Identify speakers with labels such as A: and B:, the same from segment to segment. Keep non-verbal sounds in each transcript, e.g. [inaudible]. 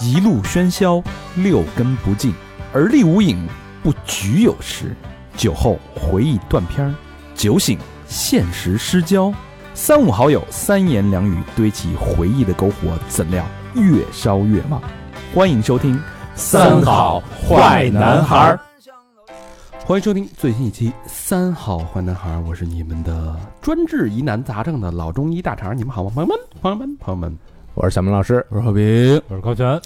A: 一路喧嚣，六根不净，而立无影，不局有时。酒后回忆断片儿，酒醒现实失焦。三五好友，三言两语堆起回忆的篝火，怎料越烧越旺。欢迎收听《
B: 三好坏男孩儿》，
C: 欢迎收听最新一期《三好坏男孩》，我是你们的啊专治疑难杂症的老中医大肠，你们好吗？朋友们，朋友们，朋友们，
B: 我是小明老师，
C: 我是何冰。
D: 我是高泉。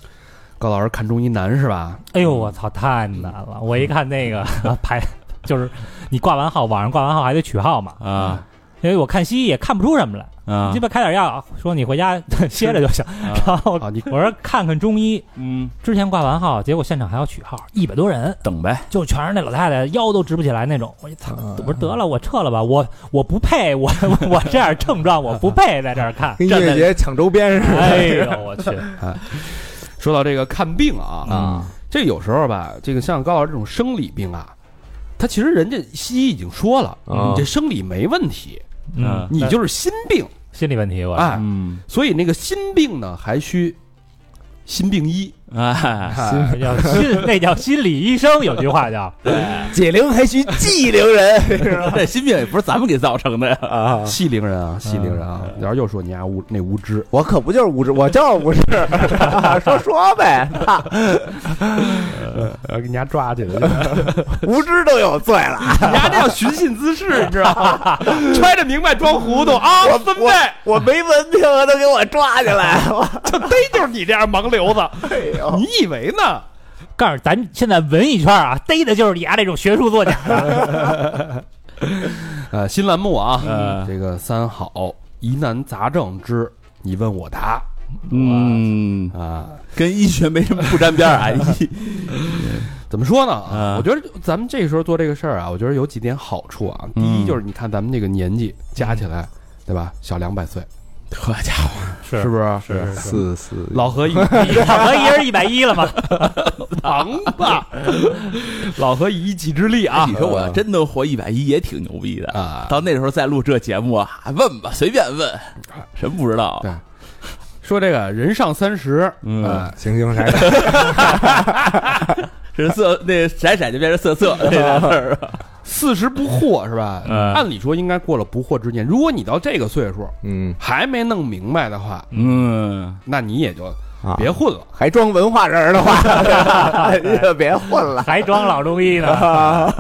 C: 高老师看中医难是 [laughs] 吧？
D: 哎呦，我操，太难了！我一看那个
B: 啊
D: [laughs] 排，就是你挂完号，网上挂完号还得取号嘛。
B: 啊
D: 因为我看西医也看不出什么来，
B: 啊
D: 鸡，巴开点药，说你回家 [laughs] 歇着就行。然后
C: 啊，你
D: 我说看看中医，
B: 嗯，
D: 之前挂完号，结果现场还要取号，一百多人，
B: 等呗，
D: 就全是那老太太腰都直不起来那种。我就操，
B: 啊
D: 我说得了，我撤了吧，我我不配， [laughs] 我我这样症状我不配在这儿看。
B: 跟音乐节抢周边似的。
D: 哎呦我去，
C: 说到这个看病啊，
B: 啊，
C: 这有时候吧，这个像高老师这种生理病啊，他其实人家西医已经说了，
B: 嗯
C: 你这生理没问题，
B: 啊
D: 嗯，
C: 你就是心病
D: 心理问题我。
C: 哎，
B: 嗯，
C: 所以那个心病呢，还需心病医。
D: 啊
B: 哎，
C: 哎
D: 那叫心，那叫心理医生，有句话叫
B: 解铃还需系铃人，是吧 [laughs] 这心病也不是咱们给造成的呀。
C: 戏灵人啊，戏灵人啊！然后又说你丫无那无知，
B: 我可不就是无知，我就是无知， [laughs] 说说 [laughs] 呗，
C: 呃，给你丫抓起来，
B: 无知都有罪了。
C: [laughs] 你丫这叫寻衅滋
B: [laughs]
C: 事，你知道吗？揣着明白装糊涂啊，
B: 我
C: 孙辈，
B: 我没文凭都给我抓起来，我
C: 就 [laughs] 逮就是你这样盲流子，
B: 哎呦，
C: 你以为呢？
D: 告诉咱现在文艺圈啊，逮的就是你啊这种学术作家。
C: 呃，新栏目啊，
B: 嗯
C: 这个三好疑难杂症之你问我答
B: 嗯，
C: 啊，
B: 跟医学没什么不沾边儿 [laughs] 啊。
C: 怎么说呢？啊
B: 嗯
C: 我觉得咱们这时候做这个事儿啊，我觉得有几点好处啊。第一
B: 嗯
C: 就是你看咱们这个年纪加起来，对吧？小两百岁，
B: 好家伙，
D: 是
C: 是不是？
D: 是
B: 四四
C: 老何一
D: 老何一人一百一了嘛？
C: 扛 [laughs] 吧，老何以一己之力啊！
B: 哎你说我要真能活一百一，也挺牛逼的。
C: 啊，
B: 到那时候再录这节目啊，问吧，随便问，什么不知道
C: 对？说这个人上三十，
B: 嗯，
C: 啊，
E: 行行闪闪，
B: 是色那闪闪就变成色色 [laughs] 这俩字儿了。
C: 四十不惑是吧？
B: 嗯
C: 按理说应该过了不惑之年。如果你到这个岁数
E: 嗯，
C: 还没弄明白的话，
B: 嗯，
C: 那你也就
E: 啊
C: 别混了。
E: 还装文化人儿的话，你就别混了。
D: 还装老中医呢？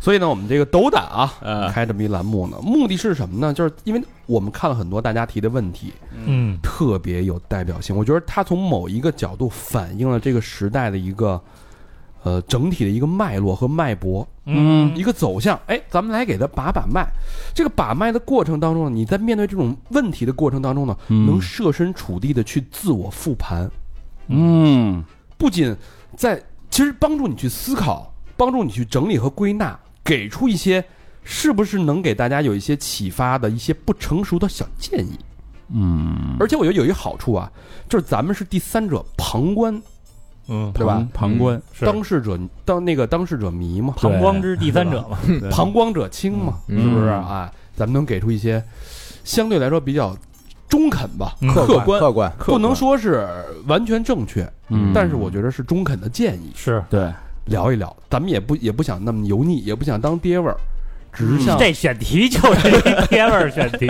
C: 所以呢，我们这个斗胆啊，
B: 嗯
C: 开这么一栏目呢，目的是什么呢？就是因为我们看了很多大家提的问题，
D: 嗯，
C: 特别有代表性。我觉得它从某一个角度反映了这个时代的一个呃整体的一个脉络和脉搏，
D: 嗯
C: 一个走向。哎，咱们来给它把把脉。这个把脉的过程当中呢，你在面对这种问题的过程当中呢，
B: 嗯
C: 能设身处地的去自我复盘，
B: 嗯
C: 不仅在其实帮助你去思考，帮助你去整理和归纳，给出一些。是不是能给大家有一些启发的一些不成熟的小建议？
B: 嗯，
C: 而且我觉得有一好处啊，就是咱们是第三者旁观，
D: 嗯，
C: 对吧？
B: 旁观，
D: 是
C: 当事者当那个当事者迷嘛，
D: 膀胱之第三者嘛？
B: 对
C: 旁观者清嘛，
E: 嗯
C: 是不是
B: 嗯
C: 啊？咱们能给出一些相对来说比较中肯吧，
D: 嗯
C: 客观，
E: 客观，
C: 不能说是完全正确，
B: 嗯
C: 但是我觉得是中肯的建议，
D: 是，
B: 对，
C: 聊一聊。咱们也不也不想那么油腻，也不想当爹味儿，只是想，
D: 嗯这选题就是一贴味儿选题。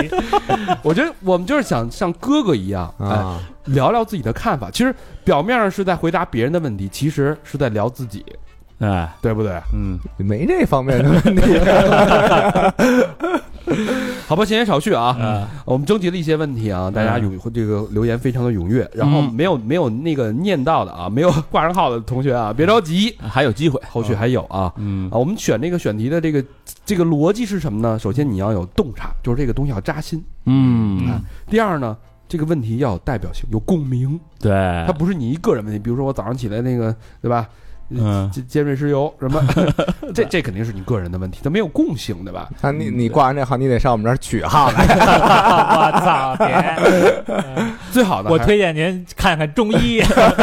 C: 我觉得我们就是想像哥哥一样，哎，
E: 啊，
C: 聊聊自己的看法。其实表面上是在回答别人的问题，其实是在聊自己，
B: 哎，
C: 对不对？
B: 嗯
E: 没这方面的问题。
C: 好吧，闲言少叙啊，
B: 嗯
C: 我们征集了一些问题啊，大家有这个留言非常的踊跃，然后
B: 嗯
C: 没有没有那个念到的啊，没 [laughs] 有挂上号的同学啊，别着急，
B: 还有机会。
C: 后续还有啊。
B: 嗯
C: 啊，我们选这个选题的这个这个逻辑是什么呢？首先你要有洞察，就是这个东西要扎心。啊
B: 嗯，
C: 第二呢，这个问题要有代表性，有共鸣，
D: [laughs]
B: 对，
C: 它不是你一个人问题。比如说我早上起来那个，对吧？
B: 嗯
C: 尖尖锐湿疣什么， [laughs] 这这肯定是你个人的问题，它没有共性，对吧？
E: 那啊
B: 嗯
E: 你你挂完这号，你得上我们这儿
B: [laughs]
E: 取号来。
D: 啊我操！别，
C: 最好的
D: 我
C: 还
D: 推荐您看看中医。 [laughs]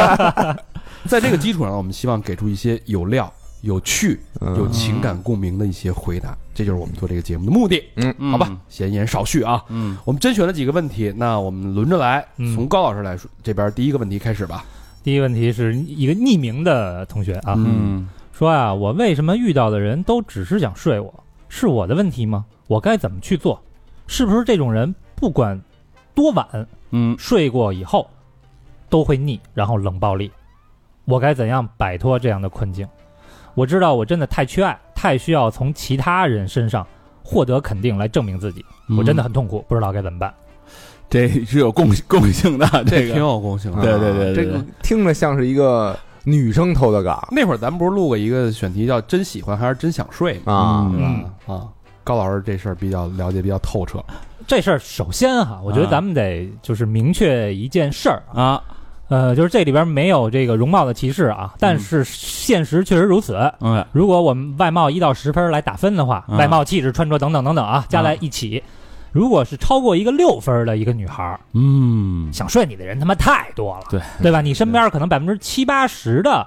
C: 在这个基础上，我们希望给出一些有料、有趣、
E: 嗯
C: 有情感共鸣的一些回答，这就是我们做这个节目的目的。
B: 嗯
C: 好吧，，闲言少叙啊。
B: 嗯，
C: 我们甄选了几个问题，那我们轮着来，
D: 嗯
C: 从高老师来说这边第一个问题开始吧。
D: 第一个问题是一个匿名的同学啊，
C: 嗯
D: 说啊，我为什么遇到的人都只是想睡我？是我的问题吗？我该怎么去做？是不是这种人不管多晚
C: 嗯
D: 睡过以后都会腻，然后冷暴力？我该怎样摆脱这样的困境？我知道我真的太缺爱，太需要从其他人身上获得肯定来证明自己，我真的很痛苦，不知道该怎么办。
B: 这是有共共性的， [laughs] 这
C: 这挺
B: 个
C: 有共性的。
B: 对对对对
E: 这个听着像是一个女生投的稿
C: 那会儿咱们不是录过一个选题叫“真喜欢还是真想睡”吗？
E: 啊，
B: 嗯
C: 对吧？啊，高老师这事儿比较了解，比较透彻。
D: 这事儿首先哈、我觉得
B: 啊
D: 咱们得就是明确一件事儿啊
B: 啊，
D: 呃，就是这里边没有这个容貌的歧视啊，但是现实确实如此。
B: 嗯
D: 如果我们外貌一到十分来打分的话，
B: 啊
D: 外貌、气质、穿着等等等等啊，加
B: 嗯
D: 在一起，如果是超过一个六分的一个女孩儿，
B: 嗯，
D: 想睡你的人他妈太多了，
B: 对
D: 对吧？你身边可能百分之七八十的。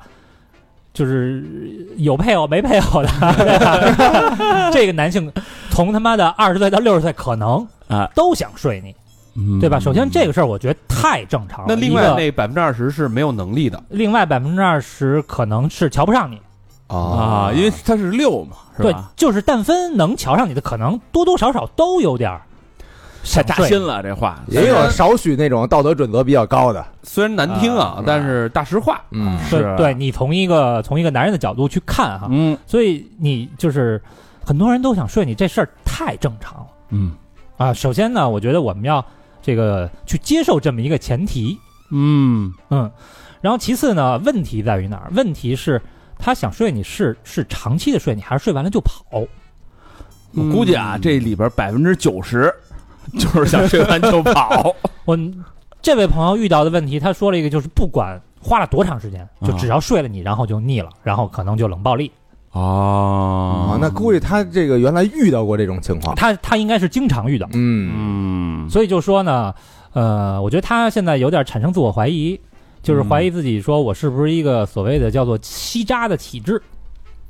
D: 就是有配偶没配偶的，对
B: [laughs]
D: 吧这个男性从他妈的二十岁到六十岁，可能
B: 啊
D: 都想睡你，
B: 嗯
D: 对吧？首先这个事儿，我觉得太正常了。
C: 那另
D: 一
C: 外
D: 个
C: 那百分之二十是没有能力的
D: 另外百分之二十可能是瞧不上你，
B: 啊，因为它是六嘛，是
D: 对
B: 吧？，
D: 就是但分能瞧上你的，可能多多少少都有点儿
B: 太
D: 想
B: 扎
D: 睡
B: 心。了，这话
E: 也有少许那种道德准则比较高的，
C: 虽然难听啊，
B: 啊
C: 但是大实话。
E: 嗯
D: 对
C: 是，
D: 对你从一个从一个男人的角度去看哈，
B: 嗯
D: 所以你就是很多人都想睡你，这事儿太正常了
B: 嗯
D: 啊。首先呢，我觉得我们要这个去接受这么一个前提，
B: 嗯
D: 嗯，然后其次呢，问题在于哪儿？问题是他想睡你是是长期的睡你，还是睡完了就跑？
B: 我估计啊，这里边百分之九十就是想睡完就 [laughs] 跑，
D: 我这位朋友遇到的问题，他说了一个，就是不管花了多长时间，就只要睡了你，然后就腻了，然后可能就冷暴力。
B: 哦
E: 啊，那估计他这个原来遇到过这种情况，
D: 他他应该是经常遇到，
E: 嗯
B: 嗯
D: 所以就说呢，呃，我觉得他现在有点产生自我怀疑，就是
B: 嗯
D: 怀疑自己，说我是不是一个所谓的叫做吸渣的体质，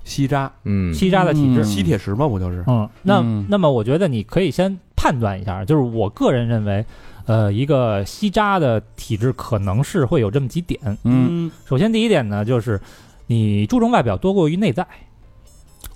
C: 吸渣、
E: 嗯
D: 吸渣的体质
B: 嗯。
C: 吸铁石嘛，不就是？
D: 嗯，那
B: 嗯
D: 那么我觉得你可以先判断一下，就是我个人认为，呃，一个吸渣的体质可能是会有这么几点，
B: 嗯
D: 首先第一点呢，就是你注重外表多过于内在，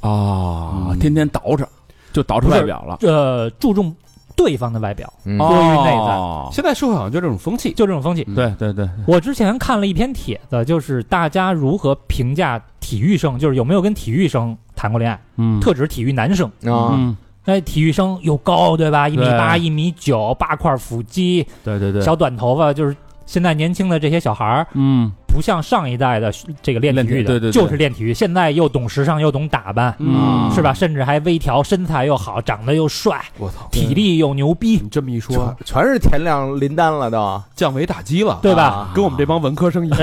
B: 哦，
C: 嗯
B: 天天倒饬就倒饬外表了，
D: 呃，注重对方的外表，
E: 嗯
D: 多于内在嗯
B: 哦
C: 现在社会好像就这种风气，
D: 就这种风气。
B: 对对对，
D: 我之前看了一篇帖子，就是大家如何评价体育生，就是有没有跟体育生谈过恋爱，
B: 嗯
D: 特指体育男生。
E: 啊，
B: 嗯，
D: 哎，体育生又高，对吧？一米八、
B: 对
D: 一米九，八块腹肌，
B: 对对对，
D: 小短头发，就是现在年轻的这些小孩儿，
B: 嗯
D: 不像上一代的这个练体育
B: 练体
D: 的，
B: 对对对
D: 就是练体育。现在又懂时尚，又懂打扮，
B: 嗯
D: 是吧？甚至还微调，身材又好，长得又帅，
C: 我操！
D: 体力又牛逼，
C: 你这么一说
E: 全，全是田亮林丹了都，
C: 降维打击了，
D: 对吧？
E: 啊
C: 跟我们这帮文科生一样。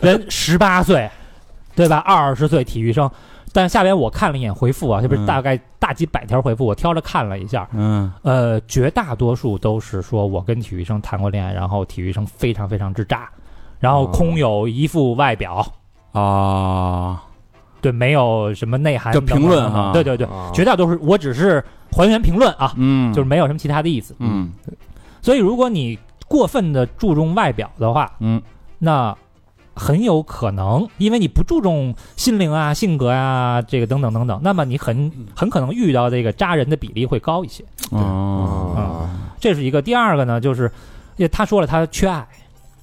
D: 人十八岁，对吧？二十岁体育生，但下边我看了一眼回复啊，这不是
B: 嗯
D: 大概大几百条回复，我挑着看了一下，
B: 嗯
D: 呃，绝大多数都是说我跟体育生谈过恋爱，然后体育生非常非常之渣，然
B: 哦
D: 后空有一副外表，
B: 啊，
D: 对，没有什么内涵
B: 就
D: 等等。
B: 评论哈
D: 对对对，
E: 啊
D: 绝大多数我只是还原评论啊，
B: 嗯，
D: 就是没有什么其他的意思。
B: 嗯
D: 所以如果你过分的注重外表的话，
B: 嗯
D: 那很有可能，因为你不注重心灵啊、性格啊，这个等等等等，那么你很
B: 嗯
D: 很可能遇到这个渣人的比例会高一些。
B: 哦
E: 啊，
D: 这是一个。第二个呢，就是也他说了，他缺爱，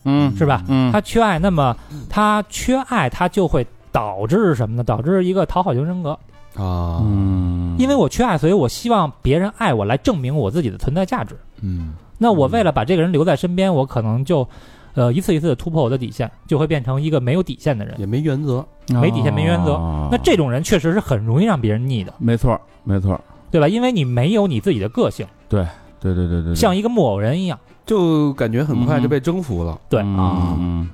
B: 嗯
D: 是吧？
B: 嗯
D: 他缺爱，那么他缺爱，他就会导致什么呢？导致一个讨好型人格。
C: 啊
B: 嗯，
D: 因为我缺爱，所以我希望别人爱我，来证明我自己的存在价值。
B: 嗯
D: 那我为了把这个人留在身边，我可能就，呃，一次一次的突破我的底线，就会变成一个没有底线的人。
C: 也没原则，
D: 没底线没原则
B: 哦
D: 那这种人确实是很容易让别人腻的，
B: 没错没错，
D: 对吧？因为你没有你自己的个性，
B: 对对对对，对
D: 像一个木偶人一样。
C: 就感觉很快
B: 嗯
C: 就被征服了。
D: 对
B: 啊，嗯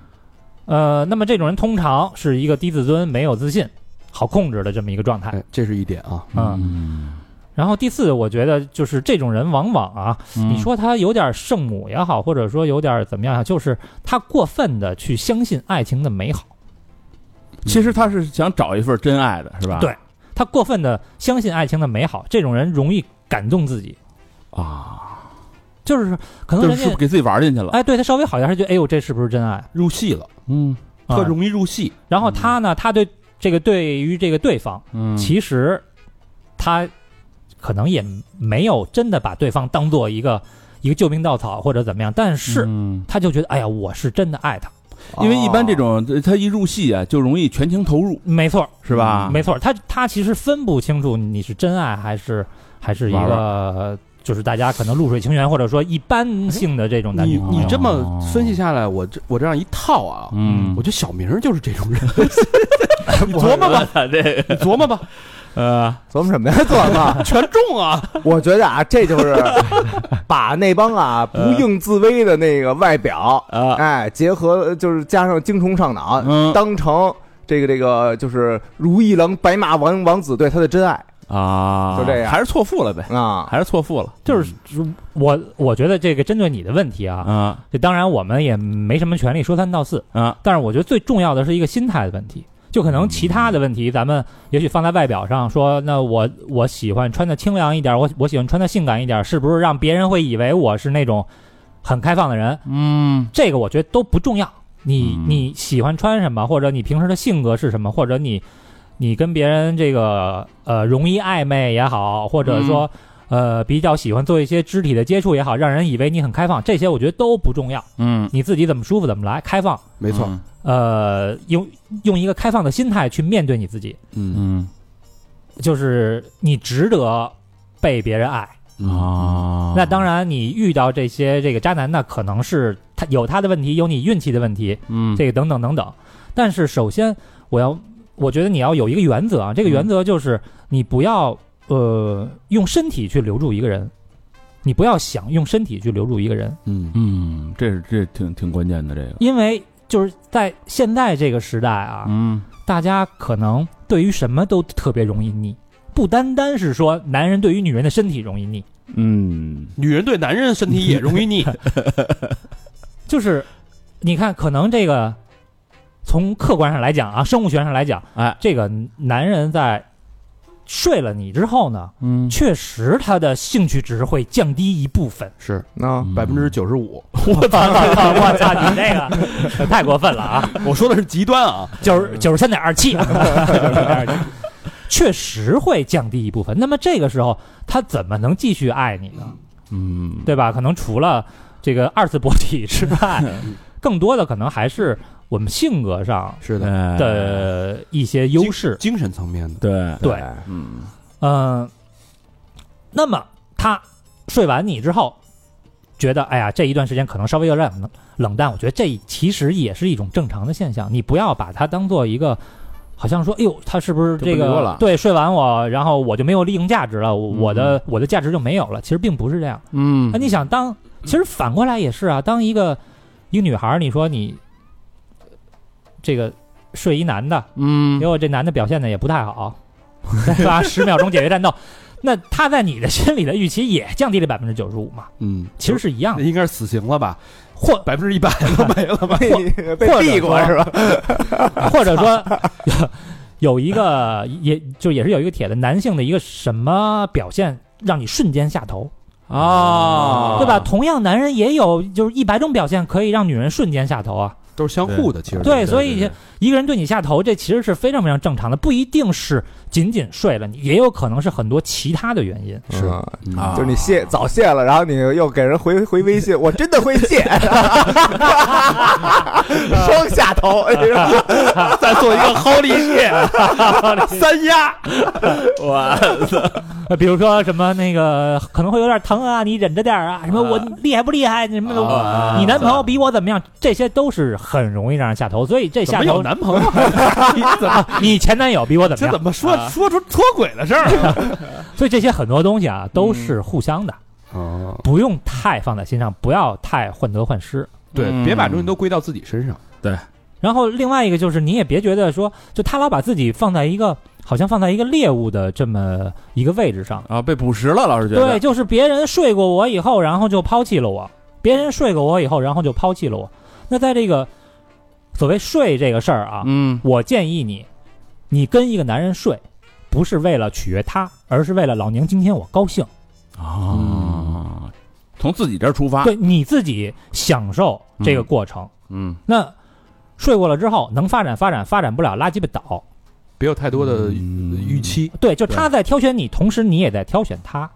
D: 呃，那么这种人通常是一个低自尊、没有自信、好控制的这么一个状态。
C: 哎，这是一点啊。
D: 嗯，然后第四，我觉得就是这种人往往啊，
B: 嗯
D: 你说他有点圣母也好，或者说有点怎么样啊，就是他过分的去相信爱情的美好，
B: 嗯其实他是想找一份真爱的，是吧？
D: 对他过分的相信爱情的美好，这种人容易感动自己，
B: 啊，
D: 就是可能
B: 就
D: 人
B: 是
D: 家
B: 给自己玩进去了。
D: 哎，对他稍微好一点，他就哎呦，这是不是真爱？
C: 入戏了，
B: 嗯
D: 啊
C: 特容易入戏。
D: 然后他呢，他对这个对于这个对方，
B: 嗯
D: 其实他可能也没有真的把对方当做一个一个救命稻草或者怎么样，但是
B: 嗯
D: 他就觉得哎呀，我是真的爱他。
B: 因为一般这种他一入戏啊，就容易全情投入，
D: 没错，
B: 是吧？
D: 嗯没错，他他其实分不清楚你是真爱还是还是一
B: 玩
D: 个就是大家可能露水情缘或者说一般性的这种男
C: 你
D: 女朋友啊
C: 你这么分析下来，我这我这样一套啊，
B: 嗯
C: 我觉得小明儿就是这种 [laughs] 人。你琢磨吧，
B: 这
C: 你琢磨吧，
B: 呃，
E: 琢磨什么呀？琢磨，
C: 全中啊！
E: [laughs] 我觉得啊，这就是把那帮啊不用自威的那个外表，
B: 嗯啊
E: 哎，结合就是加上精虫上脑，
B: 嗯
E: 当成这个这个就是如意郎白马王王子对他的真爱
B: 啊，
E: 就这样
B: 还是错付了呗，
E: 啊。
B: 还是错付了
D: 就是我我觉得这个针对你的问题啊，
B: 啊
D: 这当然我们也没什么权利说三道四，
B: 啊，
D: 但是我觉得最重要的是一个心态的问题。就可能其他的问题，咱们也许放在外表上说，那我我喜欢穿的清凉一点，我我喜欢穿的性感一点，是不是让别人会以为我是那种很开放的人？
B: 嗯
D: 这个我觉得都不重要。你
B: 嗯
D: 你喜欢穿什么，或者你平时的性格是什么，或者你你跟别人这个呃容易暧昧也好，或
B: 嗯
D: 者说、呃比较喜欢做一些肢体的接触也好，让人以为你很开放，这些我觉得都不重要。
B: 嗯，
D: 你自己怎么舒服怎么来，开放。
C: 没错，，
D: 呃，用用一个开放的心态去面对你自己，
C: 嗯，
B: 嗯
D: 就是你值得被别人爱。
B: 啊，
D: 那当，然，你遇到这些这个渣男呢，可能是他有他的问题，有你运气的问题，
B: 嗯，
D: 这个等等等等。但是首先，我要我觉得你要有一个原则啊，这个原则就是你不要呃用身体去留住一个人，你不要想用身体去留住一个人，
C: 嗯，
B: 嗯，这是这挺挺关键的这个，
D: 因为就是在现在这个时代啊，
B: 嗯
D: 大家可能对于什么都特别容易腻。不单单是说男人对于女人的身体容易腻，
B: 嗯
C: 女人对男人身体也容易腻。
D: 就是你看，可能这个从客观上来讲啊，生物学上来讲，
B: 哎，
D: 这个男人在睡了你之后呢，
B: 嗯，
D: 确实他的兴趣值会降低一部分。
C: [laughs] 是
E: 啊，
B: 嗯
C: 百分之九十五，
D: [laughs] 我操！我操！你这个 [laughs] 太过分了啊！
C: [laughs]
D: 嗯
C: 我说的是极端啊。
D: 九十九十三点二 [laughs] 七，确实会降低一部分。那么这个时候，他怎么能继续爱你呢？
B: 嗯
D: 对吧？可能除了这个二次勃起之 [laughs] 外，更多的可能还是我们性格上
C: 是，
D: 的一些优势。
C: 精神层面的。
B: 对，
D: 哎对，
B: 嗯
D: 嗯、那么他睡完你之后，觉得哎呀，这一段时间可能稍微有点冷冷淡，我觉得这其实也是一种正常的现象，你不要把它当做一个。好像说，哎呦，他是不是这
B: 就不理我
D: 个
B: 了
D: 对睡完我，然后我就没有利用价值了，我我的我的价值就没有了。其实并不是这样。
B: 嗯
D: 那啊你想当，其实反过来也是啊，当一个一个女孩儿，你说你这个睡一男的，
B: 嗯
D: 结果这男的表现的也不太好，对吧？十秒钟解决战斗，那他在你的心里的预期也降低了百分之九十五嘛，
C: 嗯，
D: 其实是一样
C: 那
D: 的，
C: 应该是死刑了吧？
D: 或
C: 百分之一百都没了吧？
E: 被
D: 或
E: 被
D: 者
E: 避过
D: 说
E: 是吧？
D: 或者说有一个也就也是有一个帖子，男性的一个什么表现让你瞬间下头，
B: 啊，
D: 对吧？？同样，男人也有就是一百种表现可以让女人瞬间下头啊。
C: 都是相互的，其实
D: 对，
B: 对
D: 所
B: 对
D: 以
B: 对
D: 一个人对你下头，这其实是非常非常正常的，不一定是仅仅睡了你，也有可能是很多其他的原因。
E: 是
B: 啊
E: 就是你卸早卸了，然后你又给人回回微信，我真的会卸，双下头，哎你知道吗
B: 再做一个 Holy shit，
C: 三压
B: 我
D: 呃比如说什么那个可能会有点疼啊，你忍着点儿啊，什么
B: 啊
D: 我厉害不厉害，什么的
B: 啊
D: 我你男朋友比我怎么样，这些都是很容易让人下头，所以这
C: 怎
D: 下
C: 么有
D: 头
C: 男朋友？你怎么
D: 啊， [laughs] 你前男友比我怎么
C: 这
D: 样
C: 怎，么说
B: 啊
C: 说出脱轨的事儿了？
D: 所以这些很多东西啊都
B: 嗯
D: 是互相的，
C: 哦，
D: 不用太放在心上，不要太患得患失。
C: 对，
B: 嗯
C: 别把东西都归到自己身上。
D: 然后另外一个就是，你也别觉得说，就他老把自己放在一个好像放在一个猎物的这么一个位置上。
B: 啊被捕食了，老是觉
D: 对，
B: 得，
D: 就是别人睡过我以后，然后就抛弃了我；别人睡过我以后，然后就抛弃了我。那在这个所谓睡这个事儿啊，
B: 嗯
D: 我建议你，你跟一个男人睡，不是为了取悦他，而是为了老娘今天我高兴。
B: 啊，从自己这儿出发，
D: 对你自己享受这个过程。
B: 嗯，
D: 那睡过了之后，能发展发展，发展不了拉鸡巴倒。
C: 别有太多的
B: 嗯
C: 预期。
D: 对，就他在挑选你，同时你也在挑选他。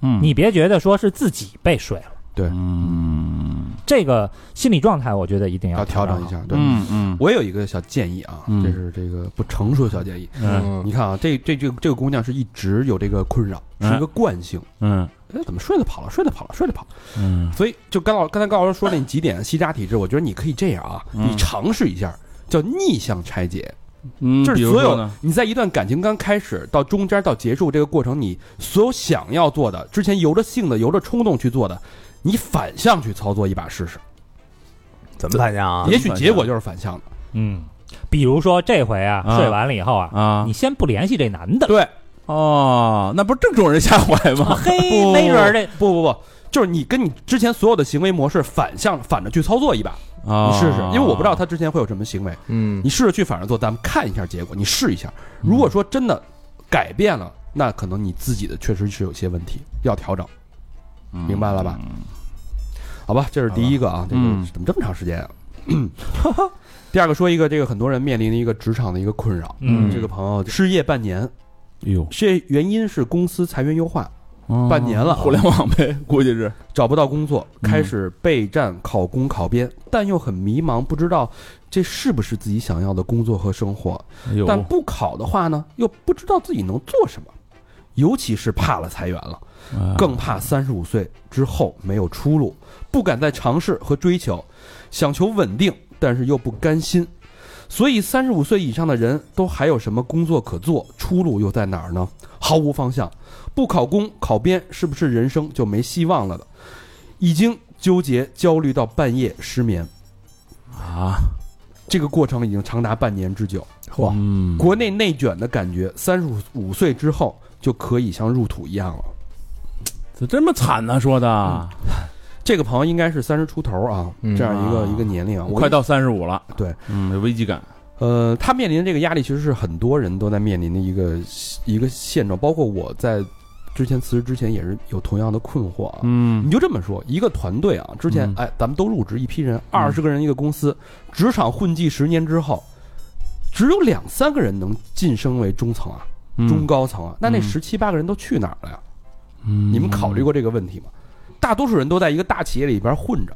B: 嗯
D: 你别觉得说是自己被睡了，
B: 嗯
D: 这个心理状态，我觉得一定
C: 要
D: 调
C: 调整
D: 好
C: 一。下，对，
B: 嗯嗯
C: 我有一个小建议啊，
B: 嗯
C: 这是这个不成熟的小建议。
B: 嗯
C: 你看啊，这这这个这个姑娘是一直有这个困扰，是
B: 嗯
C: 一个惯性。
B: 嗯
C: 哎，怎么睡了跑了，睡了跑了，睡了跑了？
B: 嗯
C: 所以就刚老刚才高老师说那几点吸渣体质，我觉得你可以这样啊，
B: 嗯
C: 你尝试一下，叫逆向拆解。
B: 嗯，
C: 这
B: 比
C: 是
B: 如
C: 所
B: 说
C: 有
B: 呢，
C: 你在一段感情刚开始到中间到结束这个过程，你所有想要做的，之前由着性子、由着冲动去做的，你反向去操作一把试试，
E: 怎么办呀？啊
C: 也许结果就是反向的。
D: 嗯，比如说这回啊，
B: 啊
D: 睡完了以后啊，
B: 啊
D: 你先不联系这男
C: [laughs]
D: 的，
C: 对，
B: 哦，那不是正中人下怀吗？
C: 哦
D: 嘿，没准儿这
C: 不不不，就是你跟你之前所有的行为模式反向反着去操作一把，
B: 啊
C: 你试试，因为我不知道他之前会有什么行为，
E: 嗯
C: 你试着去反着做，咱们看一下结果，你试一下。如果说真的改变了，那可能你自己的确实是有些问题要调整，明白了吧？好吧，这是第一个啊，这个
B: 嗯
C: 怎么这么长时间啊？第二个说一个这个很多人面临的一个职场的一个困扰，
D: 嗯
C: 这个朋友失业半年，
B: 哟，
C: 失业原因是公司裁员优化，半年了
B: 哦互联网呗，估计是
C: 找不到工作，
B: 嗯
C: 开始备战考公考编，但又很迷茫，不知道这是不是自己想要的工作和生活。
B: 有
C: 但不考的话呢，又不知道自己能做什么，尤其是怕了裁员了，更怕三十五岁之后没有出路，不敢再尝试和追求，想求稳定，但是又不甘心。所以，三十五岁以上的人都还有什么工作可做？出路又在哪儿呢？毫无方向，不考公考编，是不是人生就没希望了的？已经纠结焦虑到半夜失眠，
B: 啊，
C: 这个过程已经长达半年之久。
E: 嚯，
B: 嗯
C: 国内内卷的感觉，三十五岁之后就可以像入土一样了。
B: 咋这么惨呢？说的
C: 这个朋友应该是三十出头啊，
E: 嗯
C: 这样一个、
B: 啊
C: 一个年龄啊，我
B: 快到三十五了，
C: 对，
B: 嗯，有危机感，
C: 呃，他面临的这个压力其实是很多人都在面临的一个一个现状，包括我在之前辞职之前也是有同样的困惑啊。
B: 嗯
C: 你就这么说，一个团队啊，之前、
B: 嗯
C: 哎，咱们都入职一批人，二十个人一个公司，职场混迹十年之后，只有两三个人能晋升为中层啊、中高层啊，那那
B: 嗯
C: 十七八个人都去哪儿了呀？
B: 嗯
C: 你们考虑过这个问题吗？大多数人都在一个大企业里边混着、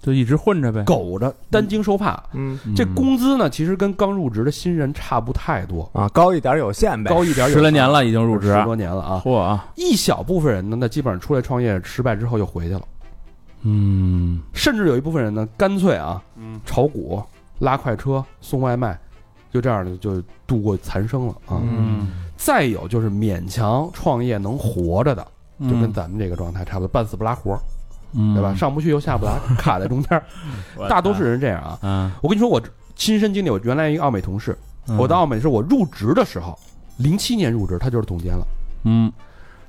B: 就一直混着呗，
C: 苟着、担惊受怕。
E: 嗯
C: 这工资呢，其实跟刚入职的新人差不太多，
E: 啊，高一点有限呗，
C: 高一点有
B: 十来年了，已经入职，
C: 十多年了啊。
B: 嚯啊，
C: 一小部分人呢，那基本上出来创业失败之后又回去了，
B: 嗯，
C: 甚至有一部分人呢，干脆啊，炒股、拉快车、送外卖，就这样的就度过残生了啊。
B: 嗯，
C: 再有就是勉强创业能活着的，就跟咱们这个状态差不多，半死不拉活。
B: 嗯
C: 对吧？上不去又下不
B: [laughs]
C: 来，卡在中间儿。大多数人是这样啊。
B: 嗯
C: 我跟你说，我亲身经历，我原来一个奥美同事，
B: 嗯
C: 我到奥美是我入职的时候，零七年入职，他就是总监了。
B: 嗯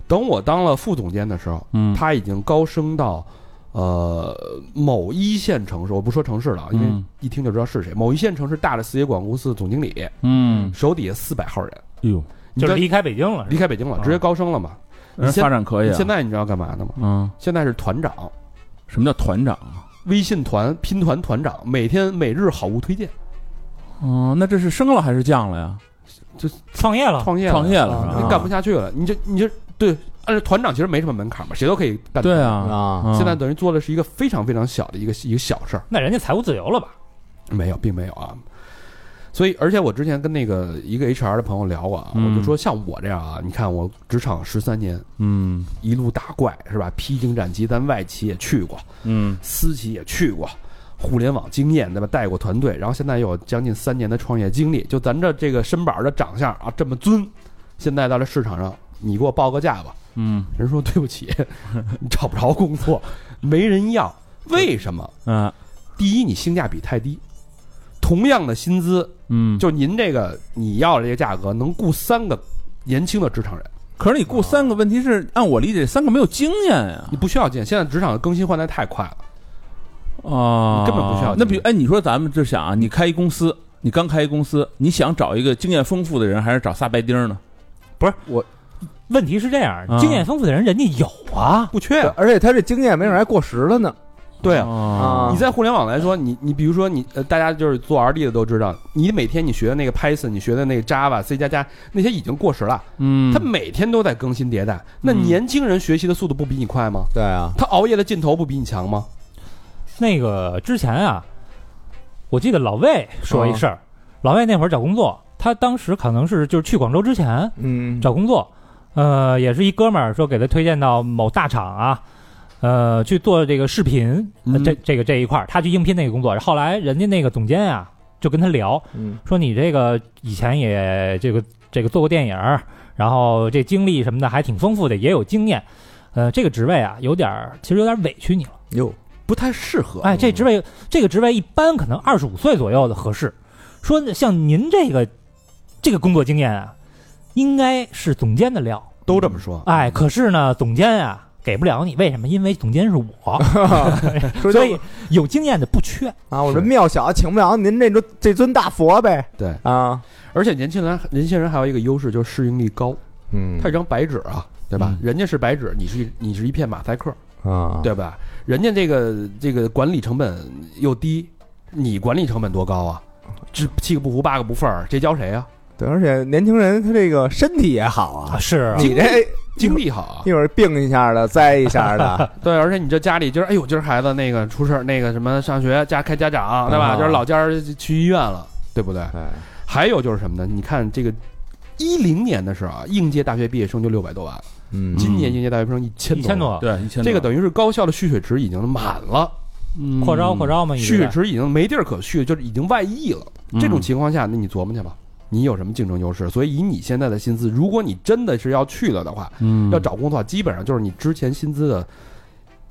C: 等我当了副总监的时候，
B: 嗯
C: 他已经高升到呃某一线城市，我不说城市了，因为
B: 嗯
C: 一听就知道是谁。某一线城市大的四 S 广告公司的总经理，
B: 嗯，
C: 手底下四百号人，
B: 哎呦，
C: 你
D: 就
C: 知
D: 是
C: 道
D: 离开北京了，
C: 离开北京了，
D: 啊
C: 直接高升了嘛？
B: 人
C: 现
B: 发展可以啊，
C: 现在你知道干嘛的吗？
B: 嗯，
C: 现在是团长，
B: 什么叫团长啊？
C: 微信团拼团团长，每天每日好物推荐。
B: 哦，那这是升了还是降了呀？
D: 创业了，
C: 创业
B: 啊创业了是
C: 你
B: 吧？
C: 啊干不下去了，你就你就对，按照团长其实没什么门槛嘛，谁都可以干。
B: 对，啊
E: 啊，
C: 现在等于做的是一个非常非常小的一个一个小事儿，
D: 那人家财务自由了吧？
C: 没有，并没有啊。所以，而且我之前跟那个一个 HR 的朋友聊过啊，
B: 嗯
C: 我就说像我这样啊，你看我职场十三年，
B: 嗯
C: 一路打怪是吧？披荆斩棘，咱外企也去过，
B: 嗯
C: 私企也去过，互联网经验对吧？带过团队，然后现在又有将近三年的创业经历，就咱这这个身板儿的长相啊，这么尊，现在到这市场上，你给我报个价吧。
B: 嗯
C: 人说对不起，你找不着工作，没人要。为什么？
B: 嗯
C: 第一，你性价比太低。同样的薪资，
B: 嗯，
C: 就您这个你要的这个价格，能雇三个年轻的职场人，
B: 可是你雇三个，问题是按我理解，三个没有经验呀
C: 你不需要见。现在职场的更新换代太快了，
B: 啊，
C: 你根本不需要经验
B: 那比如哎，你说咱们就想啊，你开一公司，你刚开一公司，你想找一个经验丰富的人，还是找仨白丁儿呢？
C: 我
D: 问题是这样
C: 啊
B: 嗯，
D: 经验丰富的人人家有啊，
C: 不缺啊。
E: 而且他这经验没准还过时了呢。
C: 对啊，
B: 啊
E: 啊
C: 你在互联网来说，你你比如说你呃，大家就是做 R D 的都知道，你每天你学的那个 Python，你学的那个 Java、C 加加那些已经过时了，
B: 嗯，
C: 它每天都在更新迭代。那
B: 嗯
C: 年轻人学习的速度不比你快吗？
E: 对啊，
C: 他熬夜的劲头不比你强吗？
D: 那个之前啊，我记得老魏说
C: 啊
D: 一事儿，老魏那会儿找工作，他当时可能是就是去广州之前
E: 嗯，
D: 找工 [laughs] 作，呃，也是一哥们儿说给他推荐到某大厂啊，呃，去做这个视频，呃
C: 嗯
D: 这这个这一块儿，他去应聘那个工作，后来人家那个总监啊就跟他聊，
E: 嗯
D: 说你这个以前也这个这个做过电影儿，然后这经历什么的还挺丰富的，也有经验。呃，这个职位啊，有点儿其实有点委屈你了。
E: 哟，
C: 不太适合。
D: 哎，这职位这个职位一般可能二十五岁左右的合适。说像您这个这个工作经验啊，应该是总监的料。
C: 都这么说，
E: 嗯
D: 哎，可是呢，总监啊给不了你，为什么？因为总监是我，
E: [laughs] 说
D: 所以有经验的不缺。
E: 啊，我这庙小，请不了您这尊这尊大佛呗。
C: 对
E: 啊，
C: 而且年轻人年轻人还有一个优势就是适应力高，
E: 嗯
C: 他有一张白纸啊，对吧？人家是白纸，你是你是一片马赛克，
E: 啊，
C: 对吧？人家这个这个管理成本又低，你管理成本多高啊？这七个不服八个不忿儿，谁教谁啊？
E: 对，而且年轻人他这个身体也好啊， [laughs]
D: 是
E: 你这
C: 精力好啊，
E: 一会儿病一下的，栽一下 [laughs] 的，
C: 对，而且你这家里今儿，哎呦，今儿孩子那个出事儿，那个什么上学家开家长，对吧？
E: 啊哎
C: 今儿老家儿去医院了，对不对？还有就是什么呢？你看这个一零年的时候啊，应届大学毕业生就六百多万了，
E: 嗯
C: 今年应届大学毕业生一千
D: 一千
C: 多万，
D: 多，
B: 对一千多
C: 这个等于是高校的蓄水池已经满了，
D: 扩招扩，招嘛，一
C: 蓄
D: 直
C: 水
D: 在
C: 池已经没地儿可蓄，就是已经外溢了。
B: 哎嗯
C: 这种情况下，那你琢磨去吧，你有什么竞争优势？所以以你现在的薪资，如果你真的是要去了的话，
B: 嗯
C: 要，找工作基本上就是你之前薪资的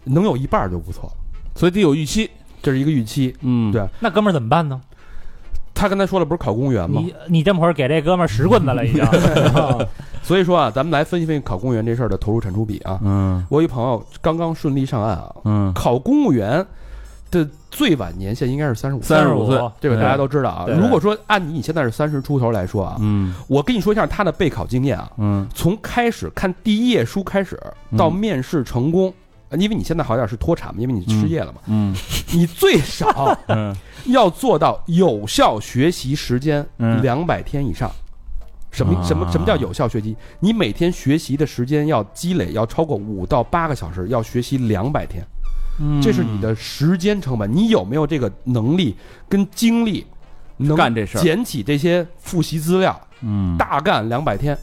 C: 能有一半儿就不错了，
B: 所以得有预期，
C: 这是一个预期。
B: 嗯
C: 对
D: 那哥们儿怎么办呢？
C: 他刚才说了，不是考公务员吗？
D: 你你这么会儿给这哥们儿十棍子了已经。
C: 所以说啊，咱们来分析分析考公务员这事儿的投入产出比啊。
B: 嗯
C: 我有一朋友刚刚顺利上岸啊，
B: 嗯，
C: 考公务员的最晚年限应该是三十五，
B: 三十
D: 35
B: 岁，
C: 这个大家都知道啊。
D: 对对
C: 如果说按你你现在是三十出头来说啊，
B: 嗯
C: 我跟你说一下他的备考经验啊，
B: 嗯
C: 从开始看第一页书开始到面试成功。呃因为你现在好点是脱产嘛，因为你失业了嘛，
B: 嗯
C: 你最少
B: [laughs] 嗯
C: 要做到有效学习时间
B: 嗯
C: 两百天以上。什么
B: 啊
C: 什么什么叫有效学习？你每天学习的时间要积累要超过五到八个小时，要学习两百天，
B: 嗯
C: 这是你的时间成本。你有没有这个能力跟精力，能
B: 嗯干这事儿
C: 捡起这些复习资料，
B: 嗯
C: 大干两百天？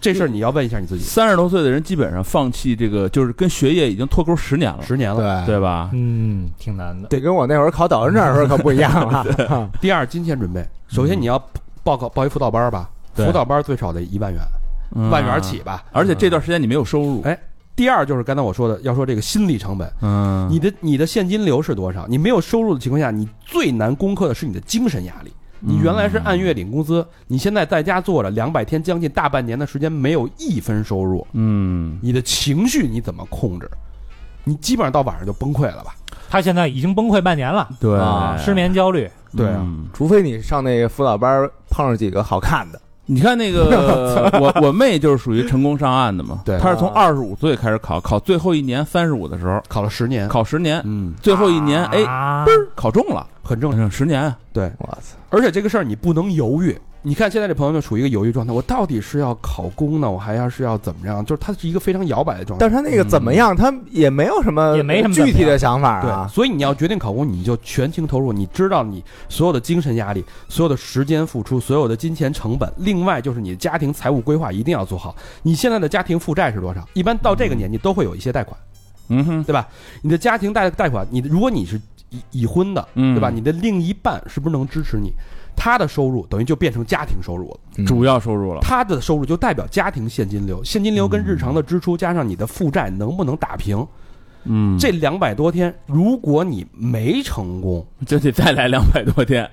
C: 这事儿你要问一下你自己。
B: 三十多岁的人基本上放弃这个，就是跟学业已经脱钩十年了，
C: 十年了。
E: 对，
B: 对吧？
D: 嗯，挺难的。
E: 得跟我那会儿考导游证的时候可不一样啊 [laughs] 嗯了。
C: 第二，金钱准备，首先你要报考报一辅导班儿吧，
B: 嗯对
C: 辅导班儿最少得一万元，
B: 嗯
C: 万元起，吧。
B: 而且这段时间你没有收入，
C: 哎第二就是刚才我说的，要说这个心理成本，
B: 嗯
C: 你的你的现金流是多少？你没有收入的情况下，你最难攻克的是你的精神压力。
B: 嗯
C: 你原来是按月领工资，你现在在家坐着两百天，将近大半年的时间没有一分收入，
B: 嗯，
C: 你的情绪你怎么控制？你基本上到晚上就崩溃了吧？
D: 他现在已经崩溃半年了，
B: 对
E: 啊
D: 失，眠焦虑。
C: 对啊
B: 嗯
E: 除非你上那个辅导班儿碰上几个好看的，
B: 你看那个我我妹就是属于成功上岸的嘛，
C: 对
B: 她是从二十五岁开始考，考最后一年三十五的时候，
C: 考了十年，
B: 考十年，
C: 嗯，
B: 最后一年哎
D: 啊
B: 嘣儿考中了，
C: 很正常。
B: 嗯十年，
C: 对，
E: 我操，
C: 而且这个事儿你不能犹豫。你看现在这朋友就处于一个犹豫状态，我到底是要考公呢，我还要是要怎么样？就是他是一个非常摇摆的状态
E: 但。是他那个怎么样，他也没有什么
D: 也没什么怎么
E: 嗯具
D: 样
E: 体的想法
C: 对，
E: 啊。
C: 所以你要决定考公，你就全情投入，你知道你所有的精神压力、所有的时间付出、所有的金钱成本，另外就是你的家庭财务规划一定要做好。你现在的家庭负债是多少？一般到这个年纪都会有一些贷款，
B: 嗯哼，
C: 对吧？你的家庭贷贷款，你的如果你是已已婚的，
B: 嗯
C: 对吧？你的另一半是不是能支持你？他的收入等于就变成家庭收入了，
B: 主要收入了，
C: 他的收入就代表家庭现金流，现金流跟日常的支出加上你的负债能不能打平？
B: 嗯，
C: 这两百多天，如果你没成功，
B: 就得再来两百多天，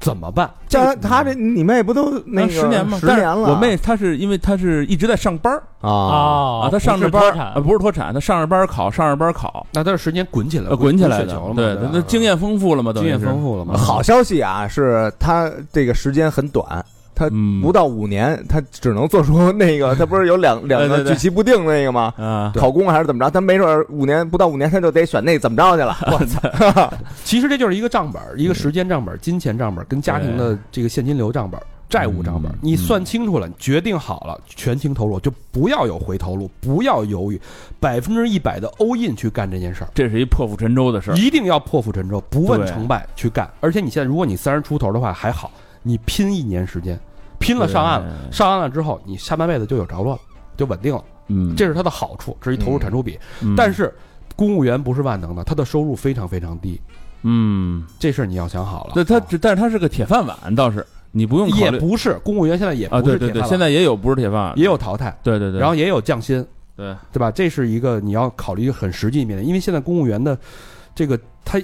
C: 怎么办？
E: 像他这你妹不都那个
B: 啊十年嘛，
E: 十
B: 但
E: 年
B: 是
E: 了？
B: 我妹她是因为她是一直在上班儿
E: 啊，
D: 哦，
B: 她上着
D: 不
B: 班
D: 是
B: 儿
D: 脱产
B: 呃不是脱产，她上着班儿考，上着班儿考，
C: 那段时间滚起来
B: 呃，
C: 了，
B: 滚起
C: 滚
B: 来
C: 雪
B: 的
C: 球了，嘛
B: 对，她她
C: 吧
B: 经验丰富了嘛，等
C: 经
B: 于
C: 验
B: 是
C: 丰富了嘛。
E: 好消息啊，是他这个时间很短，他
B: 嗯
E: 不到五年，他只能做出那个，他不是有两两
B: 对
E: 个
B: 对对
E: 举棋不定那个吗？
B: 啊，
E: 考公还是怎么着？他没准儿五年不到五年，他就得选那怎么着去了。我操！
C: 其实这就是一个账本儿，
B: 嗯
C: 一个时间账本儿、金钱账本儿跟家庭的这个现金流账本儿、债务账本儿
B: 嗯。
C: 你算清楚了，你决定好了，全情投入，就不要有回头路，
B: 嗯
C: 不要犹豫，百分之一百的 all in 去干这件事儿。
B: 这是一破釜沉舟的事儿。
C: 一定要破釜沉舟，不问
B: 对
C: 成败去干。而且你现在，如果你三十出头的话还好，你拼一年时间，拼了上岸了，
B: 对
C: 上岸了之后，你下半辈子就有着落了，就稳定了，
B: 嗯，
C: 这是它的好处，这是一投入产出比。
B: 嗯
C: 但是公务员不是万能的，他的收入非常非常低，
B: 嗯，
C: 这事儿你要想好了。
B: 对他
C: 啊
B: 只，但是他是个铁饭碗，倒是你不用考
C: 也
B: 虑
C: 不是公务员，现在也
B: 啊，
C: 不
B: 对
C: 是
B: 对
C: 铁饭
B: 对，
C: 碗
B: 现在也有不是铁饭碗的，
C: 也有淘汰，
B: 对对对，
C: 然后也有降薪，
B: 对
C: 对吧？这是一个你要考虑一个很实际面的，因为现在公务员的这个他。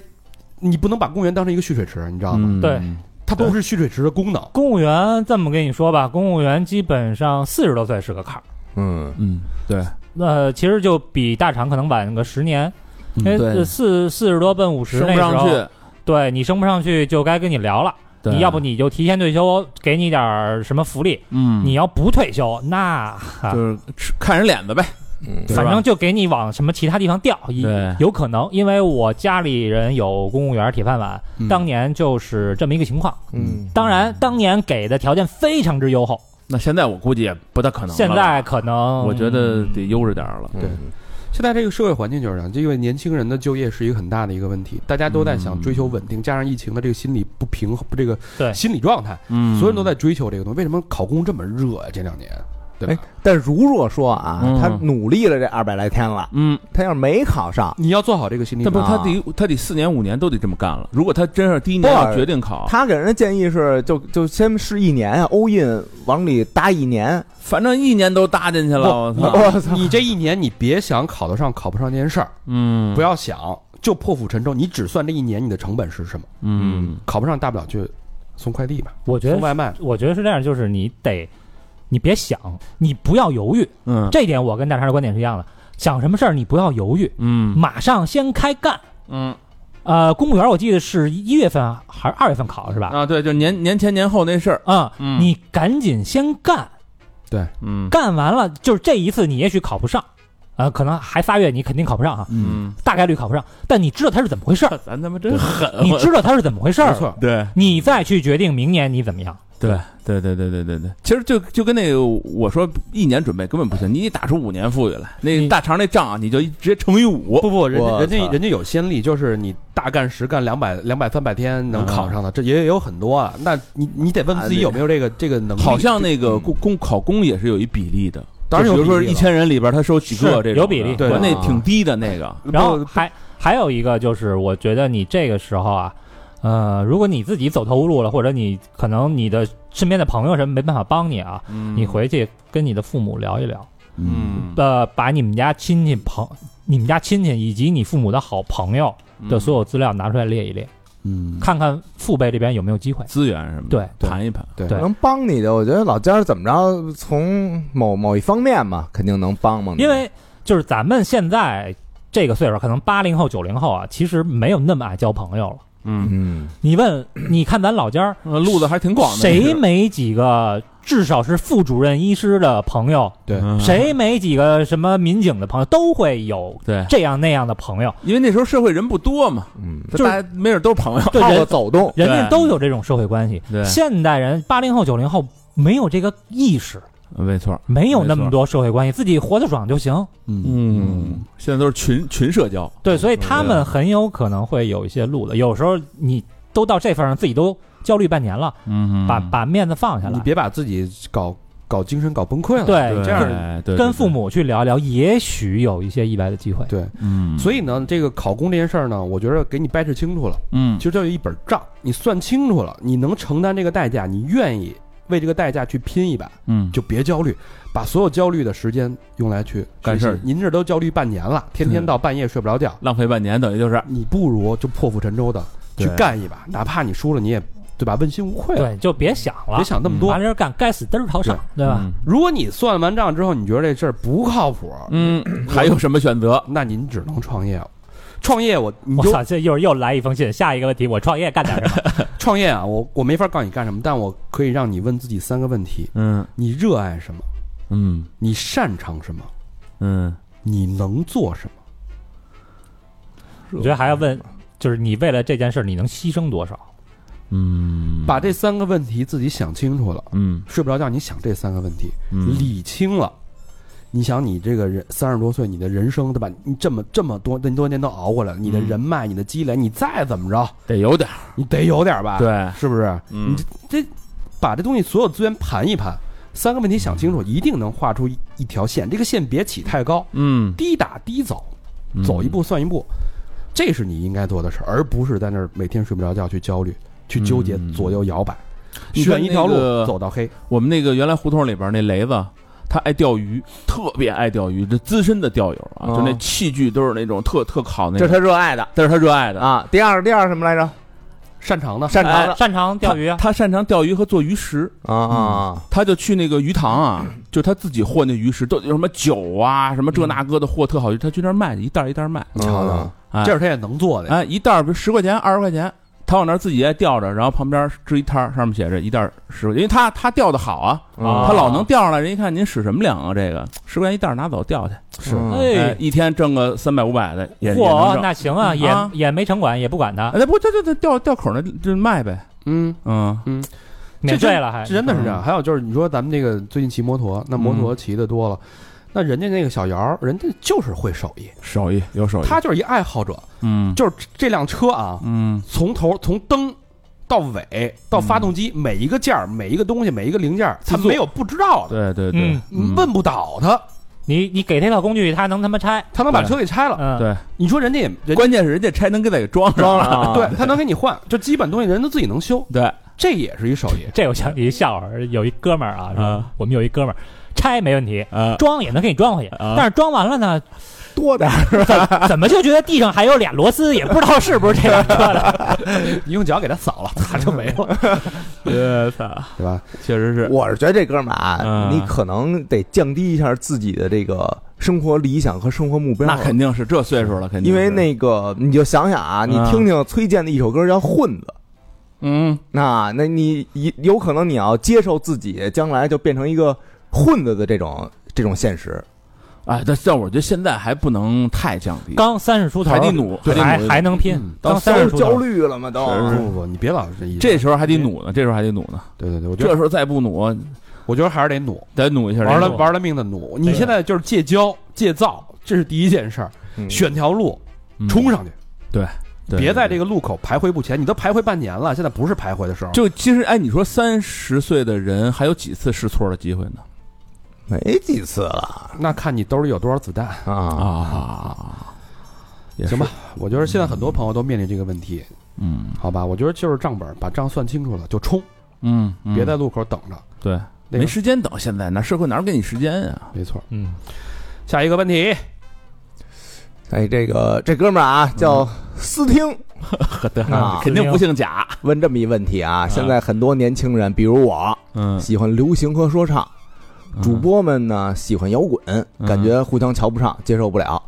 C: 你不能把公务员当成一个蓄水池，你知道吗？
B: 嗯
D: 对
C: 它不是蓄水池的功能。
D: 公务员这么跟你说吧，公务员基本上四十多岁是个坎儿。
E: 嗯，
B: 嗯对，
D: 那、其实就比大厂可能晚个十年，因为
B: 嗯对
D: 呃四四十多奔五十
B: 升
D: 那
B: 不
D: 时
B: 上
D: 候，
B: 去，
D: 对你升不上去就该跟你聊了。
B: 对
D: 你要不你就提前退休，给你点儿什么福利；
B: 嗯
D: 你要不退休，那哈
B: 就是吃看人脸子呗，
E: 嗯
B: 对吧
D: 反正就给你往什么其他地方调，
B: 对
D: 也有可能。因为我家里人有公务员铁饭碗，
B: 嗯
D: 当年就是这么一个情况。
E: 嗯，
D: 当然，当年给的条件非常之优厚，
B: 那现在我估计也不大可能了吧。
D: 现在可能
B: 我觉得得悠着点儿了。
E: 对，
C: 现在这个社会环境就是这样，因为年轻人的就业是一个很大的一个问题，大家都在想追求
B: 嗯
C: 稳定，加上疫情的这个心理不平衡，不这个
D: 对
C: 心理状态，
B: 嗯
C: 所有人都在追求这个东西。为什么考公这么热呀、这两年，对吧？
E: 但如若说啊
B: 嗯，
E: 他努力了这二百来天了，
B: 嗯，
E: 他要是没考上，
C: 你要做好这个心理
B: 但
C: 准
B: 不
C: 备。
B: 是他得他得四年五年都得这么干了。如果他真是第一年
E: 不
B: 要决定考，
E: 他给人的建议是，就就先试一年啊，all in 往里搭一年。
B: 反正一年都搭进去了，我操！
E: 我操！
C: 你这一年你别想考得上考不上这件事儿，
B: 嗯，
C: 不要想，就破釜沉舟，你只算这一年你的成本是什么。
B: 嗯，
C: 考不上大不了就送快递吧，
D: 我觉
C: 送
D: 得，
C: 外卖。
D: 我觉得是这样，就是你得，你别想，你不要犹豫。
B: 嗯
D: 这一点我跟大肠的观点是一样的，想什么事儿你不要犹豫，
B: 嗯
D: 马上先开干。
B: 嗯
D: 呃，公务员我记得是一月份还是二月份考是吧？
B: 啊，对，就年年前年后那事儿， [laughs]
D: 啊、
B: 嗯
D: 你赶紧先干，
B: 嗯
D: 干完了就是这一次你也许考不上，呃，可能还仨月你肯定考不上啊，
B: 嗯，
D: 大概率考不上，但你知道它是怎么回事儿，
B: 咱他妈真狠，
D: 你
B: 呃我
D: 知道它是怎么回事
C: 没
D: 儿，
C: 错，
B: 对
D: 你再去决定明年你怎么样。
B: 对对对对对对对，其实就就跟那个我说一年准备根本不行，你得打出五年富裕来，那
D: 你
B: 大肠那账啊你就一直接乘以五，
C: 不不，人家
E: 我
C: 人家
E: 操
C: 人家有先例，就是你大干十干两百两百三百天
B: 嗯
C: 能考上的，这也有很多啊。那你你得问自己有没有这个这个能力。
B: 啊好像那个公公考公也是有一比例的，
C: 当然
B: 就
C: 有
B: 比如说
C: 比例
B: 一
C: 了
B: 千人里边他收几个
D: 是
B: 这种的
D: 有比例
C: 对
B: 我那
E: 啊
B: 挺低的那个，
D: 然后还还有一个就是，我觉得你这个时候啊，呃，如果你自己走投无路了，或者你可能你的身边的朋友什么没办法帮你啊，你
B: 你
D: 回去跟你的父母聊一聊，
B: 嗯
D: 呃，把你们家亲戚朋、你们家亲戚以及你父母的好朋友
B: 嗯
D: 的所有资料拿出来列一列，
C: 嗯，
D: 看看父辈这边有没有机会。
B: 资源什么的，
D: 对
C: 对
B: 盘一盘，
D: 对
E: 能帮你的，我觉得老家儿怎么着，从某某一方面嘛，肯定能帮帮你。
D: 因为就是咱们现在这个岁数，可能八零后、九零后啊，其实没有那么爱交朋友了。
B: 嗯，
E: 嗯，
D: 你问，你看咱老家儿
B: 呃路子还挺广的，
D: 谁没几个至少是副主任医师的朋友？
C: 对
B: 嗯
D: 谁没几个什么民警的朋友？都会有
B: 对，
D: 这样那样的朋友，
B: 因为那时候社会人不多嘛，
E: 嗯，
B: 就大家没准都是朋友，
D: 对
E: 靠
D: 人
E: 个走动，
D: 人家
B: 对
D: 都有这种社会关系。
B: 对
D: 现代人八零后、九零后没有这个意识，
B: 没错，
D: 没有那
B: 没
D: 么
B: 错
D: 多社会关系，自己活得爽就行。
B: 嗯，现在都是群群社交，
D: 对，所以他们很有可能会有一些路的。有时候你都到这份儿上，自己都焦虑半年了，
B: 嗯
D: 把把面子放下
C: 你
D: 来，
C: 别把自己搞搞精神搞崩溃了。
D: 对
C: 这样。
B: 对
D: 跟父，母去聊一聊，也许有一些意外的机会。
C: 对，
B: 对对嗯，
C: 所以呢，这个考公这件事儿呢，我觉得给你掰扯清楚了，
B: 嗯
C: 其，实就有一本账，你算清楚了，你能承担这个代价，你愿意为这个代价去拼一把，
B: 嗯，
C: 就别焦虑，把所有焦虑的时间用来去
B: 干
C: 学习
B: 事儿嗯
C: 您这都焦虑半年了，天天
B: 对
C: 到半夜睡不着觉，
B: 浪费半年，等于就是
C: 你不如就破釜沉舟的去
B: 对
C: 干一把，哪怕你输了，你也对吧？问心无愧了，
D: 对，就别想了，
C: 别想那么多
D: 完。事儿干，该死嘚儿朝上，对吧？？
B: 嗯
C: 如果你算完
D: 嗯
B: 嗯
C: 账之后，你觉得这事儿不靠谱，
B: 嗯，还有什么选择？
C: 那您只能创业。创业我你
D: 我
C: 就
D: 操，这一会儿又来一封信，下一个问题，我创业干点
B: [laughs]
D: 什么？
C: 创业啊，我我没法告诉你干什么，但我可以让你问自己三个问题：
B: 嗯
C: 你热爱什么？
B: 嗯
C: 你擅长什么？
B: 嗯，
C: 你能做
D: 嗯
C: 什么？
D: 我觉得还要问，就是你为了这件事儿，你能牺牲多少？
B: 嗯
C: 把这三个问题自己想清楚了，
B: 嗯
C: 睡不着觉，你想这三个问题，
B: 嗯
C: 理清了。你想，你这个人三十多岁，你的人生对吧？你这么这么多这么多年都熬过来了，你的
B: 嗯
C: 人脉、你的积累，你再怎么着，
B: 得有点儿
C: 你得有点吧？，
B: 对，
C: 是不是？
B: 嗯
C: 把这东西所有资源盘一盘，三个问题想清楚，一定能画出一一条线。这个线别起太高，
B: 嗯，
C: 低打低走，走一步算一步，这是你应该做的事儿，而不是在那儿每天睡不着觉去焦虑、去纠结、
B: 嗯
C: 左右摇摆，
B: 你看
C: 选一条路
B: 那个
C: 走到黑。
B: 我们那个原来胡同里边那雷子，他爱钓鱼，特别爱钓鱼，这资深的钓友啊，
E: 哦
B: 就那器具都是那种特特考那
E: 这
B: 种
E: 是，他热爱的
B: 但是他热爱的，
E: 啊。第二，第二什么来着？
C: 擅长
B: 哎
C: 的，
E: 擅长的
D: 擅长钓鱼啊？
B: 他擅长钓鱼和做鱼食，
E: 啊啊
B: 他就去那个鱼塘 [clears throat] 啊，就他自己和那鱼食，都有什么酒啊，什么这那个的货特好，他去那儿卖，一袋儿一袋儿卖，
C: 你瞧瞧
E: 啊，
B: 哎
C: 这是他也能做的呀。
B: 哎，一袋儿十块钱、二十块钱，他往那儿自己也钓着，然后旁边支一摊儿，上面写着一袋儿十块钱，因为他他钓的好啊，
E: 啊
B: 他老能钓上来，人一看您使什么粮啊？这个十块钱一袋儿拿走钓去，
E: 是
B: 哎，，一天挣个三百五百的也也能
D: 嚯，
B: 挣。
D: 那行啊，也
B: 啊
D: 也没城管，也不管他，
B: 哎，不，这这这钓钓口那就卖呗，
C: 嗯，
B: 嗯
D: 免
C: 这
D: 税了还
C: 真的是这样。还有就是，你说咱们这个最近骑摩托，那摩托骑的多了，那人家那个小姚儿，人家就是会手艺，
B: 手艺有手艺，
C: 他就是一爱好者，
B: 嗯
C: 就是这辆车啊，
B: 嗯
C: 从头从灯。到尾到发动机，每一个件儿、每一个东西、每一个零件儿，
B: 自
C: 他
B: 做
C: 没有不知道的，
B: 对对对
D: 嗯，
B: 嗯
C: 问不倒他，
D: 你你给他套工具，他能他妈拆？
C: 他能把车给拆了。
D: 嗯，
B: 对，
C: 你说人家也人家
B: 关键是人家拆能给他给装上，
E: 装了 [laughs]
C: [laughs]
E: 啊，
C: 对他能给你换，就基本东西人都自己能修，
B: 对，
C: 这也是一手艺。
D: 这我想起一笑话，有一哥们儿啊，说
B: 啊
D: 我们有一哥们儿拆没问题，
B: 呃，
D: 装也能给你装回去，
B: 啊
D: 但是装完了呢，
E: 多点儿
D: 怎么就觉得地上还有俩螺丝，也不知道是不是这辆车的？ [laughs]
C: 你用脚给他扫了，他就没了，
B: 我操，
C: 对吧？
B: 确实是，
E: 我是觉得这哥们儿啊，
B: 嗯
E: 你可能得降低一下自己的这个生活理想和生活目标。
B: 那肯定是这岁数了，肯定
E: 因
B: 是
E: 为那个你就想想啊，你
B: 嗯
E: 听听崔健的一首歌叫《混子》。
B: 嗯
E: 那那你有有可能你要接受自己将来就变成一个混子的这种这种现实，
B: 哎，但但我觉得现在还不能太降低，
D: 刚三十出头，
B: 还得努，还得
D: 还
B: 努，
D: 还能拼
C: 嗯，
D: 刚
B: 哦
E: 到
D: 三十出
E: 焦
D: 头，
E: 虑了嘛都。
C: 不不不，你别老是这意思。
B: 这时候还得努呢，这时候还得努呢，
C: 对对对，我觉
B: 这
C: 得
B: 时候再不努，
C: 我觉得还是得努，
B: 得努一下。
C: 玩
B: 这
C: 了
B: 个
C: 玩了命的努。你
D: 对
C: 现在就是戒骄戒躁，这是第一件事儿，
E: 嗯
C: 选条路
B: 嗯
C: 冲上去，
B: 对
C: 别在这
B: 个。
C: 个路口徘徊不前。你都徘徊半年了，现在不是徘徊的时候。
B: 就其实，哎，你说三十岁的人还有几次试错的机会呢？
E: 没几次了
C: 那看你兜里有多少子弹。
E: 啊
B: 啊，也是
C: 行吧，，我觉得现在很多朋友都面临这个问题，
B: 嗯
C: 好吧？我觉得就是账本，把账算清楚了就冲，
B: 嗯，嗯
C: 别在路口等着。
B: 对，
C: 那
B: 没
C: 个
B: 时间等，现在那社会哪给你时间啊？
C: 没错。
D: 嗯，
C: 下一个问题，
E: 哎，这个这哥们儿啊叫
B: 嗯
E: 斯汀，
B: [laughs] 对
E: 啊
B: 肯定不姓贾。
E: 问这么一问题啊，现在很多年轻人，比如我，
B: 嗯，
E: 喜欢流行和说唱，主播们呢喜欢摇滚，
B: 嗯
E: 感觉互相瞧不上，接受不了。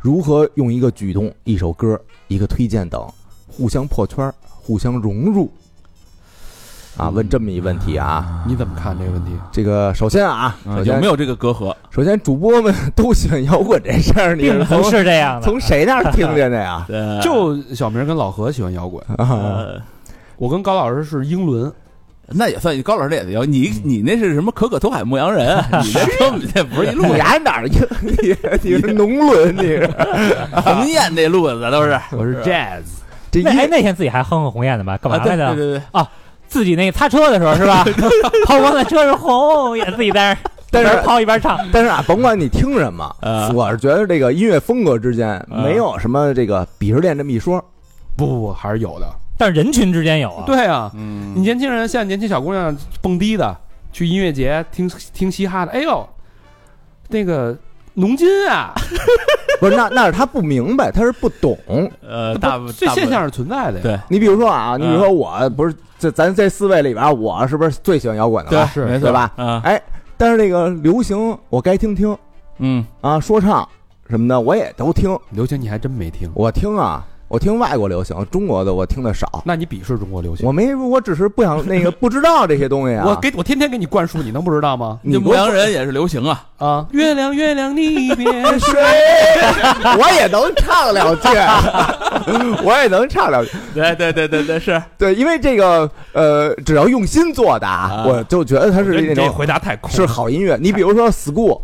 E: 如何用一个举动、一首歌、一个推荐等，互相破圈儿、互相融入？啊，问这么一问题啊，
C: 你怎么看这个问题？
E: 这个首先啊，
B: 嗯
E: 首
B: 有
E: 先
B: 没有这个隔阂？
E: 首先主播们都喜欢摇滚这事儿，你
D: 并
E: 是
D: 不
E: 从
D: 是这样的。
E: 从谁那儿听见的
B: [laughs]
E: 呀？
B: 呃
C: 就小明跟老何喜欢摇滚，
E: [laughs] 啊，
B: 呃
C: 我跟高老师是英伦，
B: 那也算，高老师也得要你，你那是什么可可托海牧羊人？啊你这根本这不是一路
E: 路牙哪儿？你 [laughs] 你你是农轮，你是
B: 鸿雁那路子都是。
C: 我是 jazz，
E: 这一
D: 那哎，那天自己还哼哼红雁呢吧？干嘛
B: 啊
D: 来
B: 对
D: 着？
B: 对对对，
D: 自己那个擦车的时候是吧？ [laughs] 抛光的车是红，也自己在那儿
E: 但是
D: 一边抛一边唱。
E: [laughs] 但是啊，甭管你听什么，
B: 呃
E: 我是觉得这个音乐风格之间没有什么这个鄙视链这么一
B: [laughs]
E: 说。
C: 不不不，还是有的。
D: 但是人群之间有啊，
C: 对啊，
B: 嗯
C: 你年轻人现在年轻小姑娘蹦迪的，去音乐节听听嘻哈的，哎呦，那个农金 [laughs] 啊，
E: 不是，那那是他不明白，他是不懂。
B: 呃，大部
C: 这
B: 大部
C: 现象是存在的呀。
B: 对
E: 你比如说
B: 呃
E: 啊，你比如说我不是这咱这四位里边，我是不是最喜欢摇滚的吧？
C: 是
B: 没错
E: 对吧？
B: 啊，
E: 哎，但是这个流行我该听听
B: 嗯
E: 啊，说唱什么的，我也都听。
C: 流行你还真没听，
E: 我听啊，我听外国流行，中国的我听的少。
C: 那你鄙视中国流行？
E: 我没，我只是不想那个不知道这些东
B: [laughs]
E: 西啊。
C: 我给我天天给你灌输，你能不知道吗？
E: 你给
B: 牧
E: 我
B: 羊人也是流行啊，
C: 啊， [laughs] 月亮月亮你别
E: 睡，我也能唱两句， [laughs] 我也能唱两句。
B: 对对对对对，是 [laughs]
E: 对，因为这个呃，只要用心做的啊，
B: 啊
E: 我就觉得它是那
C: 你这
E: 种
C: 回答太空了
E: 是好音乐。你比如说 school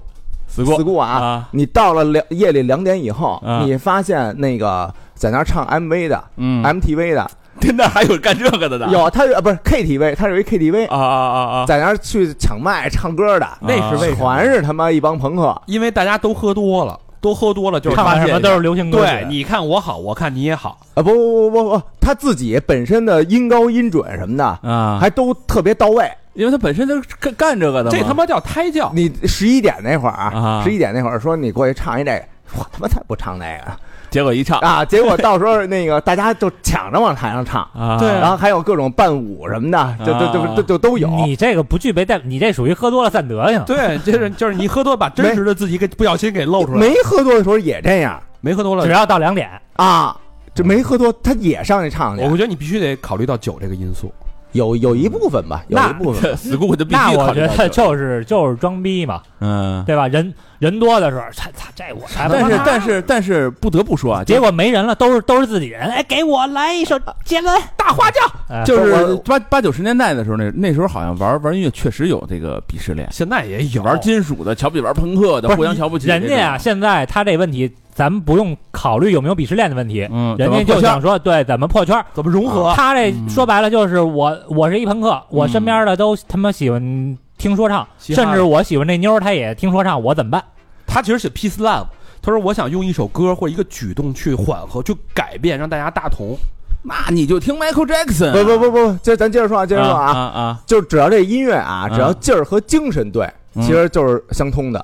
B: 死过
E: school 啊，
B: 啊，
E: 你到了两夜里两点以后
B: 啊，
E: 你发现那个在那儿唱 MV 的、
B: 嗯，
E: MTV 的，
B: 那还有干这个的呢，
E: 有他是呃不是 KTV，他是一 KTV，
B: 啊啊啊啊，
E: 在那儿去抢麦唱歌的，
C: 那是为什么？
E: 全是他妈一帮朋克。
C: [laughs]
E: 啊
C: 因为大家都喝多了，都喝多了就是
D: 唱完
C: 发
D: 什么
C: 泄
D: 都是流行歌曲。
C: 对，你看我好，我看你也好，
E: 啊，不不不不不，他自己本身的音高音准什么的，
B: 啊，
E: 还都特别到位。
B: 因为他本身就是干干这个的嘛，
C: 这他妈叫胎教。
E: 你十一点那会儿
B: 啊
E: 十一点那会儿说你过去唱一这个，我他妈才不唱这个
B: 结果一唱
E: 啊！结果到时候那个大家就抢着往台上唱，
B: 啊，
C: 对 [laughs] 啊
E: 然后还有各种伴舞什么的，就就就就就都有。
D: 你这个不具备代，你这属于喝多了散德行。
C: 对，就是就是你喝多把真实的自己给不小心给露出来，
E: 没喝多的时候也这样
C: 没喝多了
D: 只。要到两点，
E: 啊，这没喝多他也上去唱去
C: 我，觉得你必须得考虑到酒这个因素，
E: 有有一部分吧，有
D: 那
E: 一部分吧。
B: 这 school 就必须
D: 那我
B: 考虑
D: 觉
B: 到
D: 得
B: 这个
D: 就是 [laughs] 就是装逼嘛，
B: 嗯，
D: 对吧？人人多的时候，操操，这我才不
B: 但是
D: 怕
B: 但是但是不得不说啊，
D: 结果没人了，都是都是自己人。哎，给我来一首杰伦
B: 啊
D: 大花轿。哎
B: 就是
E: 我
B: 八八九十年代的时候，那那时候好像玩玩音乐确实有这个鄙视链，
C: 现在也有
B: 玩金属的瞧不起玩朋克的，
D: 不是
B: 互相瞧不起这
D: 人
B: 种。
D: 家啊，现在他这问题，咱们不用考虑有没有鄙视链的问题，
B: 嗯，
D: 人家
B: 怎么
D: 就
B: 破圈
D: 想说，对，怎么破圈儿？
C: 怎么融合？
D: 他这
B: 嗯
D: 说白了就是我，我是一朋克，我
B: 嗯
D: 身边的都他妈喜欢听说唱，
C: 嘻哈
D: 甚至我喜欢那妞儿，她也听说唱，我怎么办？
C: 他其实写 peace love，他说我想用一首歌或一个举动去缓和、去改变，让大家大同。
B: 那你就听 Michael Jackson，
E: 不不不不，就咱接着说啊，接着说
B: 啊
E: 啊，
B: 啊
E: 就只要这音乐啊，
B: 嗯
E: 只要劲儿和精神对，
B: 嗯
E: 其实就是相通的。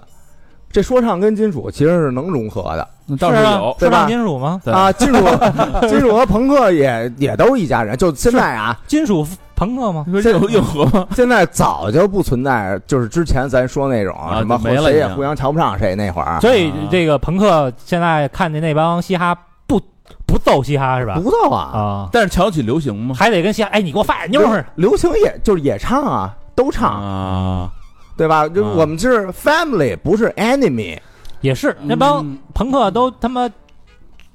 E: 这说唱跟金属其实是能融合的，
B: 啊，倒是
D: 啊
B: 有，
E: 对
D: 说
E: 吧
D: 唱金属吗？
B: 对
E: 啊，金属金属和朋克也也都是一家人。就现在啊，
D: 金属朋克吗？
B: 你说这有硬核吗？
E: 现在早就不存在，就是之前咱说那种
B: 啊
E: 什么
B: 就没了
E: 谁
B: 已
E: 也
B: 经
E: 互相瞧不上谁那会儿，
D: 所以
B: 啊
D: 这个朋克现在看见那帮嘻哈不不揍嘻哈是吧？
E: 不到啊，
D: 啊，
B: 但是瞧得起流行吗？
D: 还得跟嘻哈，哎，你给我发点妞儿似的。
E: 流行也就是也唱啊，都唱，
B: 啊，
E: 对吧？就
B: 啊
E: 我们是 family，不是 enemy
D: 也是那帮朋克都他妈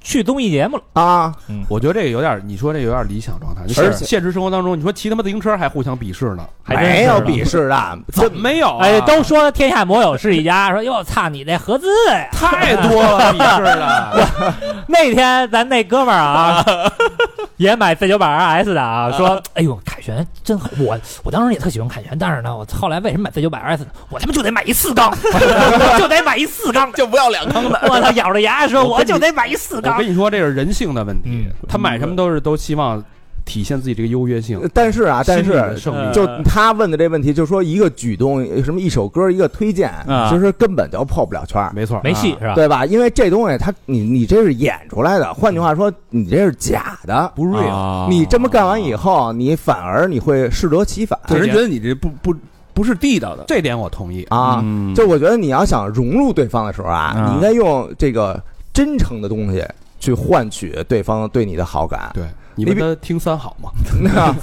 D: 去综艺节目了，
E: 啊。
C: 我觉得这个有点，你说这有点理想状态。
E: 是
C: 而且现实生活当中，你说骑他妈自行车还互相鄙视呢，哎
D: 还真是
E: 没有鄙视的，
C: 怎么没有、啊？
D: 哎，都说天下莫有是一家，说哟操你这合资呀！
C: 太多了，鄙视的。
D: 那天咱那哥们儿啊，也买 C 九百 RS 的啊，说哎呦凯旋真好，我我当时也特喜欢凯旋，但是呢，我后来为什么买 C 九百 RS 呢？我他妈就得买一四缸， [laughs] 我就得买一四缸的，
B: 就不要两缸的。
D: [laughs] 我操咬着牙说我就得买一四
C: 我
D: 缸
C: 跟。你说，这是人性的问题。
D: 嗯
C: 他买什么都是都希望体现自己这个优越性，
E: 但是啊，但
C: 心理的
E: 是
C: 胜利。
B: 呃
E: 就他问的这问题，就说一个举动，什么一首歌，一个推荐，
B: 啊
E: 其实根本就破不了圈儿，
C: 没错，啊
D: 没戏是吧？
E: 对吧？因为这东西它，你你这是演出来的，换句话说，你这是假的。
C: 不 real。
B: 啊
E: 你这么干完以，后，你反而你会适得其反
B: 有人觉得你这不不不是地道的
C: 这点我同意。
E: 啊！
B: 嗯
E: 就我觉得你要想融入对方的时候啊，
B: 啊
E: 你应该用这个真诚的东西去换取对方对你的好感。
C: 对，你
E: 你
C: 问他听三好吗？
E: 那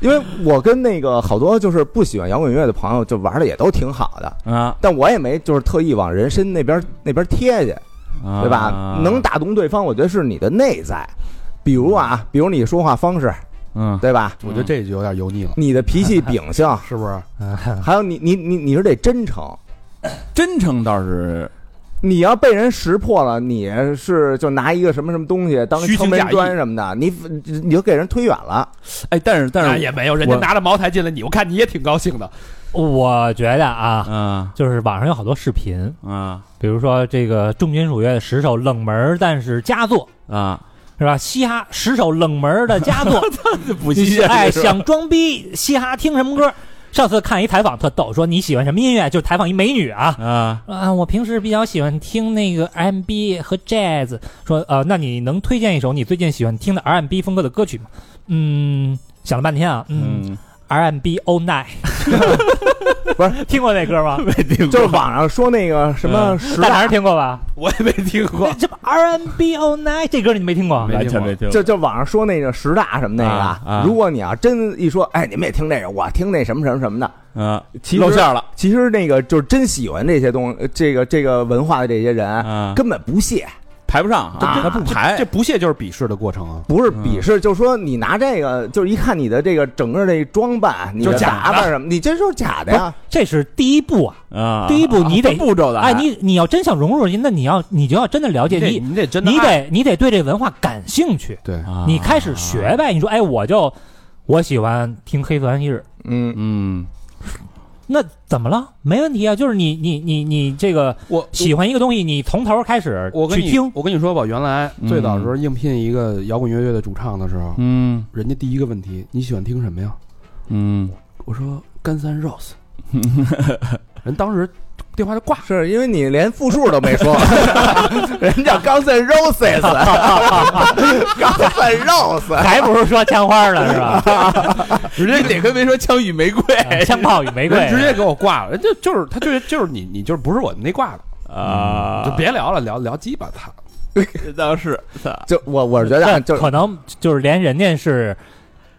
E: 因为我跟那个好多就是不喜欢摇滚乐的朋友，就玩的也都挺好的，
B: 啊，
E: 但我也没就是特意往人身那边那边贴去，对
B: 对
E: 吧？能打动对方，我觉得是你的内在，比如啊，比如你说话方式，
B: 嗯
E: 对吧？
C: 我觉得这就有点油腻了，
E: 你的脾气秉性，
C: 是不是？
E: 还有你你你你是得真诚，
B: 真诚倒是
E: 你要被人识破了，你是就拿一个什么什么东西当
C: 虚情
E: 敲
C: 假意
E: 门砖什么的，你你就给人推远了。
B: 哎，但是但
C: 那
B: 是
C: 也没有，人家
B: 我
C: 拿着茅台进来，你我看你也挺高兴 [laughs] 的。
D: 我觉得啊，
B: 啊
D: 就是网上有好多视频，
B: 啊
D: 比如说这个重金属乐的十首冷门儿但是佳作，
B: 啊，
D: 是吧？嘻哈十首冷门儿的佳作，
B: [laughs] 不新鲜，
D: 哎，
B: 是吧
D: 想装逼，嘻哈听什么歌？上次看一采访特逗，说你喜欢什么音乐？就采访一美女啊
B: 啊
D: 啊！我平时比较喜欢听那个 R&B 和 Jazz。说呃，那你能推荐一首你最近喜欢听的 R&B 风格的歌曲吗？嗯，想了半天啊，嗯
B: 嗯
D: R&B All
C: [laughs]
D: Night， [laughs]
E: 不是
D: 听过那歌吗？
E: 就是网上说那个什么十
D: 嗯大
E: 大，
D: 肠儿听过吧？
C: 我也没听过
D: 那这不 R&B All Night 这歌你没听过？
C: [laughs] 没
B: 完全没听过。
E: 就就网上说那个十大什么那个
B: 啊啊
E: 如果你要真一说，哎，你们也听这个，我听那什么什么什么的，
B: 啊，
E: 其
B: 露
E: 实
B: 馅儿了
E: 其实那个就是真喜欢这些东呃这个这个文化的这些人，
B: 啊，
E: 根本不屑，
B: 排不上
E: 啊
B: 啊，他不排
C: 这不屑就是鄙视的过程啊，
E: 不是鄙视，就是说你拿这个，就是一看你的这个整个这装扮，你
B: 就是
E: 的
B: 假
E: 打扮什么，你这就是假的呀。
D: 这是第一步啊！
B: 啊。
D: 第一步你得
B: 分步骤的，
D: 哎，
B: 还
D: 你你要真想融入人，那你要你就要真的了解
C: 你得
D: 你，
C: 你得真的
D: 你
C: 爱
D: 得你得对这文化感兴趣，
C: 对啊
B: 啊
D: 你开始学呗。你说，哎，我就我喜欢听黑色安息日，
E: 嗯，
B: 嗯，
D: 那怎么了？没问题啊，就是你你你你这个
C: 我
D: 喜欢一个东西，你从头开始
C: 我跟
D: 去
C: 你
D: 听，
C: 我跟你说吧，原来最早的时候应聘一个摇滚乐队的主唱的时候，
B: 嗯
C: 人家第一个问题你喜欢听什么呀？
B: 嗯，
C: 我说干三 Rose，人当时电话就挂了。
E: 是因为你连复数都
C: [laughs]
E: 没说，人叫 Guns N' Roses，Guns N' Roses，
D: 还不如说枪花呢，是
E: [laughs]
D: 吧？
B: 人家得跟没说枪与玫瑰
D: 啊枪炮与玫瑰
C: 人，直接给我挂了，人就就是他就是就是你你就是不是我们那挂的，
B: 啊，
C: 就别聊了，聊聊鸡巴他。
B: 别当是操
E: 就我我是觉得啊
D: 这
C: [laughs]
E: 就是
D: 可能就是连人家是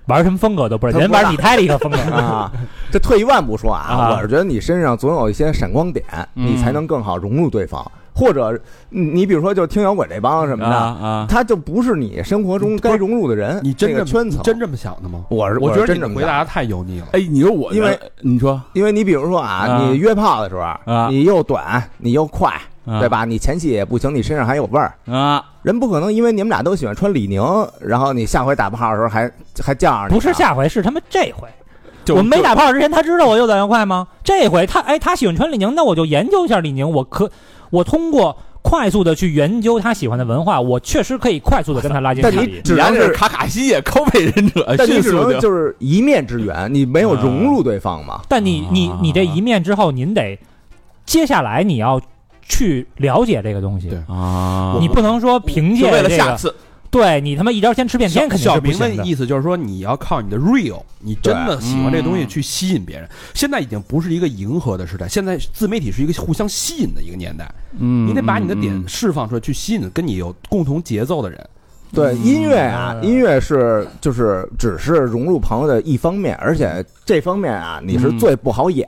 D: 玩什么风格都不知道，
E: 他
D: 人
E: 不
D: 玩
E: 知道
D: 李泰的一个风格
E: [laughs] 啊，这退一万步说啊，
D: 啊
E: 我是觉得你身上总有一些闪光点，
B: 嗯
E: 你才能更好融入对方，或者嗯你比如说就听摇滚这帮什么
B: 啊
E: 的，
B: 啊，
E: 他就不是你生活中该融入的人，
C: 你真
E: 这
C: 这么
E: 个圈
C: 你
E: 层，
C: 真这么想的吗？
E: 我是
C: 我
E: 是
C: 觉得
E: 真
C: 你
E: 这
C: 的
E: 么
C: 回
E: 想
C: 答太油腻了。
B: 哎，你说我
E: 因为
B: 你说
E: 因为你比如说啊，
B: 啊
E: 你约炮的时候，
B: 啊
E: 你又短，你又快，
B: 啊
E: 对吧？你前戏也不行，你身上还有味儿。
B: 啊，
E: 人不可能因为你们俩都喜欢穿李宁，然后你下回打炮的时候还还叫上你啊
D: 不是下回，是他妈这回。
B: 就
D: 我没
B: 就
D: 打炮之前，他知道我有短又快吗？这回他哎，他喜欢穿李宁，那我就研究一下李宁。我可我通过快速的去研究他喜欢的文化，我确实可以快速的跟他拉近距
E: 但你
D: 离。
E: 只
B: 你啊
E: 能
B: 丫这是
E: 是，
B: 卡卡西也高配忍者，
E: 但你
B: 迅
E: 只
B: 速
E: 能
B: 就啊
E: 就是一面之缘，你没有融入对方嘛。
D: 但你你你这一面之后，您得接下来你要去了解这个东西
C: 对，
B: 啊
D: 你不能说凭
B: 就
D: 借
B: 为了
D: 这
B: 下
D: 个，
B: 次
D: 对你他妈一招先吃遍天肯定
C: 小
D: 是
C: 小
D: 不
C: 明
D: 行的。
C: 的意思就是说，你要靠你的 real，你真的喜欢这东西
D: 嗯
C: 去吸引别人。现在已经不是一个迎合的时代，现在自媒体是一个互相吸引的一个年代。
B: 嗯
C: 你得把你的点释放出来，去吸引跟你有共同节奏的人。
E: 对，音乐啊，
D: 嗯
E: 音乐是就是只是融入朋友的一方面，而且这方面啊，你是
B: 嗯
E: 最不好演、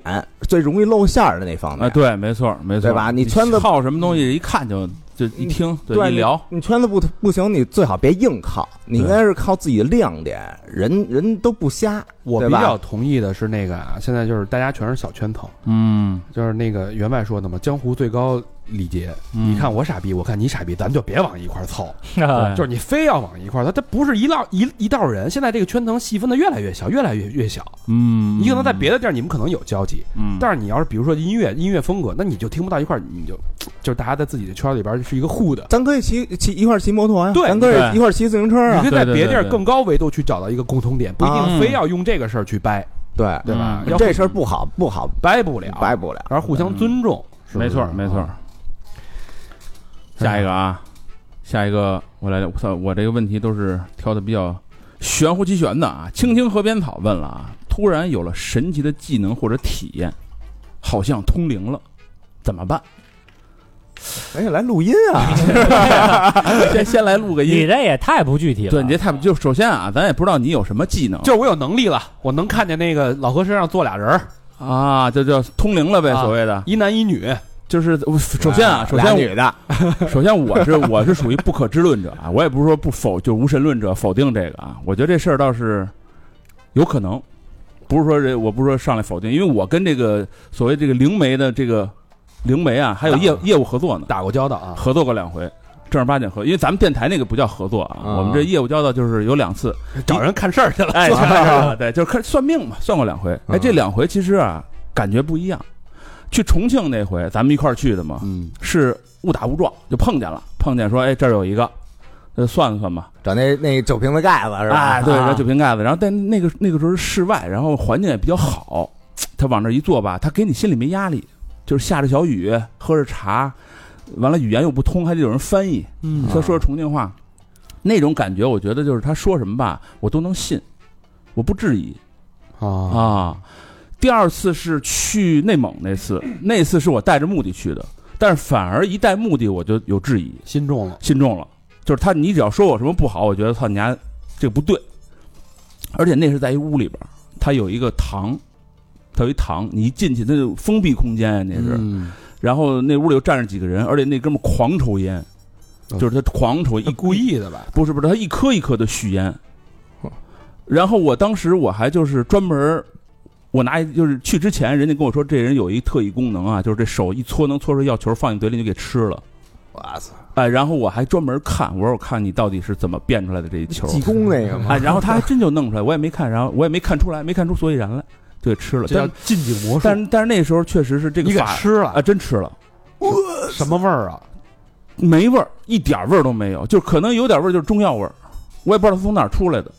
E: 最容易露馅儿的那方面。
B: 啊，对，没错，没错，
E: 嗯对吧你圈子
B: 靠什么东西，一看就就一听，
E: 对
B: 一聊，
E: 你圈子不不行，你最好别硬靠，你应该是靠自己的亮点。人人都不瞎，
C: 我
E: 对
C: 比
E: 吧
C: 较同意的是那个啊，现在就是大家全是小圈层，
B: 嗯，
C: 就是那个员外说的嘛，江湖最高礼节。
B: 嗯
C: 你看我傻逼，我看你傻逼，咱就别往一块儿凑。
D: [laughs] 啊
B: 对
C: 就是你非要往一块儿，它它不是一道一一道人。现在这个圈层细分的越来越小，越来越越小。
B: 嗯，
C: 你可能在别的地儿你们可能有交集，
B: 嗯，
C: 但是你要是比如说音乐音乐风格，那你就听不到一块儿，你就就是大家在自己的圈儿里边儿是一个互的。
E: 咱可以骑骑一块儿骑摩托啊，
C: 对
E: 咱可
B: 对
E: 以一块儿骑自行车
C: 你
E: 啊
C: 可，以在别地
B: 对对对
C: 儿
B: 对
C: 更高维度去找到一个共同点，不一
E: 啊
C: 定非要用这个事儿去掰，
E: 对，
C: 对吧？
B: 嗯
C: 要
E: 这事儿不好不好
C: 掰不了，
E: 掰嗯不了。
C: 而互相尊重，是不
B: 没
C: 是
B: 错，没错。下一个啊，下一个我来，我操，我这个问题都是挑的比较玄乎其玄的啊。青青河边草问了啊，突然有了神奇的技能或者体验，好像通灵了，怎么办？
E: 哎，来录音啊，
B: [laughs] 先先来录个
D: 啊你
B: 音。
D: 这也太不具体了。
B: 对，你这太就首先啊，咱也不知道你有什么技能，
C: 就是我有能力了，我能看见那个老何身上坐俩人儿，
B: 啊，就叫通灵了呗，
C: 啊
B: 所谓的
C: 一男一女，
B: 就是首先啊，首
E: 俩
B: 先我
E: 女的，
B: 首先，我是我是属于不可知论者啊，我也不是说不否就无神论者否定这个啊，我觉得这事儿倒是有可能，不是说这我不是说上来否定，因为我跟这个所谓这个灵媒的这个灵媒啊，还有业业务合作呢，
C: 打过交道
E: [laughs]
C: 啊，
B: 合作过两回，正儿八经合，因为咱们电台那个不叫合作啊，
E: 啊
B: 我们这业务交道就是有两次，
C: 找人看事儿去 [laughs] 了。
B: 哎，啊对，就是看算命嘛，算过两回，哎，这两回其实啊感觉不一样，去重庆那回咱们一块儿去的嘛，
C: 嗯，
B: 是误打误撞就碰见了，碰见说，哎，这儿有一个，呃，算了算吧，
E: 找那那酒瓶子盖子是吧？
B: 哎，对，
E: 啊
B: 然后酒瓶盖子，然后但那个那个时候是室外，然后环境也比较好，他往那儿一坐吧，他给你心里没压力，就是下着小雨，喝着茶，完了语言又不通，还得有人翻译，
C: 嗯
A: 啊
B: 他说着重庆话，那种感觉，我觉得就是他说什么吧，我都能信，我不质疑，
C: 啊
B: 啊。第二次是去内蒙那次， [clears throat] 那次是我带着目的去的，但是反而一带目的我就有质疑，
C: 心重了，
B: 心中了，就是他，你只要说我什么不好，我觉得操你家这个不对。而且那是在一屋里边儿，它有一个堂，它有一堂，你一进去，它就封闭空间呀、那是。
C: 嗯
B: 然后那屋里又站着几个人，而且那哥们儿狂抽烟，就是他狂
A: [laughs]
B: 抽，一
C: 他故意的吧？
B: 不是不是，他一颗一颗的续烟。然后我当时我还就是专门儿，我拿一就是去之前，人家跟我说这人有一特异功能啊，就是这手一搓能搓出药球，放你嘴里就给吃了。
E: 我操，
B: 哎，然后我还专门看，我说我看你到底是怎么变出来的这一球。
E: 济公那个嘛，
B: 哎，然后他还真就弄出来，我也没看，然后我也没看出来，没看出所以然来，就给吃了。
C: 这叫
B: 但
C: 近景魔术，
B: 但是但是那时候确实是这个
C: 你给
B: 法呃
C: 吃了
B: 啊，真吃了，
C: 什么味儿啊？
B: 没味儿，一点味儿都没有，就可能有点味儿，就是中药味儿，我也不知道他从哪儿出来的，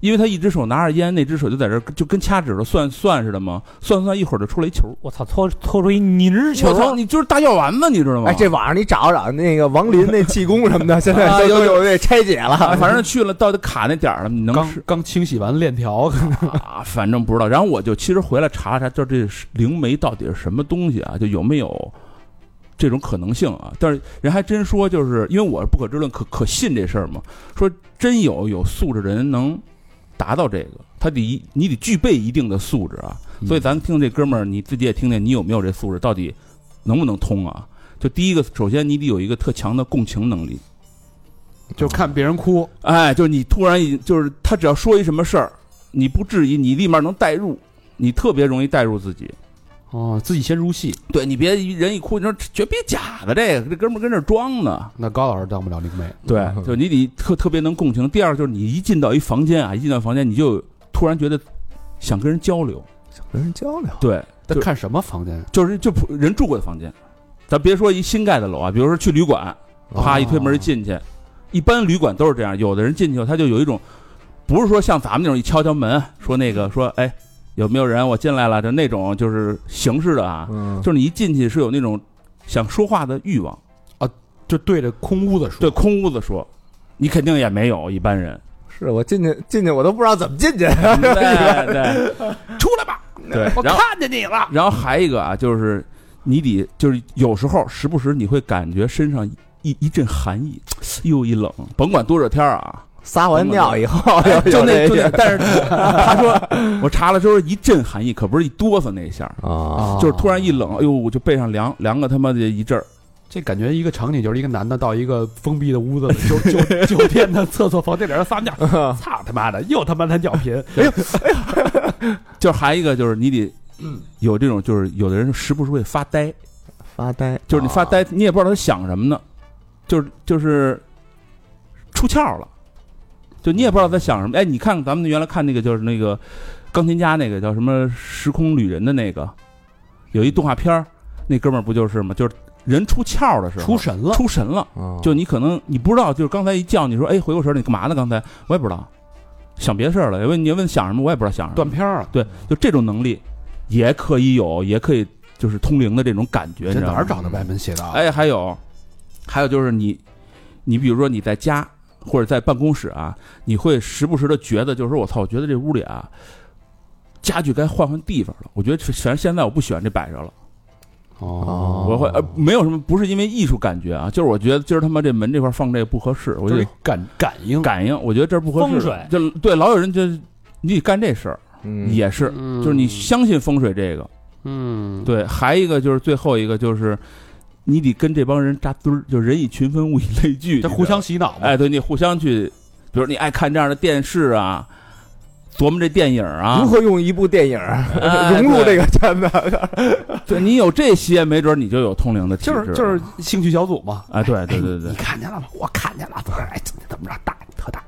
B: 因为他一只手拿着烟，那只手就在这儿就跟掐指头算算似的嘛，算算一会儿就出来一球，
D: 我操，搓搓出一泥球啊
B: 我，操，你就是大药丸子，你知道吗？
E: 哎，这网上你找找那个王林那气功什么的，现在
B: 啊
E: 都
B: 有
E: 都有这拆解了
B: 啊，反正去了到底卡那点儿了，你能
C: 刚
B: 吃
C: 刚清洗完链条，
B: 啊？反正不知道。然后我就其实回来查了查，就这灵媒到底是什么东西啊？就有没有这种可能性啊？但是人还真说，就是因为我不可知论，可可信这事儿嘛，说真有有素质的人能达到这个，他得一你得具备一定的素质啊。所以咱听这哥们儿，你自己也听听，你有没有这素质，到底能不能通啊？就第一个，首先你得有一个特强的共情能力，
C: [laughs] 就看别人哭，
B: 哎，就是你突然一就是他只要说一什么事儿，你不质疑，你立马能代入，你特别容易代入自己。
C: 哦，自己先入戏。
B: 对你别一人一哭，你说绝逼假的，这个这哥们儿跟这儿装呢。
C: 那高老师当不了灵媒，
B: 对，就你得特特别能共情。第二就是你一进到一房间啊，一进到房间你就突然觉得想跟人交流。
E: 跟人交流，
B: 对，
C: 但
B: 就
C: 看什么房间？
B: 就是就普人住过的房间，咱别说一新盖的楼啊，比如说去旅馆，啪一推门进去，一般旅馆都是这样，有的人进去后他就有一种，不是说像咱们那种一敲敲门说那个说哎有没有人我进来了就那种就是形式的啊，
E: 嗯，
B: 就是你一进去是有那种想说话的欲望，
C: 就对着空屋子
B: 对
C: 说，
B: 空屋子说，你肯定也没有一般人，
E: 是我进去进去，我都不知道怎么进去，
C: [laughs]
B: 对对
C: 出来吧，
B: 对，
C: 我
B: 然后
C: 看见你了。
B: 然后还一个啊就是你得就是有时候时不时你会感觉身上一一阵寒意，又一冷，甭管多热天儿
C: [laughs]
B: 啊。
E: 撒完尿以后
B: 哎就那就那，
E: 个
B: 但是他说，我查了之后一阵寒意，可不是一哆嗦那一下儿，
E: 啊，
C: 哦
B: 就是突然一冷，哎呦，我就背上凉凉了他妈的一阵儿。
C: 这感觉一个场景就是一个男的到一个封闭的屋子里，
B: [laughs]
C: 酒酒酒店的厕所房间里边撒尿，
B: 啊
C: 操他妈的，又他妈他尿频，
B: 就是还一个就是你得
C: 嗯
B: 有这种，就是有的人时不时会发呆，
E: 发呆，
B: 就是你发
C: 哦
B: 呆，你也不知道他想什么呢，就是就是出窍了，就你也不知道他想什么。哎，你看咱们原来看那个就是那个钢琴家那个叫什么《时空旅人》的那个，有一动画片儿，那哥们儿不就是吗？就是人出窍的时候，
C: 出神了，哦
B: 出神了。
E: 啊，
B: 就你可能你不知道，就是刚才一叫你说，哎，回过神儿，你干嘛呢？刚才我也不知道，想别的事儿了。问你问想什么，我也不知道想什么。
C: 断片儿啊，
B: 对，就这种能力也可以有，也可以就是通灵的这种感觉，你
C: 这
B: 知道
C: 哪儿
B: 吗？
C: 找的啊歪门邪道？，
B: 哎，还有，还有就是你，你比如说你在家或者在办公室啊，你会时不时的觉得，就是说我操，我觉得这屋里啊，家具该换换地方了。我觉得反正现在我不喜欢这摆着了。
C: 哦，
B: 我会呃，没有什么，不是因为艺术感觉啊，就是我觉得今儿他妈这门这块儿放这不合适，我
C: 就
B: 就是
C: 感感应，
B: 感应，我觉得这儿不合适。
D: 风水
B: 就对，老有人就你得干这事儿，
E: 嗯
B: 也是，
C: 嗯
B: 就是你相信风水这个。
C: 嗯，
B: 对，还一个就是最后一个就是，你得跟这帮人扎堆儿，就人以群分，物以类聚，
C: 这
B: 你
C: 互
B: 知道
C: 相洗脑嘛，
B: 哎，对你互相去，比如你爱看这样的电视啊，琢磨这电影啊，
E: 如何用一部电影儿
B: 哎
E: [laughs] 融入这
B: 对
E: 个圈子？
B: 对你有这些，没准你就有通灵的体质
C: 就
B: 了，
C: 是就是兴趣小组嘛，
B: 哎，对对对对
C: 你看见了吗？我看见了，哎，怎么怎么着，大特大，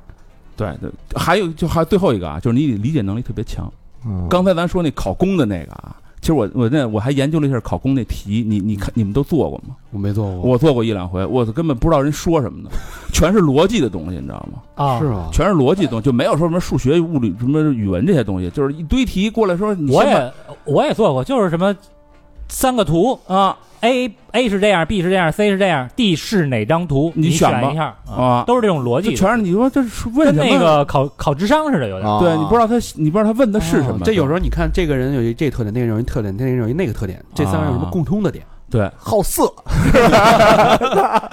B: 对对，还有就还有最后一个啊，就是你理解能力特别强。
C: 嗯
B: 刚才咱说那考公的那个啊，其实我我那我还研究了一下考公那题，你你看你们都做过吗？
C: 我没做过，
B: 我做过一两回，我根本不知道人说什么的， [laughs] 全是逻辑的东西，你知道吗？
D: 啊
C: 是！吗？
B: 全是逻辑的东西，就没有说什么数学、物理、什么语文这些东西，就是一堆题过来说你
D: 我
B: 先把
D: 也我也做过，就是什么三个图
B: 啊，
D: A A 是这样，B 是这样，C 是这样，D 是哪张图？
B: 你
D: 你
B: 选吧
D: 一下
B: 啊
D: 都是这种逻
B: 这
D: 辑，
B: 全是你说这是问
D: 跟
B: 什
D: 那
B: 么？
D: 个考考智商似的，有点。
E: 啊
B: 对你不知道他，你不知道他问的
D: 啊
B: 是什
C: 哦
B: 么。
C: 这有时候你看这个人有一这特点，那个人有一特点，那个人有一那个特点，这三个人有
B: 啊
C: 什么共通的
B: [laughs]
C: 点？
B: 对，
E: 好色，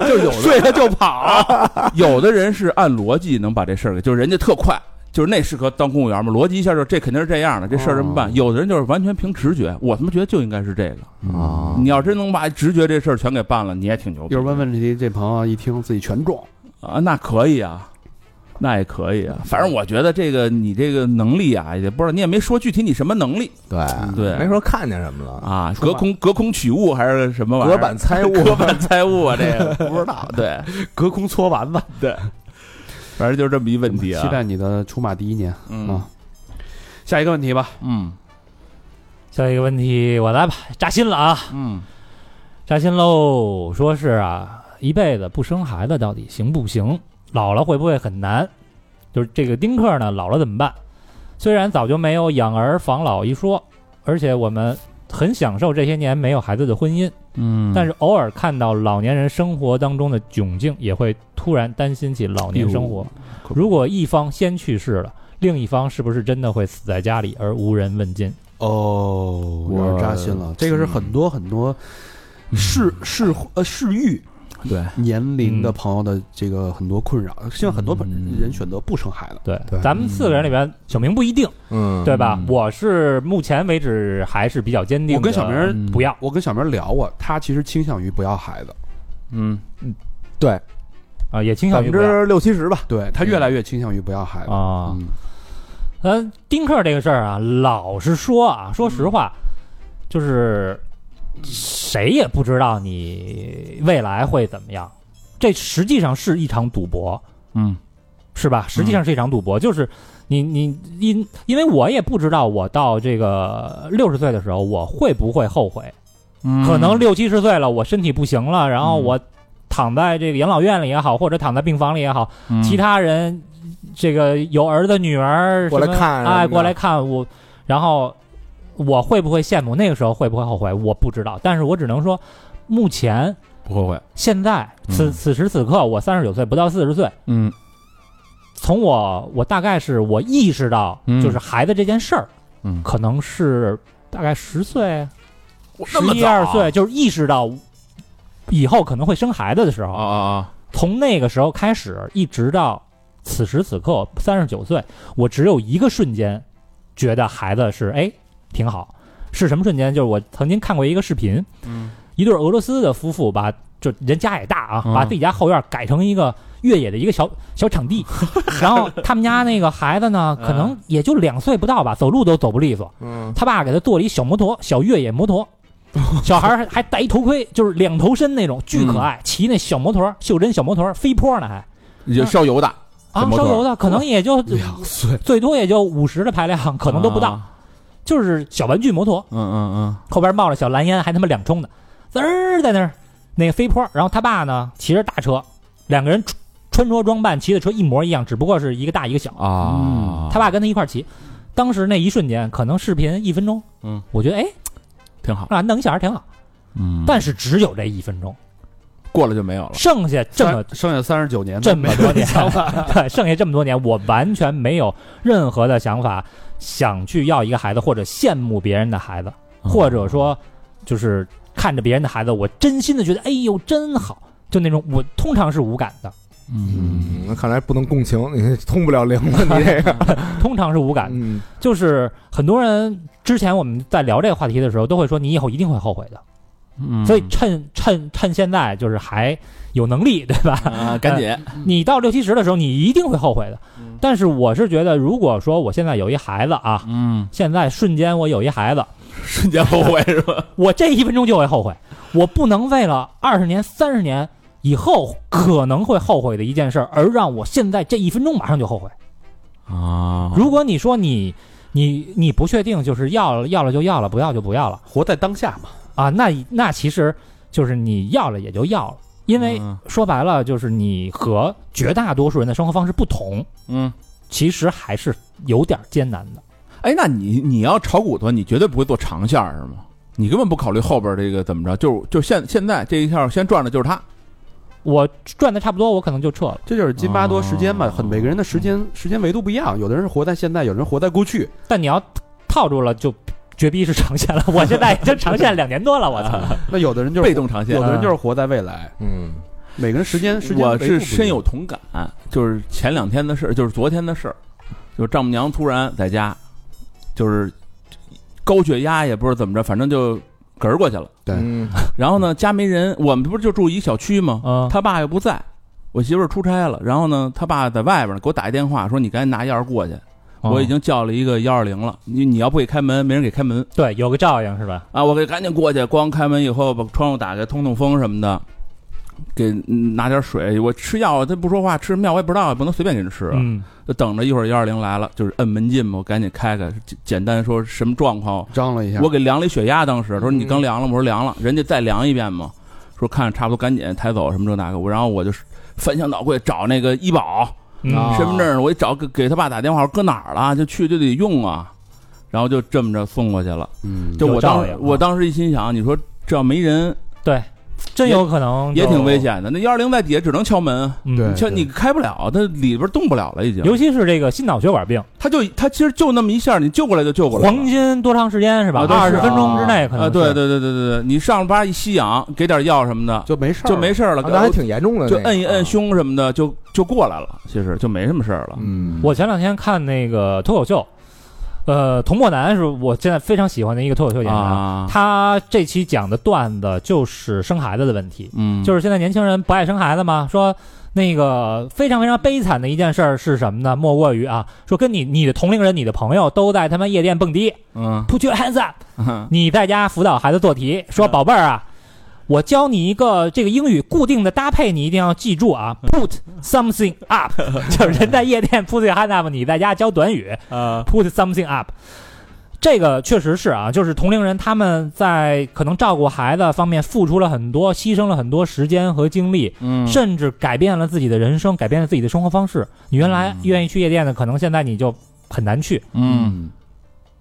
B: 就有的
C: 睡了就 [laughs] 跑，
B: 有的人是按逻辑能把这事儿给，就是人家特快，就是那适合当公务员嘛，逻辑一下就这肯定是这样的，这
D: 啊
B: 事儿这么办。有的人就是完全凭直觉，我他妈觉得就应该是这个。
E: 啊
B: 你要真能把直觉这事儿全给办了，你也挺牛逼
C: 一嗯会儿问问题，这朋友一听自己全中，
B: 啊，那可以啊。那也可以啊，反正我觉得这个你这个能力啊，也不知道你也没说具体你什么能力
E: 对
B: 对
E: 没说看见什么了，
B: 啊，
C: 说
B: 隔
C: 吧
B: 空隔空取物还是什么玩意
E: 隔
B: 儿？ [laughs]
E: 板猜物，
B: 隔板猜物啊，这个不知道。对，
C: 隔空搓丸子。
B: 反正就是这么一问题啊。
C: 期待你的出马第一年。
B: 嗯
C: 啊下一个问题吧，
B: 嗯
D: 下一个问题我来吧，扎心了啊，
B: 嗯
D: 扎心喽！说是啊，一辈子不生孩子到底行不行？老了会不会很难？就是这个丁克呢，老了怎么办？虽然早就没有养儿防老一说，而且我们很享受这些年没有孩子的婚姻，
B: 嗯
D: 但是偶尔看到老年人生活当中的窘境，也会突然担心起老年生活。如果一方先去世了，另一方是不是真的会死在家里而无人问津？
C: 哦，有点扎心了。这个是很多很多适适呃适育
B: 对
C: 年龄的
D: 嗯
C: 朋友的这个很多困扰，现在很多
B: 嗯
C: 人选择不生孩子。
D: 对，
E: 对
D: 咱们四个人里边，小明不一定，
E: [laughs] 嗯，
D: 对吧？
B: 嗯
D: 我是目前为止还是比较坚定的。
C: 我跟小明儿
D: 不要，
C: 我跟小明聊过，他其实倾向于不要孩子，
B: 嗯
E: 对，
D: 啊，也倾
E: 百
D: 向于
E: 分
D: 不要
E: 之六七十吧，
C: 对他越来越倾向于不要孩子。
D: 啊。
C: 嗯
D: 咱丁克这个事儿啊，老实说啊，说实话，就是谁也不知道你未来会怎么样，这实际上是一场赌博，
B: 嗯
D: 是吧？实际上是一场赌
C: 嗯
D: 博，就是你你因因为我也不知道我到这个六十岁的时候我会不会后悔，
B: 嗯
D: 可能六七十岁了，我身体不行了，然后
B: 嗯
D: 我躺在这个养老院里也好，或者躺在病房里也好，
E: 嗯
D: 其他人这个有儿子女儿
E: 过来
D: 什么
E: 看
D: 哎，
E: 什么的
D: 过来看我，然后我会不会羡慕那个时候会不会后悔？我不知道，但是我只能说，目前
B: 不后悔。
D: 现在
B: 嗯
D: 此此时此刻，我三十九岁，不到四十岁，
B: 嗯
D: 从我我大概是我意识到，
B: 嗯
D: 就是孩子这件事儿，
B: 嗯，
D: 可能是大概十岁、十
B: 那么
D: 一
B: 早
D: 二
B: 啊
D: 岁，就是意识到以后可能会生孩子的时候
B: 啊，啊啊！
D: 从那个时候开始，一直到此时此刻，三十九岁，我只有一个瞬间觉得孩子是哎挺好，是什么瞬间？就是我曾经看过一个视频，
B: 嗯，
D: 一对俄罗斯的夫妇把就人家也大啊，
B: 嗯
D: 把自己家后院改成一个越野的一个小小场
B: [laughs]
D: 地，然后他们家那个孩子呢，可
B: 啊
D: 能也就两岁不到吧，走路都走不利索，
E: 嗯，
D: 他爸给他做了一小摩托，小越野摩
B: [laughs]
D: 托，小孩儿还还戴一头盔，就是两头身那种，巨可
B: 嗯
D: 爱，骑那小摩托，袖珍小摩托，飞坡呢还
B: 有烧油的，小
D: 啊，
B: 摩托
D: 烧油的可能也就
C: 两岁，
D: 最多也就五十的排量，可能都不到，
B: 啊。
D: 就是小玩具摩托，
B: 嗯嗯
D: 后边冒着小蓝烟，还他妈两冲的，滋儿在那儿那个飞坡，然后他爸呢骑着大车，两个人穿穿着装扮骑的车一模一样，只不过是一个大一个小
B: 嗯啊，
D: 他爸跟他一块儿骑，当时那一瞬间，可能视频一分钟，
B: 嗯，
D: 我觉得哎
B: 挺好。
D: 啊弄一小孩挺好。
B: 嗯哦
D: 但是只有这一分钟，
B: 过了就没有
D: [laughs]
B: 了。
D: 剩下这么
C: 三剩下三十九年
D: 这么多年
C: 想法，
D: [laughs] 对，剩下这么多年，我完全没有任何的想法想去要一个孩子，或者羡慕别人的孩子，或者说就是看着别人的孩子，我真心的觉得哎呦真好，就那种我通常是无感的，
B: 嗯，
E: 嗯，那看来不能共情，你通不了灵了，
B: [laughs]
E: 你这个，
D: 通常是无感的。
E: 嗯，
D: 就是很多人之前我们在聊这个话题的时候，都会说你以后一定会后悔的，
B: 嗯
D: 所以趁趁趁现在就是还有能力，对吧？
B: 啊，赶紧
D: 你到六七十的时候，你一定会后悔的。
C: 嗯
D: 但是我是觉得，如果说我现在有一孩子啊，
B: 嗯，
D: 现在瞬间我有一孩子，
B: 瞬间后悔是吧？
D: 我这一分钟就会后悔，我不能为了二十年、三十年以后可能会后悔的一件事儿，而让我现在这一分钟马上就后悔。
C: 哦
B: 啊
D: 如果你说你你你不确定，就是要了要了就要了，不要就不要了
C: 活在当下嘛。
D: 啊，那那其实就是你要了也就要了，因为
B: 嗯
D: 说白了就是你和绝大多数人的生活方式不同。
B: 嗯，
D: 其实还是有点艰难的。
B: 哎，那你你要炒股的话，你绝对不会做长线儿是吗？你根本不考虑后边这个怎么着，就就现现在这一下先赚的就是他，
D: 我赚的差不多，我可能就撤了。
C: 这就是津巴多时间嘛，
B: 哦
C: 很每个人的时间时间维度不一样，有的人是活在现在，有的人活在过去。
D: 但你要套住了，就绝逼是长线了。 [laughs] 我现在已经长线两年多了，我操！
C: 那有的人就是
B: 被动长线啊
C: 有。的人就是活在未来，
E: 嗯，
C: 每个人时间时间维
B: 我
C: 度不一
B: 是
C: 样
B: 深有同感，就是前两天的事儿，就是昨天的事儿，就是丈母娘突然在家，就是高血压也不知道怎么着，反正就嗝儿过去了。
C: 对
E: 嗯
B: 然后呢，家没人，我们不是就住一小区
C: 啊
B: 吗？
D: 嗯，
B: 他爸又不在，我媳妇儿出差了。然后呢，他爸在外边儿给我打一电话，说你赶紧拿钥匙过去。我已经叫了一个幺二零了，你你要不给开门，没人给开门
D: 对有个照应是吧？
B: 啊！我给赶紧过去，光开门以后把窗户打开，通通风什么的，给嗯拿点水。我吃药他不说话，吃什么药我也不知道，也不能随便给人吃啊。
D: 嗯，
B: 就等着一会儿幺二零来了，就是摁门禁嘛，我赶紧开开，简简单说什么状况，
C: 张了一下，
B: 我给量了一血压，当时他说
E: 嗯
B: 你刚量了吗，我说量了，人家再量一遍嘛，说看差不多赶紧抬走什么这那个，我然后我就翻箱倒柜找那个医保
D: 嗯
E: 啊
B: 身份证，我一找给给他爸打电话，我说搁哪儿了？就去就得用啊，然后就这么着送过去了。
C: 嗯，
B: 就我
D: 有照应
B: 当时
D: 啊
B: 我当时一心想，你说这要没人
D: 真有可能
B: 也
D: 就
B: 挺危。险的，那幺二零在底下只能敲门，
D: 嗯
C: 对
B: 敲你开不了，它里边动不了了已经。
D: 尤其是这个心脑血管病，
B: 他就他其实就那么一下，你救过来就救过来了。
D: 黄金多长时间是吧
B: 啊？对
D: 二
B: 是
D: 十分钟之内可能
B: 啊，
D: 是。
B: 对对对对对对，你上班一吸氧，给点药什么的，
C: 就没事儿
B: 就没事儿了。
E: 啊那还挺严重的，
B: 就
E: 那个
B: 摁一摁
E: 啊
B: 胸什么的，就就过来了，其实就没什么事儿了。
E: 嗯，
D: 我前两天看那个脱口秀，呃，童漠南是我现在非常喜欢的一个脱口秀演员，
B: 啊，
D: 他这期讲的段子就是生孩子的问题，
B: 嗯，
D: 就是是现在年轻人不爱生孩子嘛，说。那个非常非常悲惨的一件事儿是什么呢？莫过于啊，说跟你你的同龄人、你的朋友都在他妈夜店蹦迪
B: 嗯，
E: 呃
D: ，Put your hands up，你在家辅导孩子做题，说宝贝儿啊，我教你一个这个英语固定的搭配，你一定要记住啊，put something up，就是人在夜店 put your hand up，你在家教短语
B: 啊，
D: put something up。这个确实是啊，就是同龄人他们在可能照顾孩子方面付出了很多，牺牲了很多时间和精力，
B: 嗯，
D: 甚至改变了自己的人生，改变了自己的生活方式。你原来
B: 嗯
D: 愿意去夜店的，可能现在你就很难去。
B: 嗯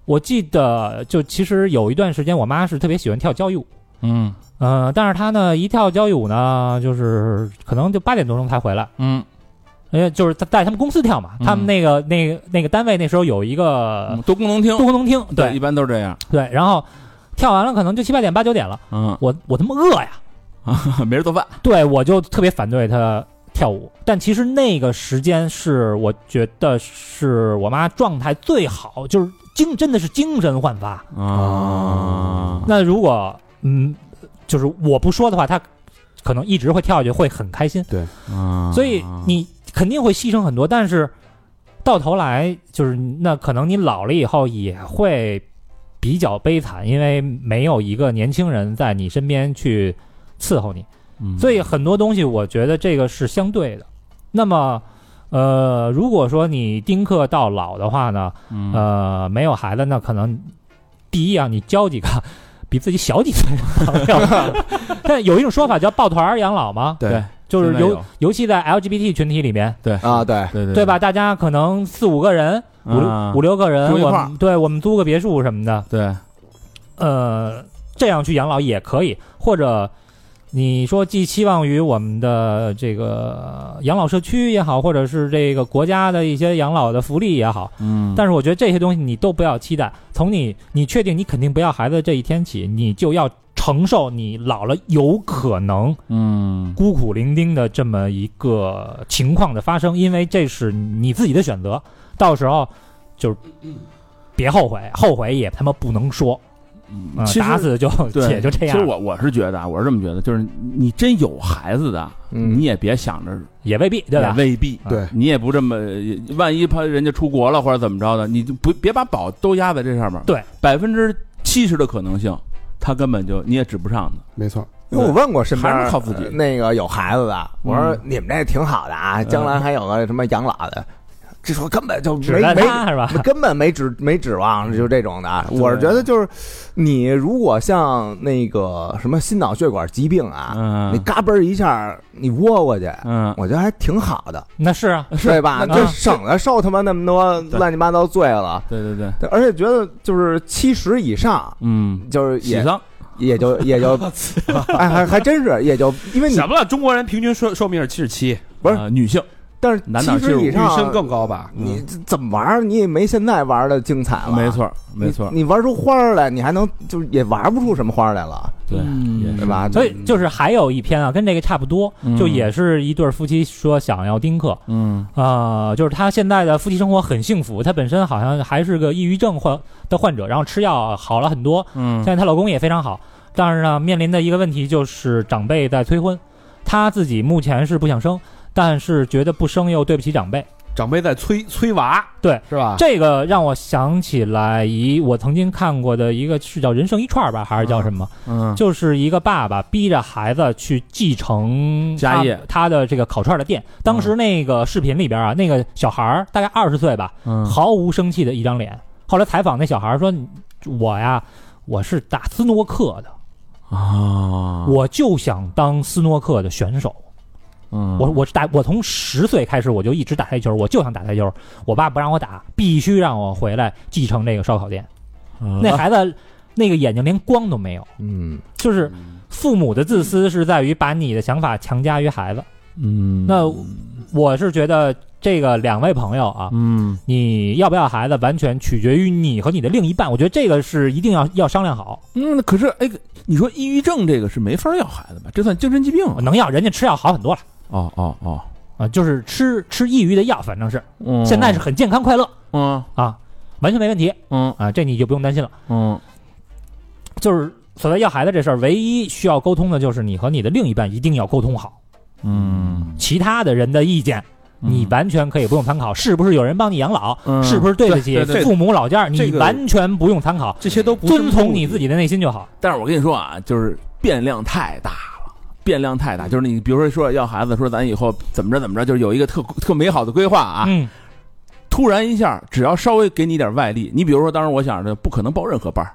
D: 我记得就其实有一段时间，我妈是特别喜欢跳交谊舞，
B: 嗯
D: 呃，但是她呢一跳交谊舞呢，就是可能就八点多钟才回来，
B: 嗯，
D: 因为就是她在他们公司跳嘛，
B: 嗯
D: 他们那个那个那个单位那时候有一个
B: 嗯都功能厅
D: 多，功能厅，
B: 一
D: 对
B: 般都是这样。
D: 对，然后跳完了可能就七八点八九点了，
B: 嗯，
D: 我我他妈饿呀，
B: [laughs] 没人做饭。
D: 对我就特别反对她跳舞，但其实那个时间是我觉得是我妈状态最好，就是精真的是精神焕发，
E: 哦
B: 啊，
D: 那如果嗯，就是我不说的话，他可能一直会跳下去，会很开心。
B: 啊
D: 所以你肯定会牺牲很多，但是到头来就是那可能你老了以后也会比较悲惨，因为没有一个年轻人在你身边去伺候你。
B: 嗯
D: 所以很多东西，我觉得这个是相对的。那么。呃，如果说你丁克到老的话呢，
B: 嗯
D: 呃，没有孩子，那可能第一啊，你交几个比自己小几岁的朋
B: [laughs]
D: 友。但有一种说法叫抱团儿养老嘛，
C: 对
B: 对
D: 就是
B: 现在
D: 尤
B: 有
D: 尤其在 LGBT 群体里面，
E: 啊，对，
B: 对对
D: 对吧？？大家可能四五个人、五
B: 啊
D: 六五六个人，
B: 住一
D: 我
B: 块儿
D: 们对我们租个别墅什么的，
B: 对，
D: 呃，这样去养老也可以，或者。你说寄期望于我们的这个养老社区也好，或者是这个国家的一些养老的福利也好，
B: 嗯，
D: 但是我觉得这些东西你都不要期待，从你你确定你肯定不要孩子这一天起，你就要承受你老了有可能
B: 嗯
D: 孤苦伶仃的这么一个情况的发生，因为这是你自己的选择，到时候就是别后悔，后悔也他妈不能说，
B: 嗯
D: 嗯，
B: 其实
D: 打死就
B: 对
D: 也就这
B: 其实
D: 样，
B: 我我是觉得啊，我是这么觉得，就是你真有孩子的，
E: 嗯
B: 你也别想着，
D: 也未必对
B: 也
D: 吧？
B: 未必。
C: 对，
B: 啊你也不这么，万一怕人家出国了或者怎么着的，你就不别把宝都压在这上面。
D: 对，
B: 百分之七十的可能性，他根本就你也指不上的。
C: 没错，
E: 因为我问过身边
B: 还是靠自己嗯
E: 呃那个有孩子的，我说你们这挺好的啊，将来还有个什么养老的，这说根本就
D: 指
E: 没
D: 着
E: 没
D: 他是
B: [laughs]
D: 吧？
E: 根本没指没指望，就这种的。啊我是觉得就是，你如果像那个什么心脑血管疾病啊，你
B: 嗯
E: 嘎嘣儿一下你窝过去，
B: 嗯，
E: 我觉得还挺好的，
D: 那是啊，
E: 对吧？
D: 那
E: 就
D: 那
E: 省得受他妈那么多
B: 对
E: 乱七八糟罪了。
B: 对对对，
E: 对而且觉得就是七十以上，
B: 嗯，
E: 就是
B: 喜
E: 也
B: 丧，
E: 也就也
B: [laughs]
E: 就，哎，还还真是也就因为你
C: 怎么了？中国人平均寿寿命是七十七，
E: 不是
B: 呃女性，
E: 但是
B: 男
E: 七
B: 的
E: 十以
C: 女生
E: 上，
C: 更高吧？
E: 你怎么玩儿你也没现在玩儿的精彩了。
B: 没错儿没
E: 你
B: 错儿，
E: 你玩出花儿来，你还能就是也玩不出什么花儿来了，
B: 对，也
E: 对
B: 是？
E: 嗯吧？
D: 嗯所以就是还有一篇啊，跟这个差不多，就也是一对儿夫妻说想要丁克
B: 嗯
D: 啊、呃就是他现在的夫妻生活很幸福，他本身好像还是个抑郁症患的患者，然后吃药好了很多，
B: 嗯
D: 现，在她老公也非常好，但是呢，面临的一个问题就是长辈在催婚，她自己目前是不想生，但是觉得不生又对不起长辈。
B: 啊
C: 长辈在催催娃，
D: 对，
C: 是吧？
D: 这个让我想起来一我曾经看过的一个是叫《人生一串》吧，还是叫什么？
B: 嗯，
D: 就是一个爸爸逼着孩子去继承
B: 家
D: 他
B: 业
D: 他的这个烤串的店。当时那个视频里边啊，那个小孩儿大概二十岁吧，
B: 嗯
D: 毫无生气的一张脸。后来采访那小孩儿说：“你我呀，我是打斯诺克的，
B: 啊，
D: 我就想当斯诺克的选手。
B: 嗯
D: 我我是打我从十岁开始我就一直打台球，我就想打台球。我爸不让我打，必须让我回来继承这个烧烤店。
B: 啊
D: 那孩子那个眼睛连光都没有，
E: 嗯，
D: 就是父母的自私是在于把你的想法强加于孩子。
B: 嗯
D: 那我是觉得这个两位朋友啊，
B: 嗯
D: 你要不要孩子完全取决于你和你的另一半，我觉得这个是一定要要商量好。
B: 嗯，那可是哎，你说抑郁症这个是没法要孩子吧？这算精神疾病啊？
D: 能要人家吃药好很多了
B: 哦哦哦
D: 啊、就是吃吃抑郁的药，反正是
B: 嗯，
D: 现在是很健康快乐
B: 嗯
D: 啊，完全没问题
B: 嗯
D: 啊，这你就不用担心了。
B: 嗯
D: 就是所谓要孩子这事儿，唯一需要沟通的就是你和你的另一半一定要沟通好，
B: 嗯，
D: 其他的人的意见你完全可以不用参考，是不是有人帮你养老，
B: 嗯
D: 是不是对得起
B: 对对对
D: 父母老家，
C: 这
D: 你
C: 个
D: 完全不用参考，
C: 这些都不是
D: 遵从你
C: 目的
D: 自己的内心就好。
B: 但是我跟你说啊，就是变量太大了，变量太大。就是你比如说说要孩子，说咱以后怎么着怎么着，就是有一个特特美好的规划啊。
D: 嗯，
B: 突然一下，只要稍微给你点外力，你比如说，当时我想着不可能报任何班儿，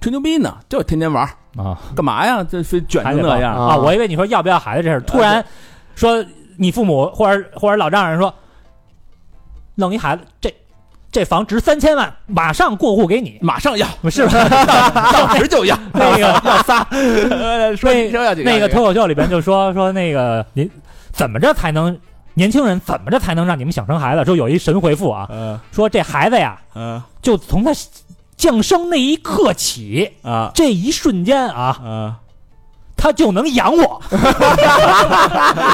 B: 吹牛逼呢，就天天玩儿，
D: 啊，
B: 干嘛呀？这非卷
D: 还
B: 成
D: 得
B: 那
D: 报
B: 样，啊
D: 啊！我以为你说要不要孩子这事儿，突然说你父母或者或者老丈人说，弄一孩子，这这房值三千万，马上过户给你，
B: 马上 [laughs] 要，
D: 是吧？
B: 当时 [laughs] 就要，
D: 那个
B: 要仨，呃 [laughs] 说
D: 那
B: 说要几
D: 那个
B: 要几
D: 脱口秀里边就说 [laughs] 说那个您怎么着才能年轻人怎么着才能让你们想生孩子？说有一神回复啊，
B: 呃
D: 说这孩子呀，
B: 呃
D: 就从他降生那一刻起，
B: 啊
D: 这一瞬间啊，
B: 啊，
D: 他就能养
B: [laughs]
D: 我， [laughs]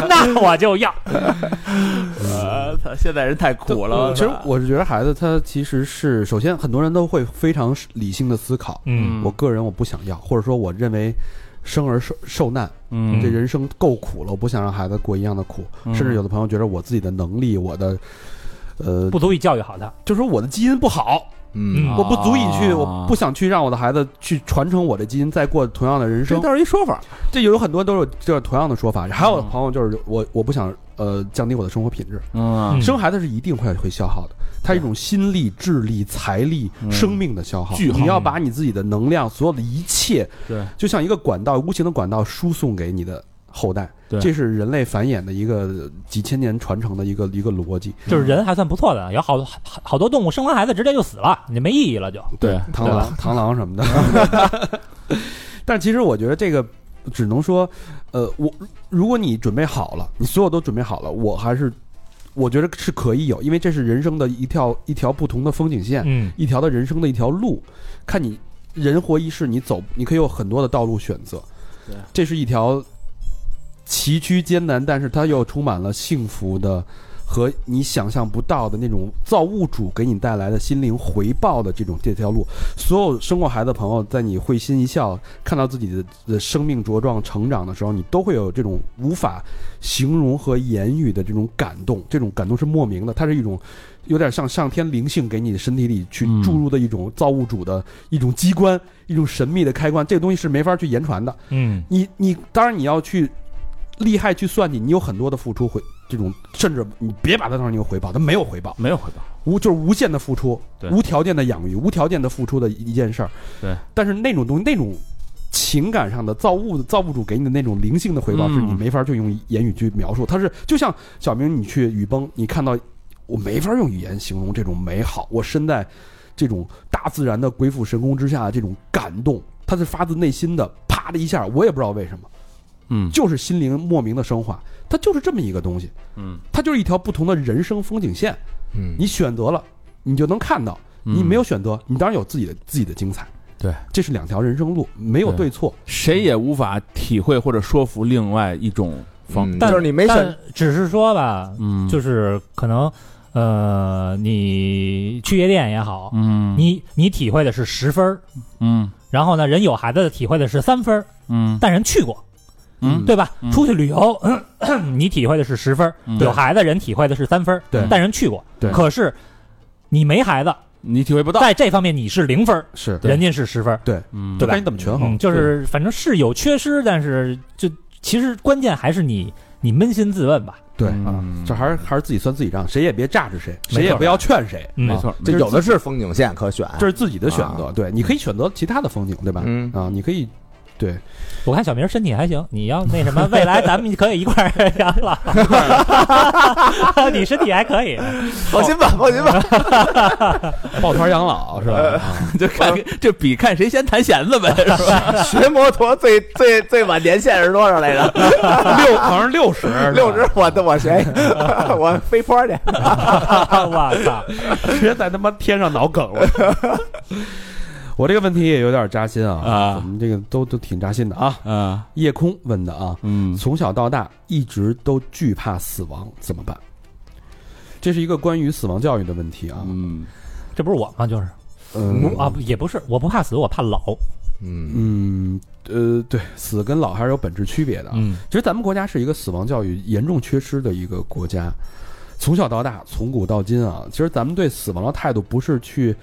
D: 那我就要。
B: 呃，操，现在人太苦了。
C: 其实
B: 操
C: 我是觉得孩子他其实是首先很多人都会非常理性的思考，
D: 嗯
C: 我个人我不想要，或者说我认为生而受受难，
B: 嗯
C: 这人生够苦了，我不想让孩子过一样的苦，
B: 嗯
C: 甚至有的朋友觉得我自己的能力，我的。呃，
D: 不足以教育好他。
C: 就说我的基因不好，
E: 嗯
D: 嗯
C: 我不足以去，我
B: 啊
C: 不想去让我的孩子去传承我的基因，再过同样的人
B: 这
C: 生。
B: 倒是一说法，
C: 这有很多都是就是同样的说法。还有的
B: 嗯
C: 朋友就是我我不想呃降低我的生活品质，
B: 嗯
D: 嗯
C: 生孩子是一定会会消耗的，它一种心力、智力、财力、
B: 嗯
C: 生命的消耗。
B: 巨耗
C: 你要把你自己的能量，所有的一切，
B: 对，
C: 就像一个管道，无形的管道输送给你的后代。
B: 对
C: 这是人类繁衍的一个几千年传承的一个一个逻辑。
D: 就是人还算不错的，有好多好好多动物生完孩子直接就死了，你没意义了就。
B: 对
C: 螳螂、 [laughs] 螳螂什么的。 [laughs] 但其实我觉得这个只能说，呃，我如果你准备好了，你所有都准备好了，我还是我觉得是可以有，因为这是人生的一条一条不同的风景线，
D: 嗯
C: 一条的人生的一条路，看你人活一世，你走，你可以有很多的道路选择。
B: 对，
C: 这是一条崎岖艰难，但是它又充满了幸福的。和你想象不到的那种造物主给你带来的心灵回报的这种这条路，所有生过孩子的朋友，在你会心一笑，看到自己的的生命茁壮成长的时候，你都会有这种无法形容和言语的这种感动。这种感动是莫名的，它是一种有点像上天灵性给你身体里去
B: 嗯
C: 注入的一种造物主的一种机关，一种神秘的开关。这个东西是没法去言传的。
D: 嗯
C: 你你当然你要去厉害去算计，你有很多的付出回这种，甚至你别把它当成一个回报，它没有回报，
B: 没有回报，
C: 无就是无限的付出
B: 对，
C: 无条件的养育，无条件的付出的一一件事儿。
B: 对，
C: 但是那种东西，那种情感上的造物造物主给你的那种灵性的回报，
B: 嗯
C: 是你没法去用言语去描述。它是就像小明，你去雨崩，你看到我没法用语言形容这种美好，我身在这种大自然的鬼斧神工之下的这种感动，它是发自内心的，啪的一下，我也不知道为什么，
B: 嗯
C: 就是心灵莫名的升华。它就是这么一个东西，
B: 嗯，
C: 它就是一条不同的人生风景线。
E: 嗯，
C: 你选择了，你就能看到；你没有选择，你当然有自己的自己的精彩。
B: 对，
C: 这是两条人生路，没有
B: 对
C: 对错。
B: 谁也无法体会或者说服另外一种方，
E: 嗯
D: 但
E: 就是你没选
D: 但只是说吧，
B: 嗯，
D: 就是可能呃，你去夜店也好，
B: 嗯，
D: 你你体会的是十分儿，
B: 嗯
D: 然后呢，人有孩子的体会的是三分儿，
B: 嗯
D: 但人去过，
B: 嗯
D: 对吧
B: 嗯？
D: 出去旅游， [clears throat] 咳咳你体会的是十分儿，
B: 嗯
D: 有孩子人体会的是三分儿，
C: 对
D: 但人去过，
C: 对
D: 可是你没孩
B: 啊
D: 子，
B: 你体会不到，
D: 在这方面你是零分儿，
C: 是
D: 人家是十分儿，
B: 嗯
C: 就
D: 对吧
C: 看你怎么权衡。
D: 嗯，就是反正是有缺失，但是就其实关键还是你你扪心自问吧，
C: 对啊
B: 嗯，
C: 这还是还是自己算自己账，谁也别榨着谁，
D: 没错
C: 谁也不要劝谁。啊
D: 嗯
B: 没，错，
E: 这有的是风景线可选，
C: 这是自己的选择，
E: 啊
C: 对，你可以选择其他的风景，对吧？
E: 嗯
C: 啊，你可以，对，
D: 我看小明身体还行，你要那什么，未来咱们可以一块儿养老。你身体还可以，
E: 放心吧，放心吧，
C: 抱团养老是吧？
B: [laughs] 就看这比看谁先弹弦子呗， [laughs] 是吧？
E: 学摩托最最最晚年限是多少来着？
C: 六 [laughs] 好像六十，
E: 六十，我我谁？我飞坡去。
D: 我操！
C: [laughs] 直接在他妈天上脑梗了。我这个问题也有点扎心啊，我
B: 啊
C: 们这个都都挺扎心的啊。
B: 啊
C: 夜空问的啊，
B: 嗯
C: 从小到大一直都惧怕死亡，怎么办？这是一个关于死亡教育的问题啊。
B: 嗯
D: 这不是我吗？就是
C: 嗯
D: 啊，也不是，我不怕死，我怕老。
E: 嗯
C: 嗯呃，对，死跟老还是有本质区别的啊。
D: 嗯
C: 其实咱们国家是一个死亡教育严重缺失的一个国家，从小到大，从古到今啊，其实咱们对死亡的态度不是去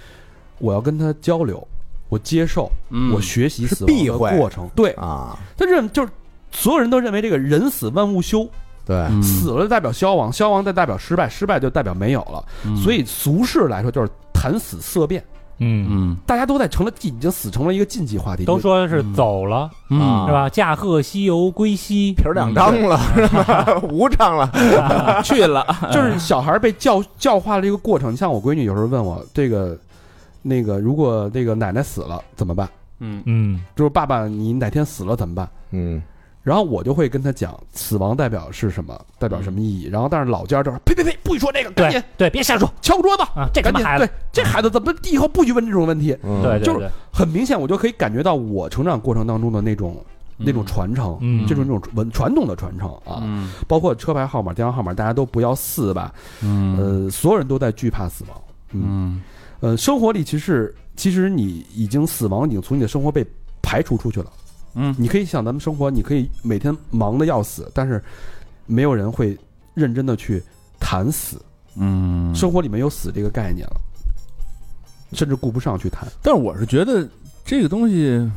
C: 我要跟他交流，我接受，
B: 嗯
C: 我学习
E: 是
C: 死亡
E: 避讳
C: 的过程。对，
E: 啊，
C: 他认就是所有人都认为这个人死万物休，
E: 对，
B: 嗯
C: 死了就代表消亡，消亡再代表失败，失败就代表没有了。
B: 嗯
C: 所以俗世来说就是谈死色变，
D: 嗯，
B: 嗯
C: 大家都在成了已经死成了一个禁忌话题。
D: 都说是走了
B: 嗯
E: 啊
D: 是吧？驾鹤西游归西，
E: 皮儿两张了，是吧？ [laughs] 五张了，
B: [laughs] 去了，
C: 就是小孩被教教化的这个过程。你像我闺女有时候问我这个那个，如果这个奶奶死了怎么办？
B: 嗯
D: 嗯
C: 就是爸爸你哪天死了怎么办？
E: 嗯，
C: 然后我就会跟她讲，死亡代表是什么，代表什么意义。然后但是老家就是呸呸呸，不许说这个，赶紧
D: 对对，别瞎说
C: 敲桌子，
D: 啊！这他
C: 赶
D: 妈
C: 紧
D: 孩
C: 对
D: 子，
C: 这孩子怎么以后不许问这种问题？
E: 嗯
D: 对对
C: 就是
D: 对，
C: 很明显，我就可以感觉到我成长过程当中的那种那种传承，
D: 嗯
C: 这种这种文传统的传承啊，
B: 嗯
C: 包括车牌号码、电话号码，大家都不要四吧，
B: 嗯
C: 呃，所有人都在惧怕死亡，嗯，
B: 嗯
C: 呃，生活里其实其实你已经死亡，已经从你的生活被排除出去了，
B: 嗯
C: 你可以想咱们生活，你可以每天忙的要死，但是没有人会认真的去谈死，
B: 嗯
C: 生活里面有死这个概念了，甚至顾不上去谈，
B: 但是我是觉得这个东西，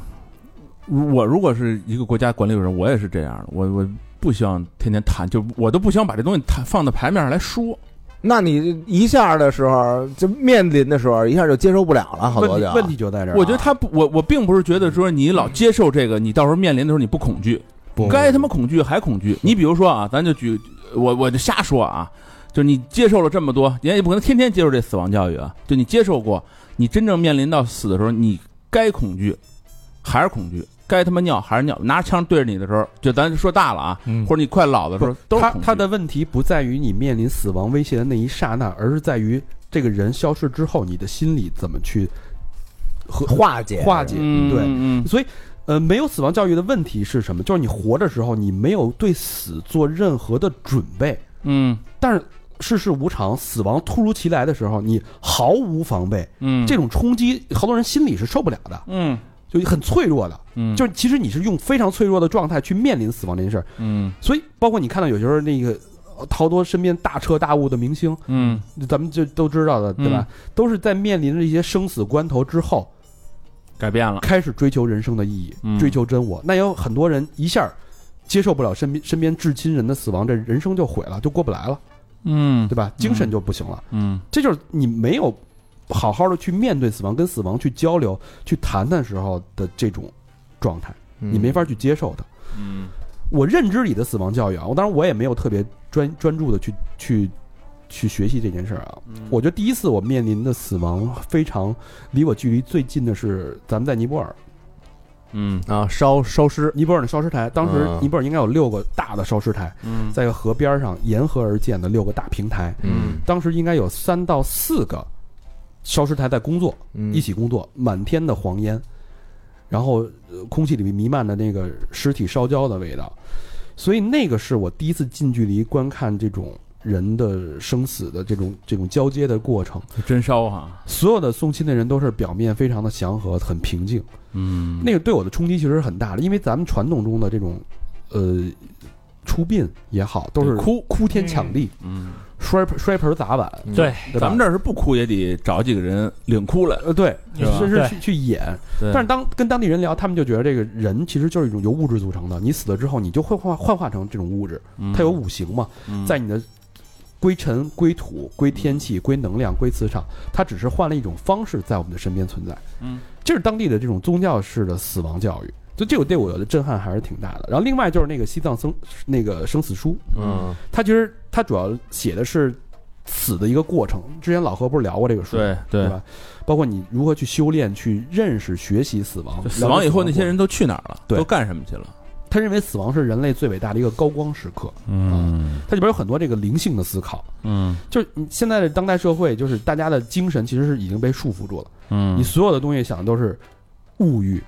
B: 如我如果是一个国家管理人，我也是这样的，我我不希望天天谈，就我都不希望把这东西谈放到牌面上来说。
E: 那你一下的时候，就面临的时候，一下就接受不了了，好
C: 问
E: 多
C: 题
E: 就
C: 问题就在这儿啊，
B: 我觉得他不，我我并不是觉得说你老接受这个，你到时候面临的时候你不恐惧，
C: 不
B: 该他妈恐惧还恐惧。你比如说啊，咱就举我我就瞎说啊，就你接受了这么多，人家也不可能天天接受这死亡教育啊。就你接受过，你真正面临到死的时候，你该恐惧还是恐惧，该他妈尿还是尿，拿着枪对着你的时候，就咱说大了啊，
D: 嗯
B: 或者你快老的时候，都是
C: 他
B: 恐惧
C: 他的问题不在于你面临死亡威胁的那一刹那，而是在于这个人消失之后，你的心理怎么去和
E: 化解
C: 化解。
B: 嗯
C: 对，
B: 嗯
C: 所以呃，没有死亡教育的问题是什么？就是你活的时候，你没有对死做任何的准备，
B: 嗯
C: 但是。世事无常，死亡突如其来的时候，你毫无防备，
B: 嗯
C: 这种冲击，好多人心里是受不了的，
B: 嗯
C: 就很脆弱的。
B: 嗯
C: 就是其实你是用非常脆弱的状态去面临死亡这件事儿，
B: 嗯
C: 所以包括你看到有时候那个呃好多身边大彻大悟的明星，
B: 嗯
C: 咱们就都知道的，对吧？都是在面临着一些生死关头之后，
B: 改变了，
C: 开始追求人生的意义，
B: 啊嗯
C: 追求真我。那有很多人一下接受不了身边身边至亲人的死亡，这人生就毁了，就过不来了，
B: 嗯
C: 对吧？精神就不行了。
B: 嗯
C: 这就是你没有好好的去面对死亡，跟死亡去交流、去谈谈时候的这种状态，
E: 嗯
C: 你没法去接受的。
B: 嗯
C: 我认知里的死亡教育啊，我当然我也没有特别专专注的去去去学习这件事儿啊。我觉得第一次我面临的死亡非常离我距离最近的是咱们在尼泊尔，
B: 嗯
E: 啊烧烧尸，
C: 尼泊尔的烧尸台，当时
E: 嗯
C: 尼泊尔应该有六个大的烧尸台，
B: 嗯
C: 在一个河边上沿河而建的六个大平台，
E: 嗯
C: 当时应该有三到四个烧尸台在工作，
E: 嗯
C: 一起工作，满天的黄烟，然后呃空气里面弥漫的那个尸体烧焦的味道，所以那个是我第一次近距离观看这种人的生死的这种这种交接的过程。
B: 真烧啊哈，
C: 所有的送亲的人都是表面非常的祥和，很平静，
B: 嗯
C: 那个对我的冲击其实是很大的，因为咱们传统中的这种，呃，出殡也好，都是
B: 得哭
C: 哭天抢地，
B: 嗯，
C: 摔盆摔盆砸碗，
E: 嗯
D: 对，
C: 对吧
B: 咱们这儿是不哭也得找几个人领哭来，
C: 呃，对，
D: 是吧
C: 甚至
D: 对
C: 去去演。
B: 对
C: 但是当跟当地人聊，他们就觉得这个人其实就是一种由物质组成的。你死了之后，你就会幻化幻化成这种物质，
B: 嗯
C: 它有五行嘛，
B: 嗯
C: 在你的归尘、归土、归天气、归能量、归磁场，它只是换了一种方式在我们的身边存在。
B: 嗯，
C: 这是当地的这种宗教式的死亡教育，就这个对我的震撼还是挺大的。然后另外就是那个西藏生那个生死书，
E: 嗯
C: 它其实它主要写的是死的一个过程。之前老何不是聊过这个书吗？
B: 对对
C: 吧？包括你如何去修炼、去认识、学习死亡。
B: 就死亡以后那些人
C: 了
B: 都去哪儿了？
C: 对
B: 都干什么去了？
C: 解死亡过程，他认为死亡是人类最伟大的一个高光时刻。
B: 啊
C: 嗯它里边有很多这个灵性的思考。
B: 嗯
C: 就是你现在的当代社会，就是大家的精神其实是已经被束缚住了。
B: 嗯
C: 你所有的东西想的都是物欲、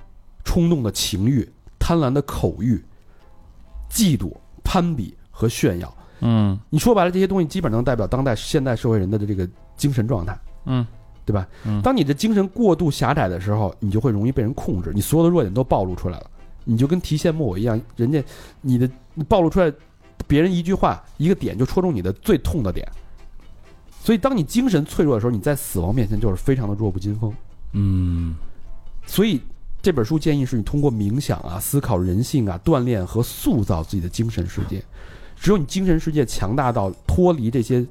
C: 冲动的情欲、贪婪的口欲、嫉妒、攀比和炫耀。
B: 嗯
C: 你说白了，这些东西基本能代表当代现代社会人的这个精神状态，
B: 嗯，
C: 对吧？
B: 嗯
C: 当你的精神过度狭窄的时候，你就会容易被人控制，你所有的弱点都暴露出来了，你就跟提线木偶一样，人家你的你暴露出来，别人一句话一个点就戳中你的最痛的点。所以，当你精神脆弱的时候，你在死亡面前就是非常的弱不禁风。
B: 嗯
C: 所以这本书建议是你通过冥想啊、思考人性啊、锻炼和塑造自己的精神世界。只有你精神世界强大到脱离这些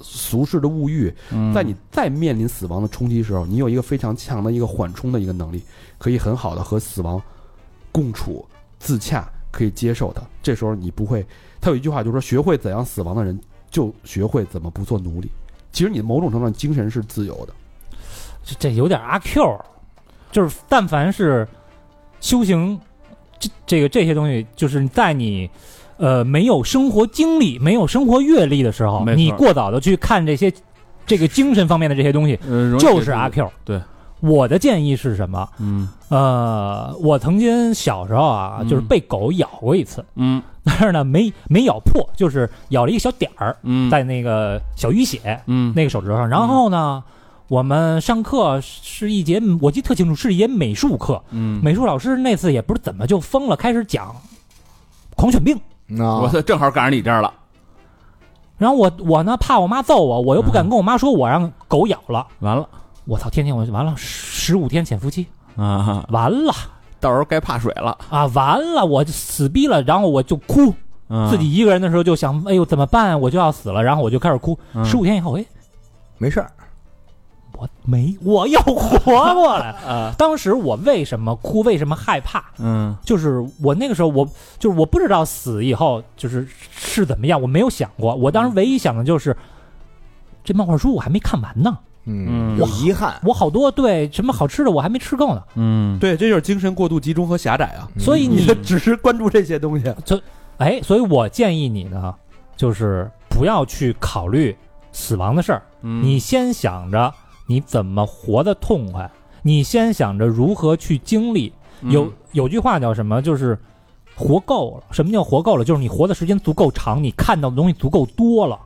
C: 俗世的物欲，
B: 嗯
C: 在你再面临死亡的冲击时候，你有一个非常强的一个缓冲的一个能力，可以很好的和死亡共处、自洽，可以接受它。这时候你不会，他有一句话就是说，学会怎样死亡的人，就学会怎么不做奴隶。其实你某种程度上精神是自由的，
D: 这这有点阿 Q，就是但凡是修行，这这个这些东西，就是在你呃没有生活经历、没有生活阅历的时候
B: 没，错
D: 你过早的去看这些这个精神方面的这些东西，
B: 呃容易
D: 就是阿
B: 解
D: Q。
B: 对，
D: 我的建议是什么？
B: 决嗯
D: 呃，我曾经小时候啊，
B: 嗯
D: 就是被狗咬过一次，
B: 嗯
D: 但是呢，没没咬破，就是咬了一个小点儿，
B: 嗯
D: 在那个小淤血，
B: 嗯
D: 那个手指头上。然后呢，我们上课是一节，我记得特清楚，是一节美术课。
B: 嗯
D: 美术老师那次也不知怎么就疯了，开始讲狂犬病。
E: 啊
B: 我操，正好赶上你这儿了，
D: 然后我我呢怕我妈揍我，我又不敢跟我妈说我让狗咬了。
B: 完了
D: 我操，天天我就完了，十五天潜伏期，
B: 啊， [laughs]
D: 完了
B: 到时候该怕水了，
D: 啊，完了，我就死逼了。然后我就哭，
B: 嗯
D: 自己一个人的时候就想，哎呦怎么办？我就要死了。然后我就开始哭。十五天以后，哎，
E: 没事儿，
D: 我没，我又活过来了。当时我为什么哭？为什么害怕？
B: 嗯
D: 就是我那个时候我，就是我不知道死以后就是是怎么样，我没有想过。我当时唯一想的就是，这漫画书我还没看完呢，
E: 嗯
B: 嗯
E: 有遗憾，
D: 我好多对什么好吃的我还没吃够呢。
B: 嗯
C: 对，这就是精神过度集中和狭窄啊。
E: 嗯
D: 所以你
C: 你只是关注这些东西，
D: 哎，所以我建议你呢，就是不要去考虑死亡的事儿，
B: 嗯
D: 你先想着你怎么活得痛快，你先想着如何去经历。
B: 嗯
D: 有有句话叫什么？就是活够了。什么叫活够了？就是你活的时间足够长，你看到的东西足够多了。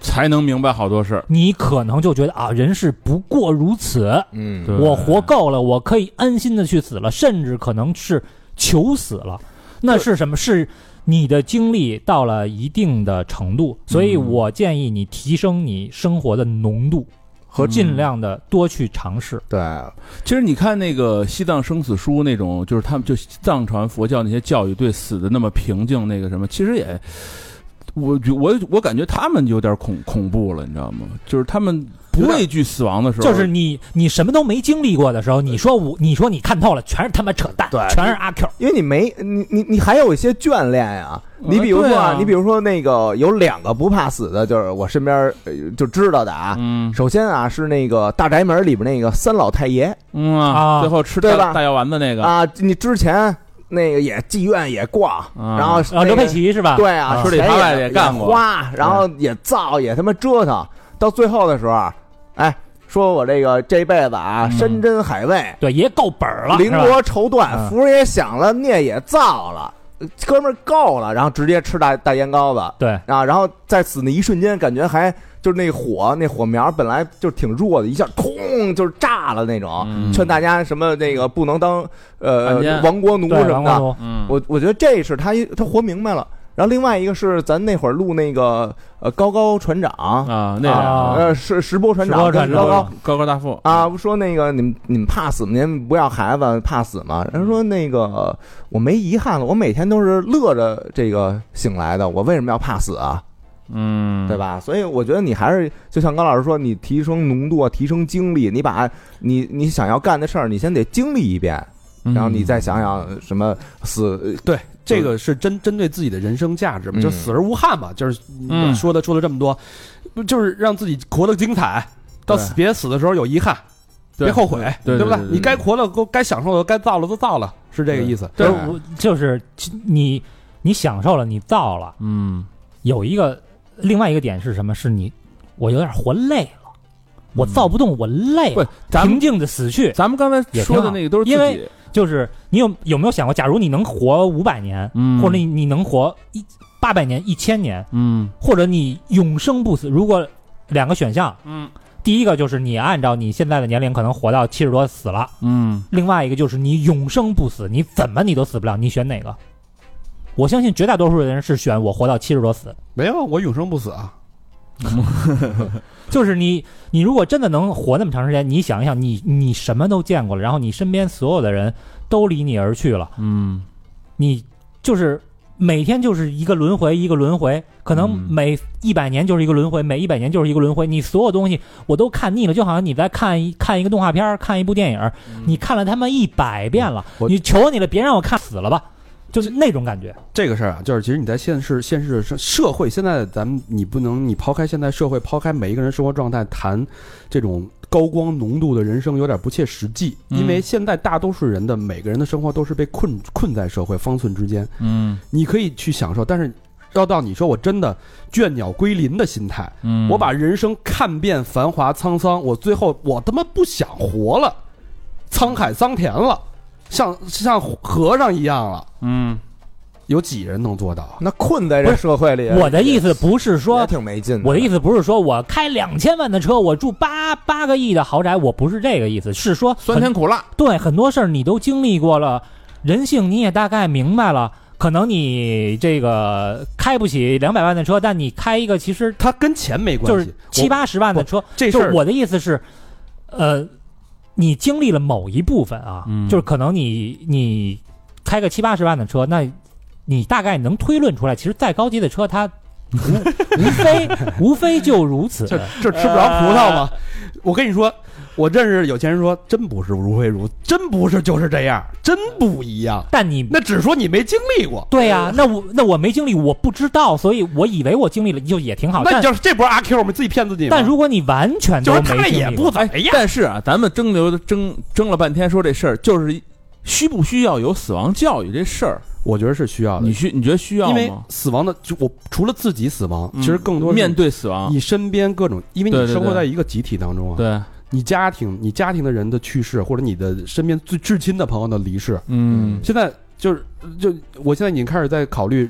B: 才能明白好多事儿，
D: 你可能就觉得啊，人世不过如此，
E: 嗯
B: 对
D: 我活够了，我可以安心的去死了，甚至可能是求死了。那是什么？是你的经历到
E: 嗯嗯
D: 了一定的程度，所以我建议你提升你生活的浓度和尽量的多去尝试。
E: 对，
B: 其实你看那个《西藏生死书》那种，就是他们就藏传佛教那些教育对死的那么平静，那个什么，其实也，我觉我我感觉他们有点恐恐怖了，你知道吗？就是他们不畏惧死亡的时候，
D: 就是你，你什么都没经历过的时候，你说我，你说你看透了，全是他妈扯淡，
E: 对哎
D: 全是阿 Q。
E: 因为你没你你你还有一些眷恋呀、你比如
B: 对
E: 说
B: 啊
E: 你比如说那个有两个不怕死的，就是我身边呃就知道的啊。
B: 嗯
E: 首先啊是那个《大宅门》里边那个三老太爷
B: 嗯
D: 啊
B: 最后吃
E: 对
B: 大
E: 吧
B: 大药丸子那个，
E: 啊，你之前那个也妓院也逛，
B: 啊
E: 然后
D: 啊，
E: 那
D: 刘
E: 个
D: 佩琦是吧？
E: 对啊，
B: 吃里
E: 钱
B: 扒外的
E: 也
B: 也干过
E: 也花，然后也造，也他妈折腾，到最后的时候，哎，说我这个这辈子啊，
B: 嗯
E: 山珍海味，
D: 对，也够本儿了，
E: 绫
D: 是吧
E: 罗绸缎，
D: 嗯
E: 福也享了，孽也造了，哥们儿够了，然后直接吃大大烟膏子。
D: 对，
E: 啊，然后在死那一瞬间，感觉还就是那火，那火苗本来就挺弱的，一下空就是炸了那种。
B: 嗯
E: 劝大家什么那个不能当呃
B: 汉奸
E: 亡国奴
D: 对
E: 什
D: 王
E: 么的，
D: 国
B: 嗯，
E: 我我觉得这是他一他活明白了。然后另外一个是咱那会儿录那个呃高高船长，
B: 啊，那俩
D: 啊
E: 呃石石波船
D: 石
E: 长
D: 波
E: 跟
D: 船
E: 高
D: 长嗯
E: 高
B: 高高大富，
E: 啊，说那个你们你们怕死吗？您不要孩子怕死吗？人说那个我没遗憾了，我每天都是乐着这个醒来的，我为什么要怕死啊？
B: 嗯，
E: 对？吧？所以我觉得你还是就像高老师说，你提升浓度啊，提升精力，你把你你想要干的事儿，你先得经历一遍，
D: 嗯
B: 嗯
E: 然后你再想想什么死
C: 对，这个是针针对自己的人生价值嘛，
E: 嗯
C: 就死而无憾嘛，就是
B: 嗯
C: 说的说了这么多，不就是让自己活得精彩，到死别死的时候有遗憾，
B: 对
C: 别后悔，
B: 对对
C: 不
B: 对对对
C: 你该活了，都该享受的，该造了都造了，是这个意思。
E: 对
D: 就是我就是你，你享受了，你造了。
B: 嗯
D: 有一个另外一个点是什么？是你，我有点活累了，我造不动，我累
B: 不
D: 了，，
B: 咱
D: 平
B: 们
D: 静的死去。
B: 咱们刚才
D: 也挺
B: 说的
D: 好
B: 那个都是自
D: 因为
B: 己，
D: 就是你有有没有想过，假如你能活五百年，
B: 嗯，
D: 或者你你能活一八百年、一千年，
B: 嗯
D: 或者你永生不死？如果两个选项，
B: 嗯
D: 第一个就是你按照你现在的年龄可能活到七十多死了，
B: 嗯，
D: 另外一个就是你永生不死，你怎么你都死不了，你选哪个？我相信绝大多数的人是选我活到七十多死，
C: 没有，我永生不死啊。
D: 就是你，你如果真的能活那么长时间，你想一想，你你什么都见过了，然后你身边所有的人都离你而去了，
B: 嗯
D: 你就是每天就是一个轮回，一个轮回，可能
B: 嗯
D: 每一百年就是一个轮回，每一百年就是一个轮回，你所有东西我都看腻了，就好像你在看一看一个动画片儿，看一部电影儿，你看了他妈一百遍了，
E: 嗯我
D: 你求你了，别让我看死了吧，就是那种感觉。
C: 这个事儿啊，就是其实你在现实、现实社社会，现在咱们你不能你抛开现在社会，抛开每一个人生活状态，谈这种高光浓度的人生有点不切实际，
B: 嗯
C: 因为现在大多数人的每个人的生活都是被困困在社会方寸之间。
B: 嗯
C: 你可以去享受，但是要到你说我真的倦鸟归林的心态，
B: 嗯，
C: 我把人生看遍繁华沧桑，我最后我他妈不想活了，沧海桑田了，像像和尚一样了，
B: 嗯
C: 有几人能做到啊？
E: 那困在这社会里，
D: 我的意思不是
E: 也
D: 说
E: 挺没
B: 嗯
E: 劲
D: 我的意
E: 思，
D: 思不是说我开两千万的车，我住八八个亿的豪宅，我不是这个意思，是说
B: 酸甜苦辣，
D: 对很多事儿你都经历过了，人性你也大概明白了。可能你这个开不起两百万的车，但你开一个其实
C: 他跟钱没关
D: 就
C: 系，
D: 是七八十万的车。
C: 这事
D: 就是
C: 儿
D: 我的意思是，呃，你经历了某一部分啊，
B: 嗯
D: 就是可能你你开个七八十万的车，那你大概能推论出来，其实再高级的车它无无非无非就如此。
C: 这这吃不着葡萄吗？我跟你说，呃我认识有钱人说，真不是如非如，真不是就是这样，真不一样。
D: 但你
C: 那只说你没经历过，
D: 对呀、那我那我没经历，我不知道，所以我以为我经历了就也挺好。
C: 那
D: 但
C: 你就是这不是阿 Q 吗？自己骗自己吗。
D: 但如果你完全
C: 就
D: 都
C: 是
D: 没
C: 他
D: 经
C: 也
D: 历
C: 不
D: 过，
C: 怎么样，
B: 但是啊，咱们争流的争争了半天，说这事儿就是需不需要有死亡教育这事儿，
C: 我觉得是需要的
B: 你。需你觉得需要
C: 因为
D: 嗯
B: 吗？
C: 死亡的，就我除了自己死亡，
B: 嗯
C: 其实更多是
B: 面对死亡，
C: 你身边各种，因为
B: 对
C: 你
B: 对
C: 生活
B: 对
C: 在一个集体当中啊，
B: 对，
C: 你家庭、你家庭的人的去世，或者你的身边最至亲的朋友的离世，
B: 嗯
C: 现在就是就我现在已经开始在考虑，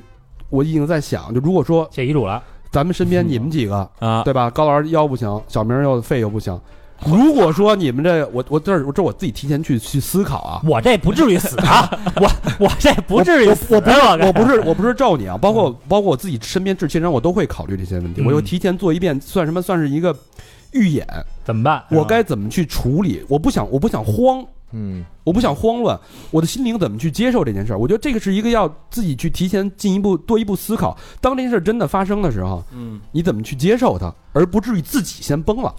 C: 我已经在想，就如果说
D: 写遗嘱了，
C: 咱们身边你们几个，
B: 啊，
C: 对吧？高老师腰不行，小明又肺又不行，如果说你们这，我我这是我这是我自己提前去去思考啊，
D: 我这不至于死啊，我我这不至于
C: 我
D: 死
C: 我不是
D: 啊
C: 我不是我不是咒你啊，包括包括我自己身边至亲人，我都会考虑这些问题，
D: 嗯
C: 我又提前做一遍，算什么？算是一个预演，
D: 怎么办？
C: 我该怎么去处理？我不想，我不想慌，
E: 嗯，
C: 我不想慌乱，我的心灵怎么去接受这件事儿？我觉得这个是一个要自己去提前进一步多一步思考。当这件事儿真的发生的时候，
B: 嗯，
C: 你怎么去接受它，而不至于自己先崩
B: [laughs]
C: 了。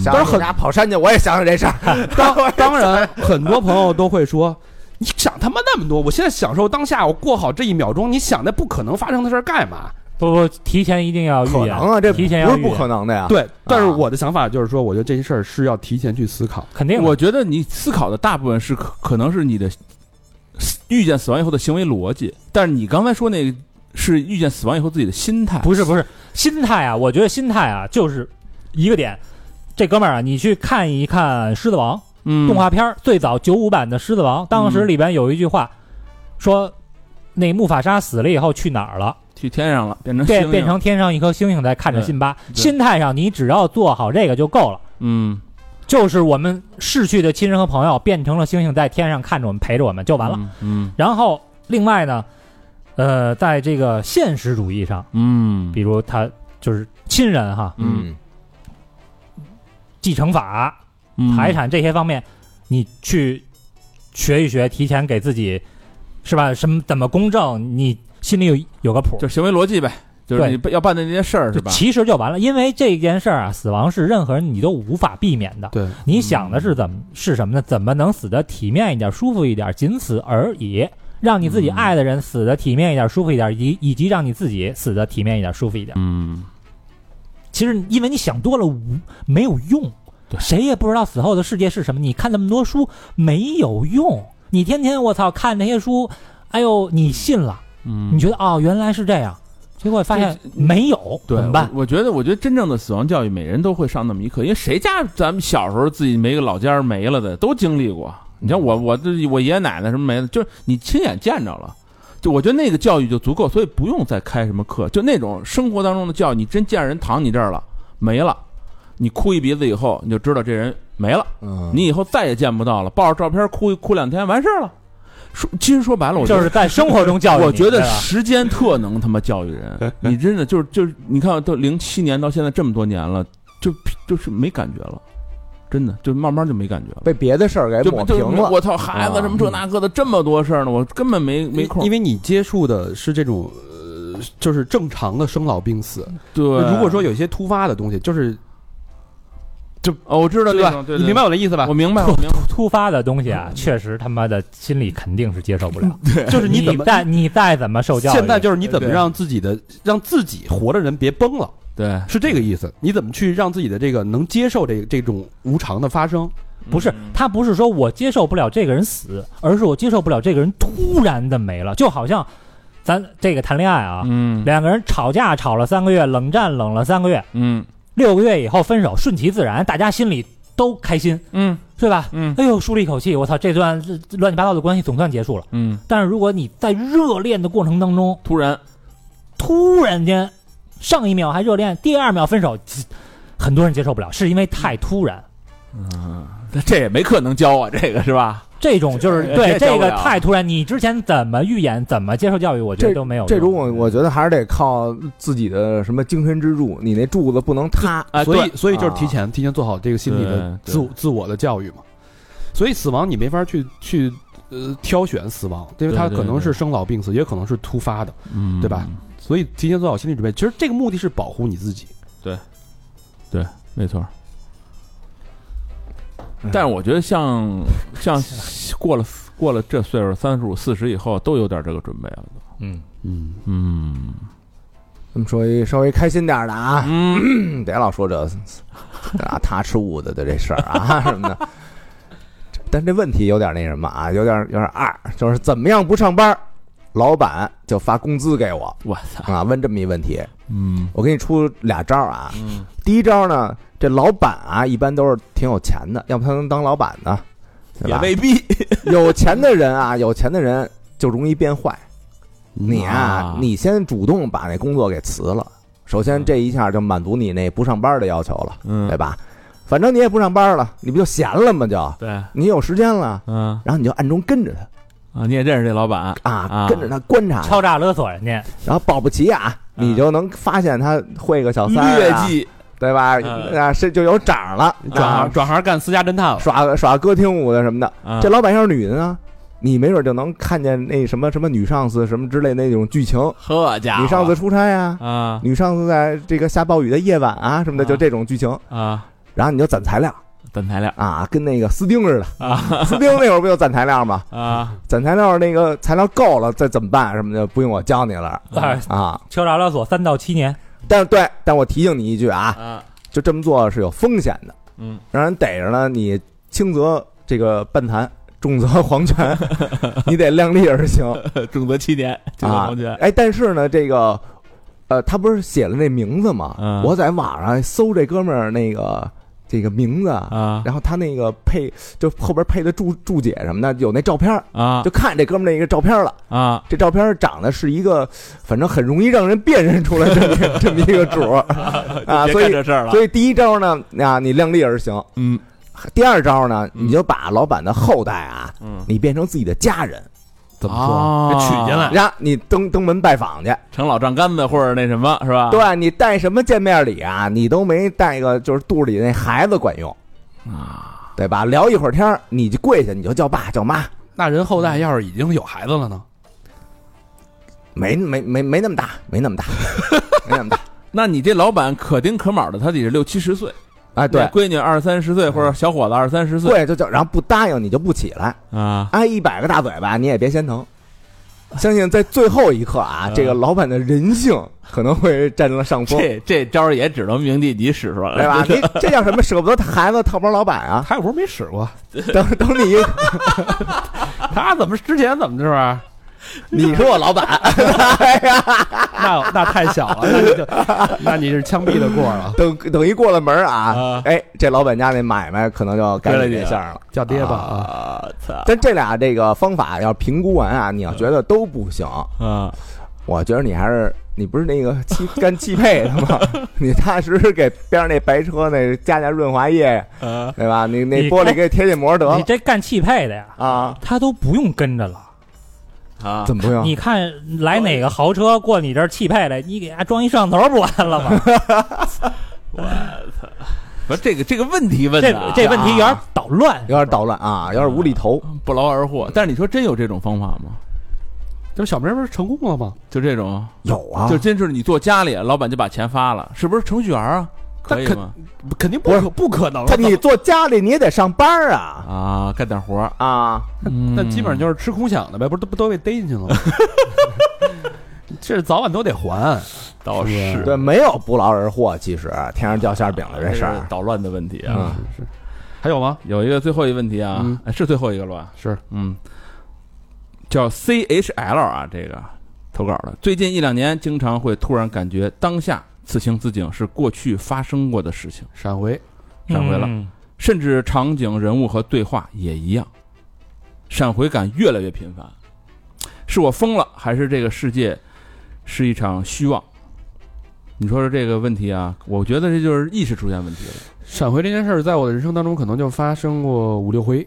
E: 下
C: 当然
E: 回
C: 很
E: 家跑山去，我也想想这事儿。
C: 当当然，很多朋友都会说。你想他妈那么多！我现在享受当下，我过好这一秒钟。你想那不可能发生的事儿干嘛？
D: 不不，提前一定要预
E: 可
D: 演，
E: 能啊，这不
D: 哎提前要
E: 是
D: 预
E: 不
D: 演
E: 可能的呀。，
B: 啊
C: 对，但是我的想法就是说，我觉得这些事儿是要提前去思考。
D: 肯定的
B: 我觉得你思考的大部分是可可能是你的死遇见死亡以后的行为逻辑，但是你刚才说那个是遇见死亡以后自己的心态，
D: 不是不是心态啊，我觉得心态啊就是一个点。这哥们儿啊，你去看一看《狮子王》
B: 嗯
D: 动画片儿，最早九五版的《狮子王》，当时里边有一句话说，那木法沙死了以后去哪
B: [laughs]
D: 儿了？
B: 去天上了，变成
D: 变
B: 星
D: 变
B: 星
D: 成天上一颗星星在看着辛巴。
B: 对对
D: 心态上，你只要做好这个就够了。
B: 嗯
D: 就是我们逝去的亲人和朋友变成了星星，在天上看着我们，陪着我们就完了。
B: 嗯
D: 然后另外呢，呃，在这个现实主义上，
B: 嗯
D: 比如他就是亲人哈、
B: 嗯
E: 嗯，
D: 继承法、
B: 嗯
D: 财产这些方面，你去学一学，提前给自己是吧？什么怎么公正，你心里有有个谱，
B: 就是行为逻辑呗，就是你要办的那些事儿是
D: 就
B: 吧？
D: 其实就完了。因为这件事儿啊，死亡是任何人你都无法避免的。
C: 对，
D: 你想的是怎么是什么呢？怎么能死得体面一点、舒服一点，仅此而已。让你自
B: 嗯
D: 己爱的人死得体面一点、舒服一点，以及以及让你自己死得体面一点、舒服一点。
B: 嗯，
D: 其实因为你想多了无没有用，
B: 对
D: 谁也不知道死后的世界是什么。你看那么多书没有用，你天天我操看那些书，哎呦你信了，
B: 嗯
D: 你觉得哦原来是这样，结果发现
B: 这
D: 没有，
B: 对，
D: 怎么办？
B: 我？我觉得，我觉得真正的死亡教育，每人都会上那么一课，因为谁家咱们小时候自己没个老家儿没了的，都经历过。你像我，
D: 嗯
B: 我这我爷爷奶奶什么没了，就是你亲眼见着了。就我觉得那个教育就足够，所以不用再开什么课，就那种生活当中的教育，你真见着人躺你这儿了，没了，你哭一鼻子以后，你就知道这人没了，
E: 嗯
B: 你以后再也见不到了。抱着照片哭哭两天完事儿了。说，其实说白了，我觉
D: 就
B: 得
D: 是在生活中 [laughs] 教育你。
B: 我觉得
D: 对吧
B: 时间特能他妈教育
D: [laughs]
B: 人，
E: 哎
B: 你真的就是就是，你看都零七年到现在这么多年了，就就是没感觉了，真的就慢慢就没感觉了，
E: 被别的事儿给
B: 就
E: 抹
B: 就
E: 平了。
B: 我操，孩子什么这那个的这么多事儿呢，我根本没没空
C: 因。为你接触的是这种呃，就是正常的生老病死。
B: 对，
C: 那如果说有一些突发的东西，就是
B: 哦，我知道
C: 对
B: 那
C: 吧
B: 种，？对，
C: 你明
B: 白，
C: 白我的意思吧
B: 我？明白，我明白，
D: 突发的东西啊，确实他妈的心里肯定是接受不 [laughs] 了。
C: 就是你怎么
D: 再你再怎么受教育，
C: 现在就是你怎么
B: 对
C: 让自己的让自己活的人别崩了，
B: 对，
C: 是这个意思。你怎么去让自己的这个能接受这这种无常的发生？
D: 不是他不是说我接受不了这个人死，而是我接受不了这个人突然的没了，就好像咱这个谈恋爱啊，
B: 嗯
D: 两个人吵架吵了三个月，冷战冷了三个月，
B: 嗯
D: 六个月以后分手，顺其自然，大家心里都开心，
B: 嗯
D: 对吧？
B: 嗯
D: 哎呦，舒了一口气，我操，这段乱七八糟的关系总算结束了。
B: 嗯，
D: 但是如果你在热恋的过程当中，
B: 突然
D: 突然间，上一秒还热恋，第二秒分手，很多人接受不了，是因为太突然。
B: 这也没课能教啊，这个是吧？
D: 这种就是
B: 这
D: 对
B: 这教
D: 这
B: 不
D: 个
B: 了
D: 太突然，你之前怎么预演，怎么接受教育，我觉得都没有
E: 这种
D: 用
B: 嗯
E: 我我觉得还是得靠自己的什么精神支柱，你那柱子不能塌。
B: 啊，
C: 所以
B: 对
C: 所以就是提前提前做好这个心理的
B: 对
C: 自我自我的教育嘛。所以死亡你没法去去呃挑选死亡，因为它
B: 对对
C: 可能
B: 对
C: 是生老病死，也可能是突发的。
B: 嗯
C: 对吧所以提前做好心理准备，其实这个目的是保护你自己。
B: 没错。但是我觉得像像过了过了这岁数三十五四十以后都有点这个准备了都，
D: 嗯，
C: 嗯，
B: 嗯
E: 咱们说一稍微开心点儿的啊，
B: 嗯
E: 嗯 [clears throat] 别老说这啊他吃痦子的这事儿啊 [laughs] 什么的。但这问题有点那什么啊，有点有点二，就是怎么样不上班，老板就发工资给我
B: 我操，
E: 啊？问这么一问题，
B: 嗯
E: 我给你出俩招儿啊。
B: 嗯
E: 第一招呢，这老板啊一般都是挺有钱的，要不他能当老板呢？对
B: 也
E: 吧？
B: 未必，
E: [laughs] 有钱的人啊，有钱的人就容易变坏。
C: 嗯
E: 你
B: 啊
E: 啊，你先主动把那工作给辞了，首先这一下就满足你那不上班的要求了，
B: 嗯
E: 对吧？反正你也不上班了，你不就闲了吗？就
B: 对，
E: 你有时间了，
B: 嗯
E: 然后你就暗中跟着他
B: 啊，你也认识这老板，啊
E: 啊，跟着他观察他，
D: 敲诈勒索人家，
E: 然后保不齐啊，
B: 嗯
E: 你就能发现他会个小三儿
B: 劣
E: 啊，
B: 迹，
E: 对吧？
F: 嗯
E: 啊，是就有涨了，
C: 转
E: 啊
C: 行转行干私家侦探了，
E: 耍耍歌厅舞的什么的。
B: 嗯
F: 啊
E: 这老板要是女的呢，你没准就能看见那什么什么女上司什么之类那种剧情。
F: 呵家伙，
E: 女上司出差呀、
F: 啊
E: 女上司在这个下暴雨的夜晚啊什么的，
F: 啊
E: 就这种剧情。
F: 啊，
E: 然后你就攒材料
F: 等材料
E: 啊，跟那个斯丁似的。
F: 啊
E: 斯丁那会儿不就攒材料吗？
F: 啊，
E: 攒材料那个材料够了，再怎么办什么的，不用我教你了
D: 啊，
E: 啊。
D: 求饶了所三到七年，
E: 但是对，但我提醒你一句啊，
F: 啊，
E: 就这么做是有风险的，
F: 嗯，
E: 让人逮着呢，你轻则这个半弹，重则黄泉，你得量力而行
F: 重则七年，重则
E: 啊
F: 黄泉。。
E: 哎，但是呢，这个呃，他不是写了那名字吗？
F: 嗯
E: 我在网上搜这哥们儿那个这个名字。
F: 啊
E: 然后他那个配就后边配的注注解什么的，有那照片儿，
F: 啊
E: 就看这哥们儿那个照片了。
F: 啊
E: 这照片儿长得是一个，反正很容易让人辨认出来这么一
F: [laughs]
E: 个这么一个主儿啊，
F: 别
E: 所
F: 干
E: 以
F: 这事儿了
E: 所以第一招呢，啊，你量力而行。
F: 嗯
E: 第二招呢，
F: 嗯
E: 你就把老板的后代啊，
F: 嗯，
E: 你变成自己的家人，
C: 怎么说？
F: 啊，
A: 哦
C: 给娶进来
E: 然后你登登门拜访去。
F: 成老丈杆子或者那什么是
B: 啊
F: 吧？
E: 对你带什么见面礼啊，你都没带个就是肚里那孩子管用啊，对吧？聊一会儿天儿，你就跪下，你就叫爸叫妈，
C: 那人后代要是已经有孩子了呢？
E: 没没没没那么大，没那么大，没那么大。
B: 那你这老板可丁可卯的，他得是六七十岁，
E: 哎，对
B: 那，闺女二三十岁或者小伙子二三十岁，
E: 跪就叫，然后不答应你就不起来，
F: 啊
E: 挨一百个大嘴巴你也别嫌疼。相信在最后一刻啊，这个老板的人性可能会占了上风。
F: 这这招儿也只能明帝级使出来
E: 对
F: 了，
B: [laughs]
E: 吧？你这叫什么舍不得孩子套包老板啊？
C: 他又不是没使过，
E: 等等你，
C: [laughs] 他怎么之前怎么啊这玩意儿？
E: 你是我老板，
C: 那那太小了，那你就那你是枪毙的过了，
E: 等等一过了门啊
F: 啊，
E: 哎，这老板家那买卖可能就该你这项了。
C: 叫爹吧啊！
F: 啊操
E: 但这俩这个方法要评估完啊，你要觉得都不行，
F: 啊
E: 我觉得你还是你不是那个汽干汽配的吗？你踏实给边上那白车那加加润滑液，
F: 啊
E: 对吧？你那
D: 你
E: 玻璃给贴贴膜得
D: 你
E: 了
D: 这干汽配的呀，
E: 啊？
D: 他都不用跟着了。
F: 啊！
E: 怎么不用？
D: 你看来哪个豪车过你这儿汽配的，你给他装一摄像头不完了
B: [laughs]
D: 吗？
B: 不是这个这个问题问
D: 这
B: 的啊哎
D: 这问题有点捣乱，
E: 有点捣乱啊，有点无厘头。
B: 不劳而获。但是你说真有这种方法吗？
C: 这不小明不是成功了吗？
B: 就这种，
E: 有啊，
B: 就真是你坐家里，老板就把钱发了，是不是程序员啊？可以吗？
C: 肯定不
E: 不是
C: 可不可能
E: 他你坐家里你也得上班儿啊
B: 啊，干点活儿，
E: 啊！
C: 那基本上就是吃空饷的呗，不是都不都被逮进去了吗？ [laughs] 这早晚都得还，
B: 倒
C: 是
E: 对，没有不劳而获，其实天上掉馅饼的这事
B: 是
E: 儿。
B: 捣乱的问题啊。
E: 嗯，
C: 还有吗？
B: 有一个最后一个问题啊
C: 嗯，
B: 哎是最后一个了吧？
C: 是，
B: 嗯，叫 C H L 啊，这个投稿的，最近一两年经常会突然感觉当下此情此景是过去发生过的事情，
C: 闪回
B: 闪回了
D: 嗯
B: 甚至场景、人物和对话也一样，闪回感越来越频繁。是我疯了，还是这个世界是一场虚妄？你说说这个问题啊，我觉得这就是意识出现问题了。
C: 闪回这件事儿，在我的人生当中可能就发生过五六回。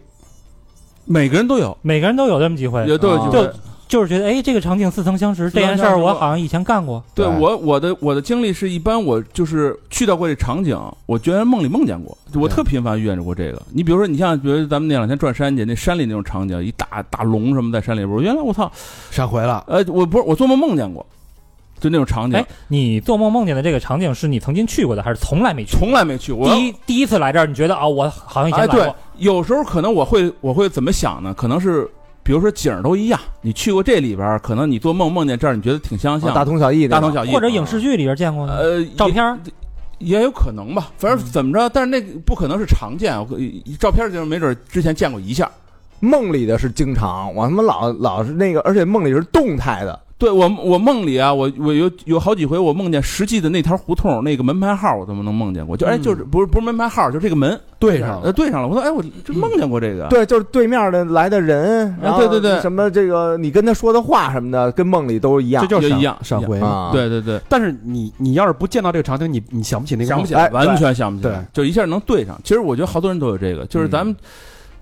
B: 每个人都有，
D: 每个人都有这么几回，
B: 有都有
C: 啊
B: 机会
D: 就就是觉得哎，这个场景似曾相识，
B: 似曾
D: 这
B: 相识
D: 件事儿我好像以前干过。
B: 对
E: 对
B: 我我的我的经历是一般，我就是去到过这场景，我居然梦里梦见过，就我
C: 对
B: 特频繁遇见过这个。你比如说，你像比如咱们那两天转山去，那山里那种场景，一大大龙什么在山里边，我原来我操，
C: 闪回了，
B: 呃，我不是我做梦梦见过，就那种场景
D: 哎，，你做梦梦见的这个场景是你曾经去过的，还是从来没去过？
B: 从来没去过。我
D: 第一第一次来这儿，你觉得啊、我好像以前
B: 哎，
D: 来过。
B: 对，有时候可能我会我会怎么想呢？可能是比如说景儿都一样，你去过这里边儿，可能你做梦梦见这儿，你觉得挺相像，
E: 哦大同小异，
B: 大同小异，
D: 或者影视剧里边见过的、
B: 啊呃
D: 照片儿，
B: 也有可能吧，反正怎么着，但是那个不可能是常见，我可照片就是没准之前见过一下。
E: 梦里的是经常，我他妈老老是那个，而且梦里是动态的，
B: 对我，我梦里啊，我我有有好几回，我梦见实际的那条胡同那个门牌号，我怎么能梦见过？就哎，
C: 嗯
B: 就是不是不是门牌号，就这个门
C: 对上
B: 呃
C: 了，
B: 对上了。我说哎，我这梦见过这个。
E: 对，就是对面的来的人，然
B: 啊
E: 后
B: 对对对
E: 什么这个你跟他说的话什么的，跟梦里都一样
C: 这就是
B: 也
C: 闪
B: 一样
C: 闪回嘛。
E: 啊。，
B: 对对对，
C: 但是你你要是不见到这个场景，你你想不起那个
B: 想
C: 梦
B: 不起来，
E: 哎
B: 完全想不起来
C: 对，嗯
B: 就一下能对上。其实我觉得好多人都有这个，就是咱们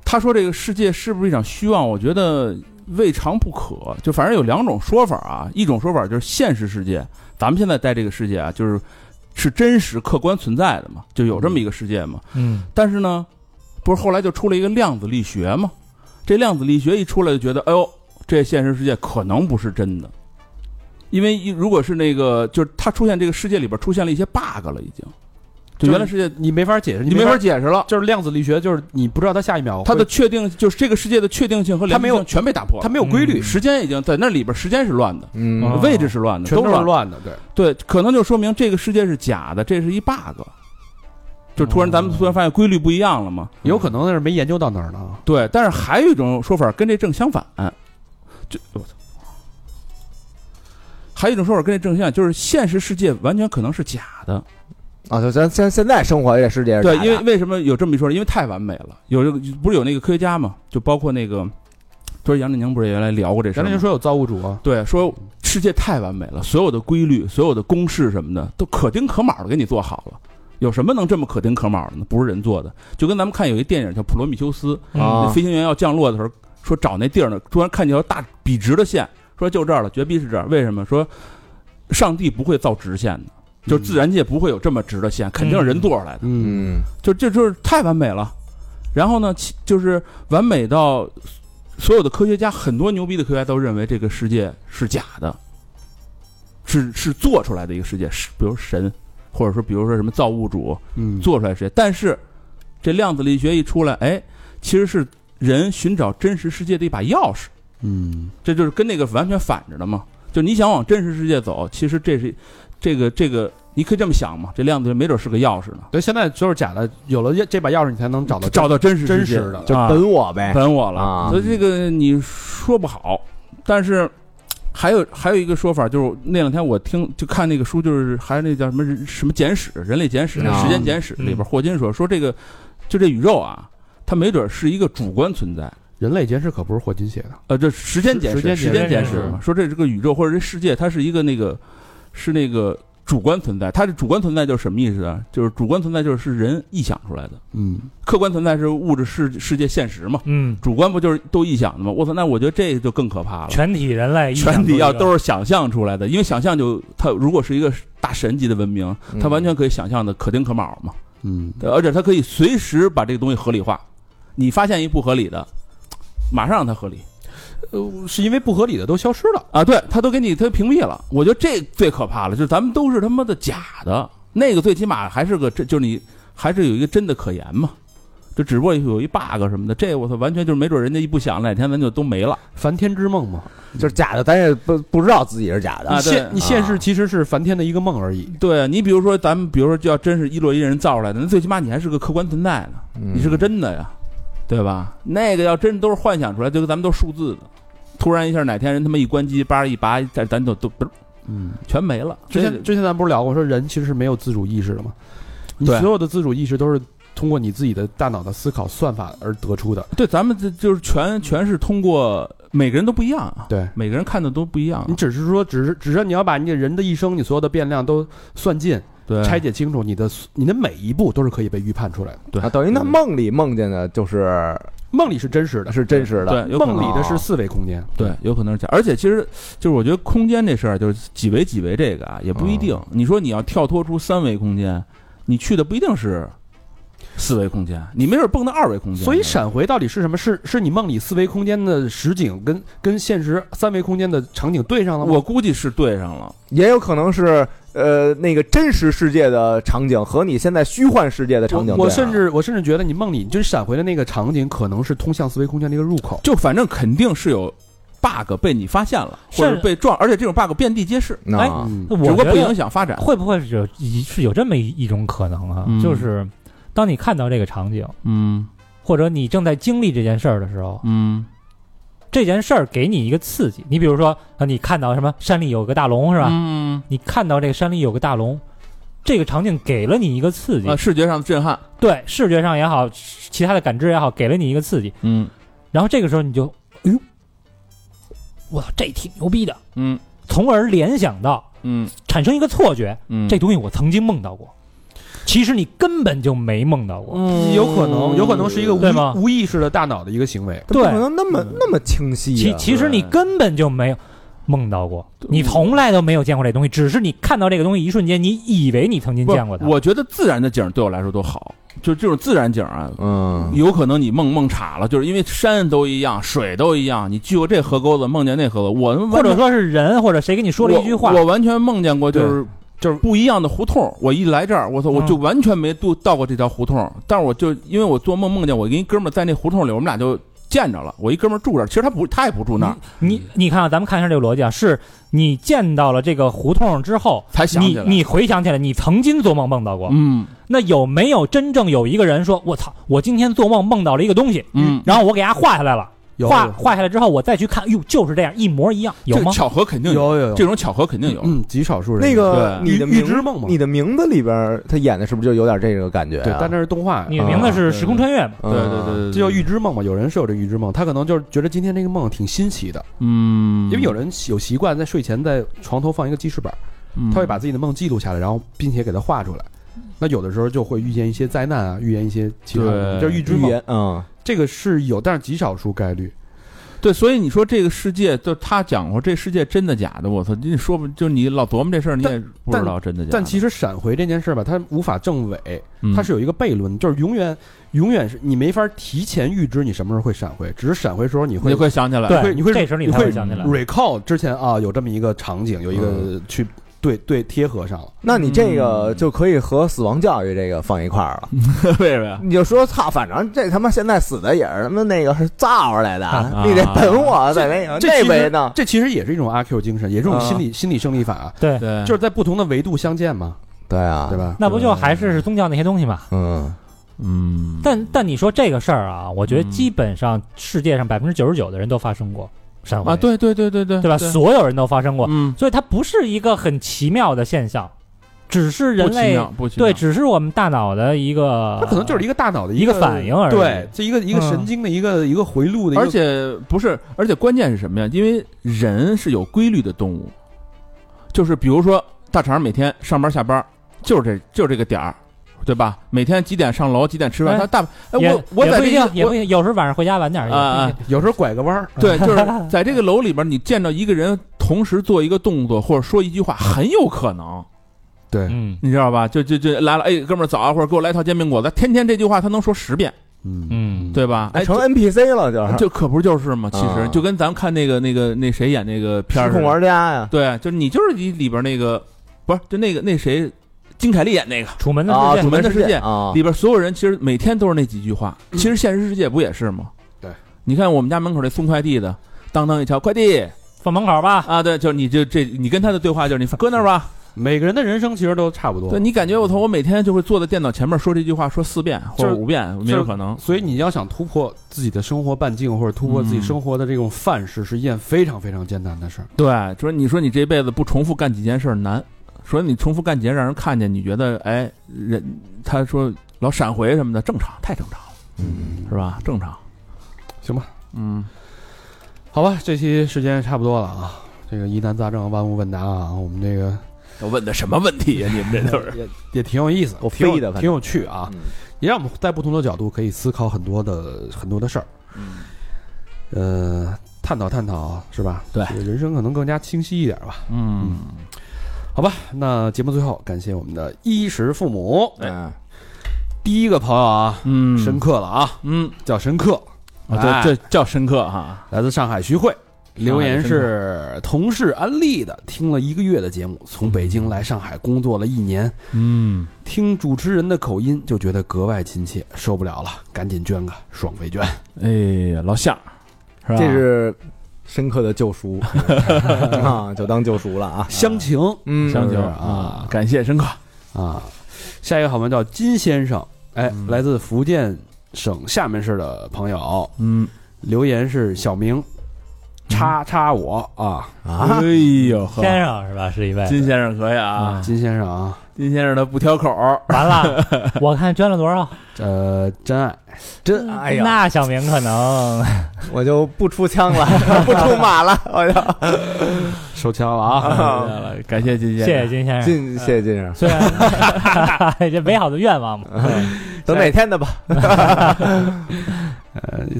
B: 他说这个世界是不是一场虚妄，我觉得未尝不可。就反正有两种说法啊，一种说法就是现实世界，咱们现在在这个世界啊，就是是真实客观存在的嘛，就有这么一个事件嘛。
D: 嗯
B: 但是呢，不是后来就出了一个量子力学嘛？这量子力学一出来就觉得，哎呦，这现实世界可能不是真的，因为一如果是那个，就是它出现这个世界里边出现了一些 bug 了，已经，就原来世界
C: 你没法解释，
B: 你
C: 没
B: 没法，解释了，
C: 就是量子力学，就是你不知道它下一秒
B: 它的
C: 会
B: 确定就是这个世界的确定性和
C: 它
B: 连
C: 没
B: 续
C: 有
B: 性全被打破了，
C: 它没有规律，
D: 嗯
B: 时间已经在那里边，时间是乱的，
E: 嗯
D: 哦
B: 位置是乱的，
C: 全都
B: 乱
C: 是乱的，对，
B: 对，可能就说明这个世界是假的，这是一 bug，就突然咱们突哦然发现规律不一样了嘛。
C: 有可能那是没研究到哪儿呢。
B: 对，但是还有一种说法跟这正相反，就我操，还有一种说法跟这正相反，就是现实世界完全可能是假的。
E: 啊，就咱现现在生活这世界是
B: 对，
E: 假的
B: 因为为什么有这么一说呢？因为太完美了。有这个不是有那个科学家嘛，就包括那个，就是杨振宁不是也原来聊过这事儿
C: 咱
B: 吗？
C: 这就说有造物主啊，
B: 对，说世界太完美了，所有的规律、所有的公式什么的都可丁可卯的给你做好了。有什么能这么可丁可卯的呢？不是人做的，就跟咱们看有一电影叫《普罗米修斯》，
E: 啊
B: 那飞行员要降落的时候，说找那地儿呢，突然看见一条大笔直的线，说就这儿了，绝逼是这儿。为什么？说上帝不会造直线的，就自然界不会有这么直的线，肯定是人做出来的。
C: 嗯，
E: 嗯
B: 就这就是太完美了。然后呢，其就是完美到所有的科学家，很多牛逼的科学家都认为这个世界是假的，是是做出来的一个世界，是比如神，或者说比如说什么造物主
C: 嗯
B: 做出来的世界。但是这量子力学一出来，哎，其实是人寻找真实世界的一把钥匙，
C: 嗯，
B: 这就是跟那个完全反着的嘛。就你想往真实世界走，其实这是这个这个，你可以这么想嘛，这量子没准是个钥匙呢。
C: 对，现在就是假的，有了这把钥匙，你才能找到
B: 找到真实
C: 真
B: 世界
C: 实的
E: 就
B: 啊
E: 本我呗，
B: 喷我了，
E: 啊
B: 所以这个你说不好。但是嘖还有还有一个说法，就是那两天我听就看那个书，就是还是那叫什么人什么简史，人类简史、
E: 嗯
B: 时间简史里边，
D: 嗯
B: 霍金说说这个就这宇宙啊，它没准是一个主观存在。
C: 人类简史可不是霍金写的，
B: 呃，这时间简史，
C: 时间
B: 时
C: 简
B: 间
D: 史
B: 简史
D: 嗯
B: 嘛，说这这个宇宙或者这世界，它是一个那个是那个主观存在。它的主观存在就是什么意思啊？就是主观存在就是是人臆想出来的，
C: 嗯，
B: 客观存在是物质世世界现实嘛。
D: 嗯，
B: 主观不就是都臆想的吗？我操，那我觉得这就更可怕了。
D: 全体人类一想
B: 全体要
D: 出一个
B: 都是想象出来的，因为想象就它如果是一个大神级的文明，它
E: 嗯
B: 完全可以想象的可丁可卯嘛，
C: 嗯，
B: 对而且它可以随时把这个东西合理化。你发现一不合理的，马上让它合理
C: 呃，是因为不合理的都消失了，
B: 啊！对，它都给你它屏蔽了。我觉得这最可怕了，就是咱们都是他妈的假的，那个最起码还是个真，就是你还是有一个真的可言嘛。就只不过有一 bug 什么的，这我操，完全就是没准人家一不想，哪天咱就都没了。
C: 梵天之梦嘛，
E: 就是假的，咱也不不知道自己是假的
B: 啊
C: 你
B: 对
C: 现你现世
E: 啊
C: 其实是梵天的一个梦而已，
B: 对啊你比如说，咱们比如说，就要真是一摞一人造出来的，那最起码你还是个客观存在呢，你
C: 嗯
E: 你
B: 是个真的呀，对吧？那个要真都是幻想出来，就跟咱们都是数字的，突然一下哪天人他妈一关机，叭一拔，咱咱就都不是
C: 嗯，
B: 全没了。
C: 之前
B: 这
C: 之前咱不是聊过，说人其实是没有自主意识的吗？你
B: 对
C: 所有的自主意识都是通过你自己的大脑的思考算法而得出的。
B: 对咱们这就是全全是通过每个人都不一样啊，
C: 对
B: 每个人看的都不一样啊、
C: 你只是说，只是只是你要把你人的一生，你所有的变量都算尽、
B: 对
C: 拆解清楚，你的你的每一步都是可以被预判出来的。
E: 啊，等于他梦里梦见的就是
C: 梦里是真实的，
E: 是真实的，
B: 对，有可能
C: 梦里的是四维空间。
B: 对，有可能是假。而且其实就是我觉得空间这事儿，就是几维几维这个啊，也不一定。你说你要跳脱出三维空间，你去的不一定是四维空间，你没准蹦到二维空间。
C: 所以闪回到底是什么？是是你梦里四维空间的实景跟跟现实三维空间的场景对上了吗？
B: 我估计是对上了。
E: 也有可能是呃那个真实世界的场景和你现在虚幻世界的场景对上，
C: 我甚至我甚至觉得你梦里就是闪回的那个场景，可能是通向四维空间的一个入口。
B: 就反正肯定是有 bug 被你发现了，
D: 是
B: 或者被撞，而且这种 bug 遍地皆是，
E: 那
D: 哎
C: 嗯
D: 那
B: 只
D: 我
B: 不过
D: 觉
B: 不
D: 得
B: 影响发展。
D: 会不会是有一是有这么一一种可能啊？
B: 嗯
D: 就是当你看到这个场景，
B: 嗯
D: 或者你正在经历这件事儿的时候，
B: 嗯，
D: 这件事儿给你一个刺激。你比如说，啊，你看到什么山里有个大龙是吧？
B: 嗯
D: 你看到这个山里有个大龙，这个场景给了你一个刺激，
B: 啊，视觉上的震撼，
D: 对，视觉上也好，其他的感知也好，给了你一个刺激。
B: 嗯
D: 然后这个时候你就，哎呦，哇，这挺牛逼的，
B: 嗯
D: 从而联想到
B: 嗯
D: 产生一个错觉，
B: 嗯，
D: 这东西我曾经梦到过。其实你根本就没梦到过，
B: 嗯
C: 有可能，有可能是一个无
D: 对吗
C: 无意识的大脑的一个行为。
E: 它不
D: 对
E: 可能那么那么清晰啊，
D: 其其实你根本就没有，梦到过，你从来都没有见过这东西，只是你看到这个东西一瞬间，你以为你曾经
B: 不
D: 见过它。
B: 我觉得自然的景儿对我来说都好，就这种自然景儿啊，
E: 嗯，
B: 有可能你梦梦岔了，就是因为山都一样，水都一样，你去过这河沟子，梦见那河沟子，我
D: 或者说是人，或者谁跟你说了一句话
B: 我，我完全梦见过，就是就是不一样的胡同。我一来这儿，我操，我就
D: 嗯
B: 完全没渡到过这条胡同，但是我就因为我做梦梦见我跟一哥们儿在那胡同里，我们俩就见着了。我一哥们儿住这儿，其实他不，他也不住那儿，
D: 你你看啊，咱们看一下这个逻辑啊，是你见到了这个胡同之后，
B: 才想起
D: 你
B: 来。
D: 你回想起来，你曾经做梦梦到过。
B: 嗯
D: 那有没有真正有一个人说：“我操，我今天做梦梦到了一个东西，
B: 嗯，
D: 然后我给它画下来了，
C: 有
D: 画画下来之后，我再去看，哟，就是这样，一模一样，有
B: 这
D: 吗
B: 巧合肯定
C: 有有有
B: 这种巧合肯定有。
C: 嗯，极少数人
E: 那个
B: 对
E: 你的
C: 预
E: 名
C: 预知梦嘛
E: 你的名字里边儿他演的是不是就有点这个感觉、啊？
C: 对，但那是动画呀，？”
D: 你的名字是时空穿越嘛？
E: 嗯
B: 对对对，对，
C: 这叫预知梦嘛。有人是有这预知梦，他可能就是觉得今天这个梦挺新奇的，
B: 嗯，
C: 因为有人有习惯在睡前在床头放一个记事本，
B: 嗯
C: 他会把自己的梦记录下来，然后并且给它画出来。那有的时候就会遇见一些灾难啊，遇见一些其他的，
B: 对
C: 就是预知
E: 预
C: 梦。
E: 言，嗯，
C: 这个是有，但是极少数概率。
B: 对，所以你说这个世界，就他讲过这世界真的假的，我操，你说不就你老琢磨这事儿，你也不知道真的假的。嗯
C: 但其实闪回这件事吧，它无法证伪，
D: 嗯
C: 它是有一个悖论，就是永远永远是你没法提前预知你什么时候会闪回，只是闪回时候你
B: 你
C: 会
B: 会想起来，
D: 对，
C: 会你会
D: 这时候你才
C: 你
D: 会
C: 会
D: 想起来。
C: recall 之前啊有这么一个场景，有一
D: 嗯
C: 个去对对贴合上了。
E: 那你这个就可以和死亡教育这个放一块儿了。
B: [laughs] 为什么呀？
E: 你就说操，反正这他妈现在死的也是他妈那个是造出来的，
D: 啊
E: 你得等我在那个
C: 这其
E: 那
C: 实
E: 边呢。
C: 这其实也是一种阿 Q 精神，也是一种心理、心理胜利法、
D: 对，
B: 对，
C: 就是在不同的维度相见嘛，
E: 对啊，
C: 对？吧？
D: 那不就还是是宗教那些东西嘛？
E: 嗯，
B: 嗯，
D: 但但你说这个事儿啊，我觉得基本上世界上百分之九十九的人都发生过闪回
B: 啊，对对对对对，
D: 对吧？所有人都发生过，
B: 嗯，
D: 所以它不是一个很奇妙的现象，只是人
B: 不奇
D: 类
B: 妙，不奇妙
D: 对，只是我们大脑的一个，
C: 它可能就是一个大脑的
D: 一
C: 个
D: 个反应而已
C: 对，这一个一个
D: 嗯
C: 神经的一个、一个回路的一个，
B: 而且不是，而且关键是什么呀？因为人是有规律的动物，就是比如说大肠每天上班下班，就是这就是这个点儿，对吧？每天几点上楼，几点吃饭？
D: 哎
B: 他大哎，
D: 也
B: 我我
D: 也
B: 在
D: 不
B: 这
D: 一定，也
B: 个
D: 不一定，有时候晚上回家晚点儿也
B: 啊啊
D: 不一定
C: 有时候拐个弯儿，
B: [laughs] 对，就是在这个楼里边，你见到一个人同时做一个动作或者说一句话，很有可能，
C: 对
D: 嗯
B: 你知道吧？就就就来了，哎，哥们儿早啊，或者给我来套煎饼果子。天天这句话他能说十遍，
C: 嗯，
D: 嗯，
B: 对吧？哎，
E: 成
B: 这
E: NPC 了就是。
B: 这可不就是吗？其实
E: 啊
B: 就跟咱们看那个那个那谁演那个片儿
E: 失
B: 似
E: 控
B: 的，
E: 玩家呀，
B: 对，就是你就是你里边那个不是就那个那谁金凯利演那个
D: 楚门的
E: 啊，
D: 世
E: 楚
D: 界，
E: 门的世
B: 世界 [laughs]
E: 啊，
B: 里边所有人其实每天都是那几句话，
E: 嗯
B: 其实现实世界不也是吗？
C: 对，
B: 你看我们家门口那送快递的，当当一瞧快递
D: 放门口吧，
B: 啊，对，就是你就这你跟他的对话就是你搁那儿吧，
C: 每个人的人生其实都差不多。
B: 对你感觉我操，我每天就会坐在电脑前面说这句话说四遍或
C: 就
B: 者
C: 是
B: 五遍，没有可能。
C: 所以你要想突破自己的生活半径，或者突破自己生活的这种范式，是一件非常非常艰难的事儿。
B: 对，说你说你这辈子不重复干几件事儿难，说你重复干几件让人看见，你觉得哎人他说老闪回什么的正常，太正常了，嗯，是吧？正常，
C: 行吧，
B: 嗯，
C: 好吧，这期时间差不多了啊。这个疑难杂症万物问答啊，我们这个
B: 都问的什么问题呀、你们这都是
C: 也也挺有意思，
E: 我
C: 挺有
E: 飞的反正
C: 挺有趣啊，
E: 嗯
C: 也让我们在不同的角度可以思考很多的很多的事儿。嗯，呃，探讨探讨是吧？
B: 对
C: 这个人生可能更加清晰一点吧。
B: 嗯，
C: 好吧，那节目最后感谢我们的衣食父母，
E: 嗯，
C: 第一个朋友啊，
B: 嗯
C: 深刻了啊，
B: 嗯，
C: 叫深刻，
B: 啊，这这叫深刻哈，
C: 来自上海徐汇，留言
B: 上海
C: 是同事安利的，听了一个月的节目，从北京来上海工作了一年，
B: 嗯，
C: 听主持人的口音就觉得格外亲切，受不了了，赶紧捐个爽费券。
B: 哎，老夏，是吧？
E: 这是深刻的救赎啊，就当救赎了啊，
C: 乡情
E: 嗯，
B: 香
C: 是
B: 酒
C: 不是
B: 啊，感谢深刻，
C: 啊，下一个好朋友叫金先生，哎，
B: 嗯
C: 来自福建省厦门市的朋友，
B: 嗯，
C: 留言是小明，叉叉我啊，
E: 啊，
B: 呦呵，
D: 先生是吧？是一位，
B: 金先生可以啊，
C: 金先生啊，
B: 金先生他不挑口儿，
D: 完了，
B: [laughs]
D: 我看捐了多少？
C: 呃，真爱，
E: 真哎呀，
D: 那小明可
B: [laughs]
D: 能
E: 我就不出枪 [laughs] 了，不出马 [laughs] 了，我就
C: 收枪了啊，
B: 感谢金
D: 谢
B: 先生
D: 谢，金先生，
E: 进，谢谢金生，
D: 虽然这美好的愿望嘛，
E: 等哪天的吧，
C: 呃，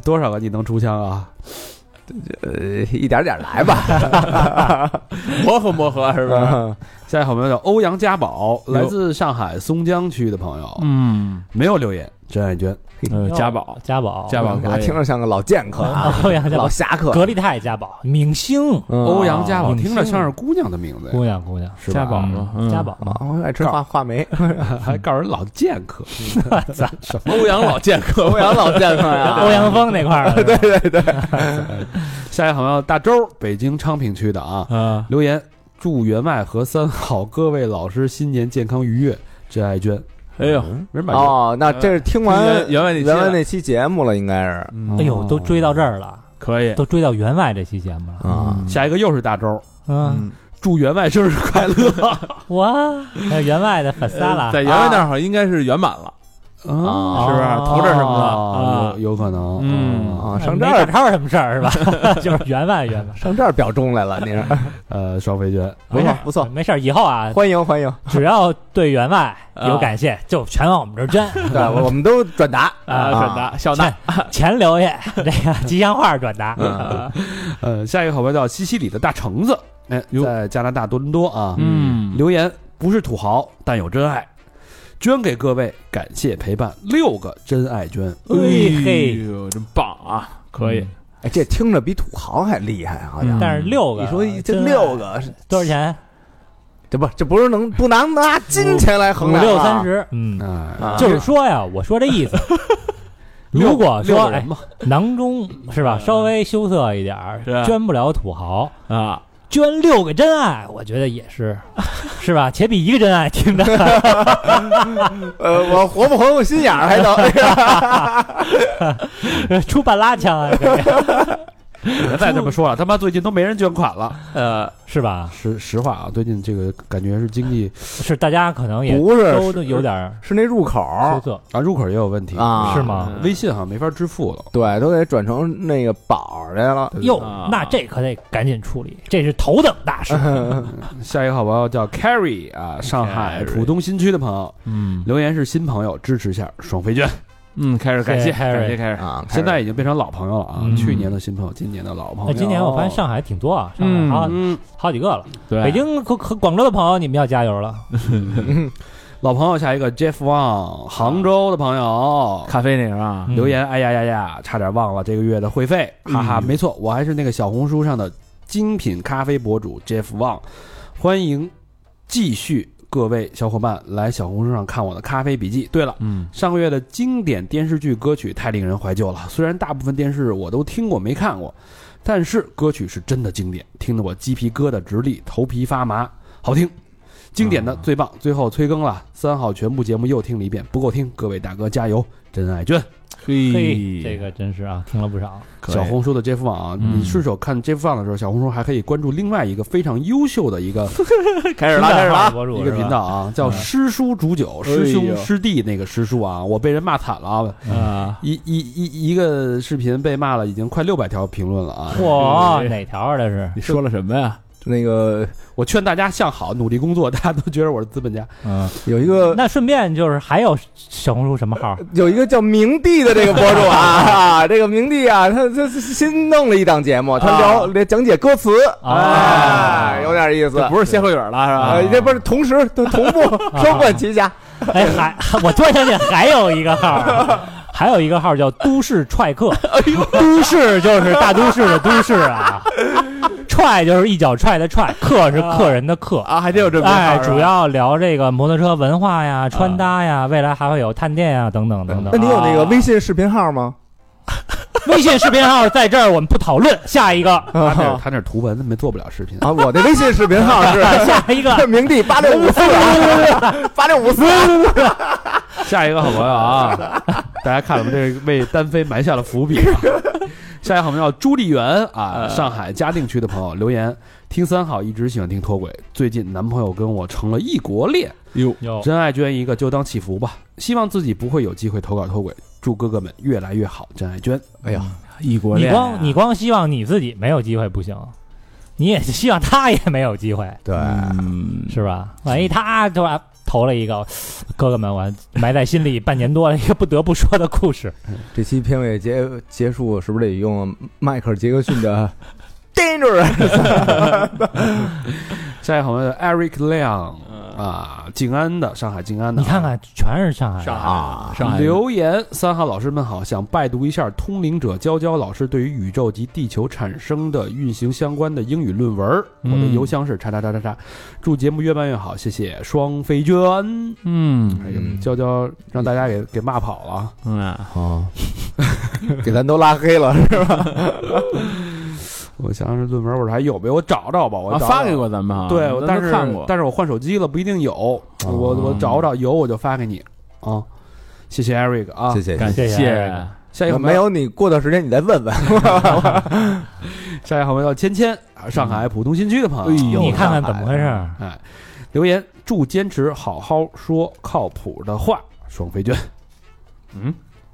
C: 多少个你能出枪啊？
E: 呃，一点点来吧，
F: 磨合磨合是吧？
C: 下一个好朋友叫欧阳家宝，来自上海松江区的朋友，
B: 嗯，
C: 没有留言。真爱娟，
B: 呃，
D: 哦
B: 家宝，
D: 家宝，
B: 家宝
E: 啊
B: 可以
E: 听着像个老剑客啊，
D: 欧阳家宝
E: 老侠客，
D: 格力泰家宝，明星，
E: 嗯
C: 欧阳家宝
D: 明
C: 听着
D: 星
C: 像是姑娘的名字呀，
D: 姑娘姑娘，
C: 是吧
B: 家宝
D: 嗯
B: 嗯
D: 家宝，
E: 啊，我爱吃话话梅，
C: 还告诉人老剑客，
F: 什么欧阳老剑客，
E: [laughs]
F: 欧阳老剑客呀，
D: 欧阳锋那块儿的，对
C: 下一个好朋友大周，北京昌平区的啊，
B: 啊，
C: 留言祝员外和三好各位老师新年健康愉悦。真爱娟，
B: 哎呦，
C: 没人把娟
E: 哦，那这是听 [laughs] 完
B: 原原外那期
E: 原
B: 了
E: 来那期节目了，应该是
D: 哎呦，都追到这儿了，
B: 嗯可以，
D: 都追到员外这期节目了，
E: 啊，
C: 下一个又是大周，
D: 嗯，
C: 祝员外生日快乐
D: 哇，还有员外的粉丝了，
B: 呃在原来那儿好像应该是圆满了，
C: 啊！
E: 啊
B: 是不是
D: 哦
B: 投这儿什么了
C: 啊
B: 啊，？
C: 有有可能，
B: 嗯
C: 啊
E: 啊，上这
D: 没
E: 儿
D: 大超什么事儿是吧？ [laughs] 就是员外员外，
E: 上这儿表忠来 [laughs] 了，你是
C: 呃，双飞娟，
E: 不
D: 没事
E: 错不错，
D: 没事儿，以后啊，
E: 欢迎欢迎，
D: 只要对员外有
F: 啊
D: 感谢，就全往我们这儿捐，
E: 对，我我们都转达
D: 啊
F: 转达笑纳，
D: [laughs] 钱留下，这个吉祥话转达，
E: 嗯
C: 呃，下一个好朋友叫西西里的大橙子，哎，在加拿大多伦多啊，
B: 嗯
C: 留言不是土豪，但有真爱，捐给各位，感谢陪伴，六个真爱捐，
D: 哎嘿，
B: 呦，真棒啊，可以，
E: 哎，这听着比土豪还厉害，好像
B: 嗯。
D: 但是六个，
E: 你说一这
D: 真
E: 六个，
D: 多少钱？
E: 这不这不是能不拿拿金钱来衡
D: 五
E: 量
D: 六
E: 啊
D: 三，十，嗯，
C: 哎，
E: 啊
D: 就是说呀，我说这意
E: [laughs]
D: 思。如果
C: 六
D: 说
C: 个
D: 哎
C: 人，嘛，
D: 囊中是
E: 啊
D: 吧，稍微羞涩一点儿
F: 是，
D: 捐不了土豪，
F: 啊，
D: 捐六个真爱，我觉得也是， [laughs] 是吧？且比一个真爱听着
E: 呃，我活不活我心眼儿还能，
D: [laughs] 出半拉枪啊，
E: [laughs]
D: 这个
C: 别再这么说了，他妈最近都没人捐款 [laughs] 了。
F: 呃，
D: 是吧？
C: 实实话啊，最近这个感觉是经济
D: 是大家可能也
E: [laughs] 不是
D: 都都有点儿
E: 是那入口
D: 羞涩，
C: 啊入口也有问题
E: 啊，
D: 是吗？
C: 微信好像没法支付了。
E: 对，都得转成那个宝儿来了。
D: 哟
F: 啊，
D: 那这可得赶紧处理，这是头等大事。
C: 下一个好朋友叫 Carry 啊，上海
F: Carrie
C: 浦东新区的朋友
B: 嗯
C: 留言是新朋友，支持一下爽飞捐。
B: 嗯，开始感谢，
D: 谢谢 Harry
B: 感谢，开始，
E: 啊，
C: 现在已经变成老朋友了啊，
D: 嗯
C: 去年的新朋友，今年的老
D: 那
C: 朋友。
D: 哎今年我发现上海挺多啊，上海好
C: 哦嗯，
D: 好几个了。
B: 对，
D: 北京和和广州的朋友，你们要加油了。
C: 老朋友下一个 Jeff Wang，杭州的朋友。
F: 咖啡那个啊，
D: 嗯
C: 留言，哎呀呀呀，差点忘了这个月的会费，哈哈，没错，我还是那个小红书上的精品咖啡博主 Jeff Wang，欢迎继续各位小伙伴来小红书上看我的咖啡笔记。对了，
B: 嗯，
C: 上个月的经典电视剧歌曲太令人怀旧了，虽然大部分电视我都听过没看过，但是歌曲是真的经典，听得我鸡皮疙瘩直立，头皮发麻，好听。经典的最棒，最后催更了，三好全部节目又听了一遍，不够听，各位大哥加油，真爱娟。
B: 嘿
D: 嘿，，这个真是啊，听了不少。
B: 可以
C: 小红书的 Jeff 网啊，
B: 嗯
C: 你顺手看 Jeff 网的时候，小红书还可以关注另外一个非常优秀
F: [laughs]
C: 的一个
F: 开始了，开始了啊，
D: 博主
C: 一个频道啊，
F: 嗯
C: 叫“师叔煮酒”，师
F: 哎
C: 兄
F: 呦
C: 师弟那个师叔啊，我被人骂惨了啊，
D: 嗯
F: 啊，
C: 一一一一个视频被骂了，已经快六百条评论了啊！
D: 嚯，哪条啊？这是
F: 你说了什么呀？
E: 那个
C: 我劝大家向好，努力工作，大家都觉得我是资本家。
B: 嗯，
E: 有一个
D: 那顺便就是还有小红书什么号？
E: 有一个叫明帝的这个博主 [laughs] 啊啊，这个明帝啊，他他他新弄了一档节目，他聊聊讲解歌词，
D: 啊
E: 哎，有点意思
F: 这。不是歇后语了是吧？
E: 呃，这不是同时都同步双管齐下，
D: [laughs] 哎，还我突然想起来还有一个
F: [laughs]
D: 号啊，还有一个号叫都市踹客。
F: 哎
D: 都市就是大都市的都市啊，踹就是一脚踹的踹，客是客人的客。
F: 啊，啊还真有这么一
D: 哎，
F: 号是吧
D: 主要聊这个摩托车文化呀、穿搭呀，未来还会有探店呀等等等
E: [laughs] 那
F: 嗯
D: 等。
E: 你有那个微信视频号吗？
D: 微信视频号在这儿，我们不讨论。下一个，
C: 他那
E: 啊，
C: 他那是图文，他没做不了视频。
E: 我的微信视频号是 [laughs]
D: 下一个，
E: 明帝八六五四，啊八六五四，
C: 下一个好朋友啊， [laughs] 大家看了吗？这个为单飞埋下了伏笔、
E: [laughs]
C: 啊。下一个好朋友朱丽媛啊，
E: 呃
C: 上海嘉定区的朋友留言，听三好一直喜欢听脱轨，最近男朋友跟我成了异国恋，
E: 哦
D: 有
C: 真爱捐一个就当祈福吧，希望自己不会有机会投稿脱轨，祝哥哥们越来越好，真爱捐。
E: 哎呀，
F: 异国
D: 你
F: 恋呀，
D: 光你光希望你自己没有机会不行，你也希望他也没有机会，
E: 对，
F: 嗯，
D: 是吧？万一他对吧？投了一个， [sniffs] 哥哥们，我埋在心里半年多了一个不得不说的故事。
E: [laughs] 这期片尾结结束是不是得用迈克尔·杰克逊的 Danger？
C: 下一个好朋友叫 Eric Liang
F: 嗯
C: 啊，静安的，上海静安的。啊
D: 你看。看，全是上海人。
F: 上海
E: 啊
F: 上海
C: 留言：三好老师们好，想拜读一下通灵者娇娇老师对于宇宙及地球产生的运行相关的英语论文儿。我的
A: 嗯
C: 邮箱是叉叉叉叉叉。祝节目越办越好，谢谢双飞娟。
A: 嗯，
C: 哎呦
E: 嗯，
C: 娇娇让大家给给骂跑了。
F: 嗯啊，
E: 哦，给咱都拉黑 [laughs] 了是吧？
C: 我想想这论文我这还有没有？我找找吧，我
B: 啊，
C: 找找
B: 发给。过咱们啊，
C: 对
B: 咱都，
C: 但是
B: 看过，
C: 但是我换手机了，不一定有。
E: 哦
C: 我我找找有我就发给你啊。谢谢 Eric 啊，
E: 谢谢。
F: 感
D: 谢谢
F: 谢
C: 下一个
E: 没
C: 有。
E: 哎有你过段时间你再问问，
C: [laughs] 下一个好朋友芊芊，啊上海浦东新区的朋友，
D: 嗯哎你看看怎么回事？
C: 哎，留言祝坚持好好说靠谱的话，双飞娟，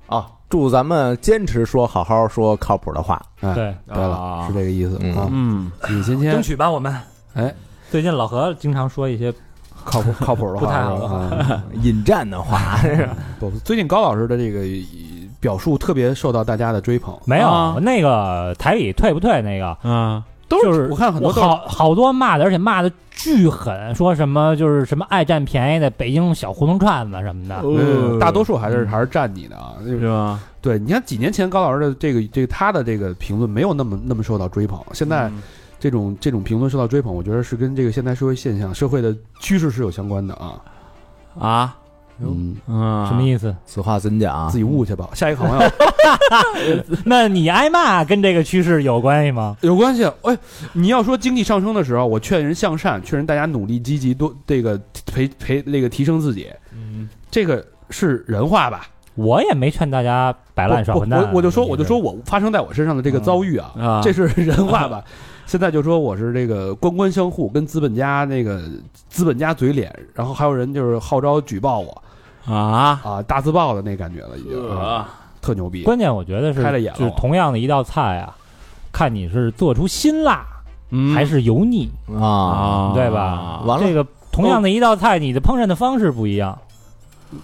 E: 啊！祝咱们坚持说好好说靠谱的话。
C: 哎
D: 对，
C: 对了，
B: 啊
C: 是这个意思
E: 嗯
C: 啊。
B: 嗯，
C: 李芊
D: 争
C: 芊，
D: 取吧，我们。
C: 哎，
D: 最近老何经常说一些
C: 靠谱靠谱
D: [laughs]
C: 的话，
D: 不太好
C: 啊。
E: 引战的话，
C: 不，最近高老师的这个呃表述特别受到大家的追捧，
D: 没有、
F: 啊
D: 那个台里退不退那个，
F: 啊，
C: 都
D: 就是
C: 我看很
D: 我
C: 多都是
D: 好好多骂的，而且骂的巨狠，说什么就是什么爱占便宜的北京小胡同串子什么的。
C: 嗯，大多
F: 数
C: 数还是还是站你的啊，就是
F: 是吧？
C: 对，你看几年前高老师的这个这个他的这个评论没有那么那么受到追捧，现在
F: 嗯
C: 这种这种评论受到追捧，我觉得是跟这个现代社会现象、社会的趋势是有相关的啊。
F: 啊，
D: 哎
C: 嗯，
F: 嗯，
B: 啊
D: 什么意思？
E: 此话怎
D: 啊
E: 讲
C: 自？己悟去吧。下一个
D: [laughs]
C: 好朋友
D: 那你挨骂跟这个趋势有关系吗？
C: 有关系。哎，你要说经济上升的时候，我劝人向善，劝人大家努力积极多这个培培那个提升自己，
F: 嗯
C: 这个是人话吧？
D: 我也没劝大家摆烂
C: 不
D: 耍
C: 不
D: 混蛋啊
C: 我我就说我就说我发生在我身上的这
D: 嗯
C: 个遭遇啊，
F: 啊，
C: 这是人话
D: [laughs]
C: 吧？现在就说我是这个官官相护，跟资本家那个资本家嘴脸，然后还有人就是号召举报我
F: 啊，
C: 啊，大字报的那感觉了，已经、啊特牛逼。
D: 关键我觉得是
C: 开了眼了
D: 就是同样的一道菜啊，看你是做出辛辣
C: 嗯
D: 还是油腻，
E: 啊，
F: 啊，
D: 对吧？
E: 完了
D: 这个同样的一道菜，你的烹饪的方式不一样，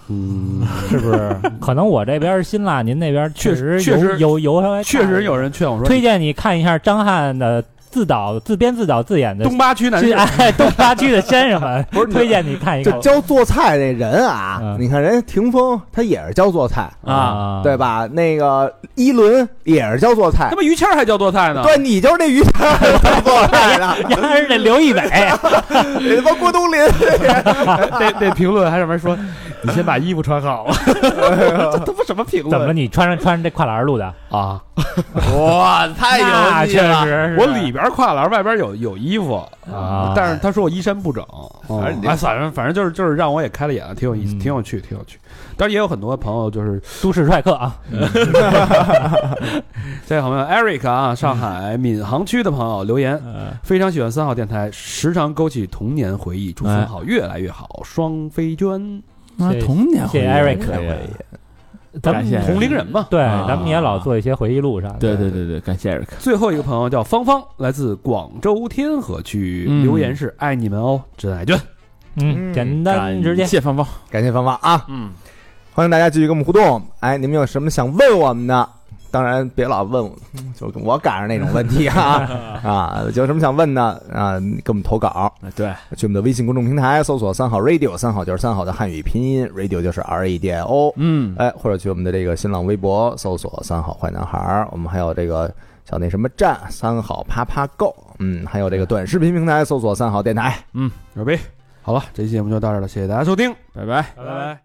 C: 嗯，
D: 是不是？可能我这边是辛辣，您那边
C: 确
D: 实
C: 确实
D: 油油油稍微大
C: [laughs] 确实有人劝我说
D: 推荐你看一下张翰的自导自编自导自演的
C: 东八区男
D: 去
C: 士
D: [laughs] 哎东八区的先生
C: [laughs]
D: 们，
E: 不是你
D: 推荐你看一
E: 这
D: 看
E: 教做菜这人啊，
D: 嗯
E: 你看人家霆锋他也是教做菜，
F: 啊，
C: [laughs]
E: 对？吧？那个一轮也是教做菜
C: 他，妈于谦儿还叫做菜呢，
E: 对，你就是那于谦儿 [laughs] 教做菜的， [laughs]
D: 丫是那刘仪伟，
C: [laughs]
E: 你他妈郭冬临，
C: 那那评论还上面说，你先把衣服穿
D: [laughs]
C: 好了，这他妈什么评
D: 怎么
C: 论
D: 你穿上穿上这跨栏儿录的？
C: 啊？
F: 哇，太
D: 那
F: 有
D: 确
F: 劲了，
D: 实是，
C: 我里边跨栏，外边有有衣服
D: 啊哦
C: 但是他说我衣衫不整，
E: 反正你这
C: 哎，反正反正就是就是让我也开了眼了，挺有意思，
D: 嗯
C: 挺有趣，挺有趣。但是也有很多朋友就是
D: 都市帅客啊，
C: 在好朋友 Eric 啊，
D: 嗯
C: 上海闵行区的朋友留言，
F: 嗯
C: 非常喜欢三号电台，时常勾起童年回忆，祝三
F: 哎
C: 好越来越好，双飞娟，
D: 哎
B: 啊
D: 谢谢
B: 童年回忆
D: 谢谢 Eric
B: 可以啊
D: 咱们
F: 感谢
C: 同龄人嘛。
D: 对，
B: 啊
D: 咱们也老做一些回忆录啥的。
B: 对对对对，感谢 Eric，
C: 最后一个朋友叫芳芳，来自广州天河区，
B: 嗯
C: 留言是爱你们哦，真爱娟。
D: 嗯，
E: 嗯
D: 简单直接
B: 感。谢芳芳，
E: 感谢芳芳啊，
B: 嗯，
E: 欢迎大家继续跟我们互动。哎，你们有什么想问我们的？当然别老问我， [laughs] 就跟我赶上那种问题啊啊！有什么想问的啊？给我们投稿，
F: 对，
E: 去我们的微信公众平台搜索“三好 radio”，三好就是三好的汉语拼音，radio 就是 R A D I O。
B: 嗯，
E: 哎，或者去我们的这个新浪微博搜索“三好坏男孩儿”，我们还有这个小那什么站“三好啪啪 Go”，嗯，还有这个短视频平台搜索“三好电台”。
C: 牛逼！好了，这期节目就到这儿了，谢谢大家收听，
B: 拜拜。
C: 拜拜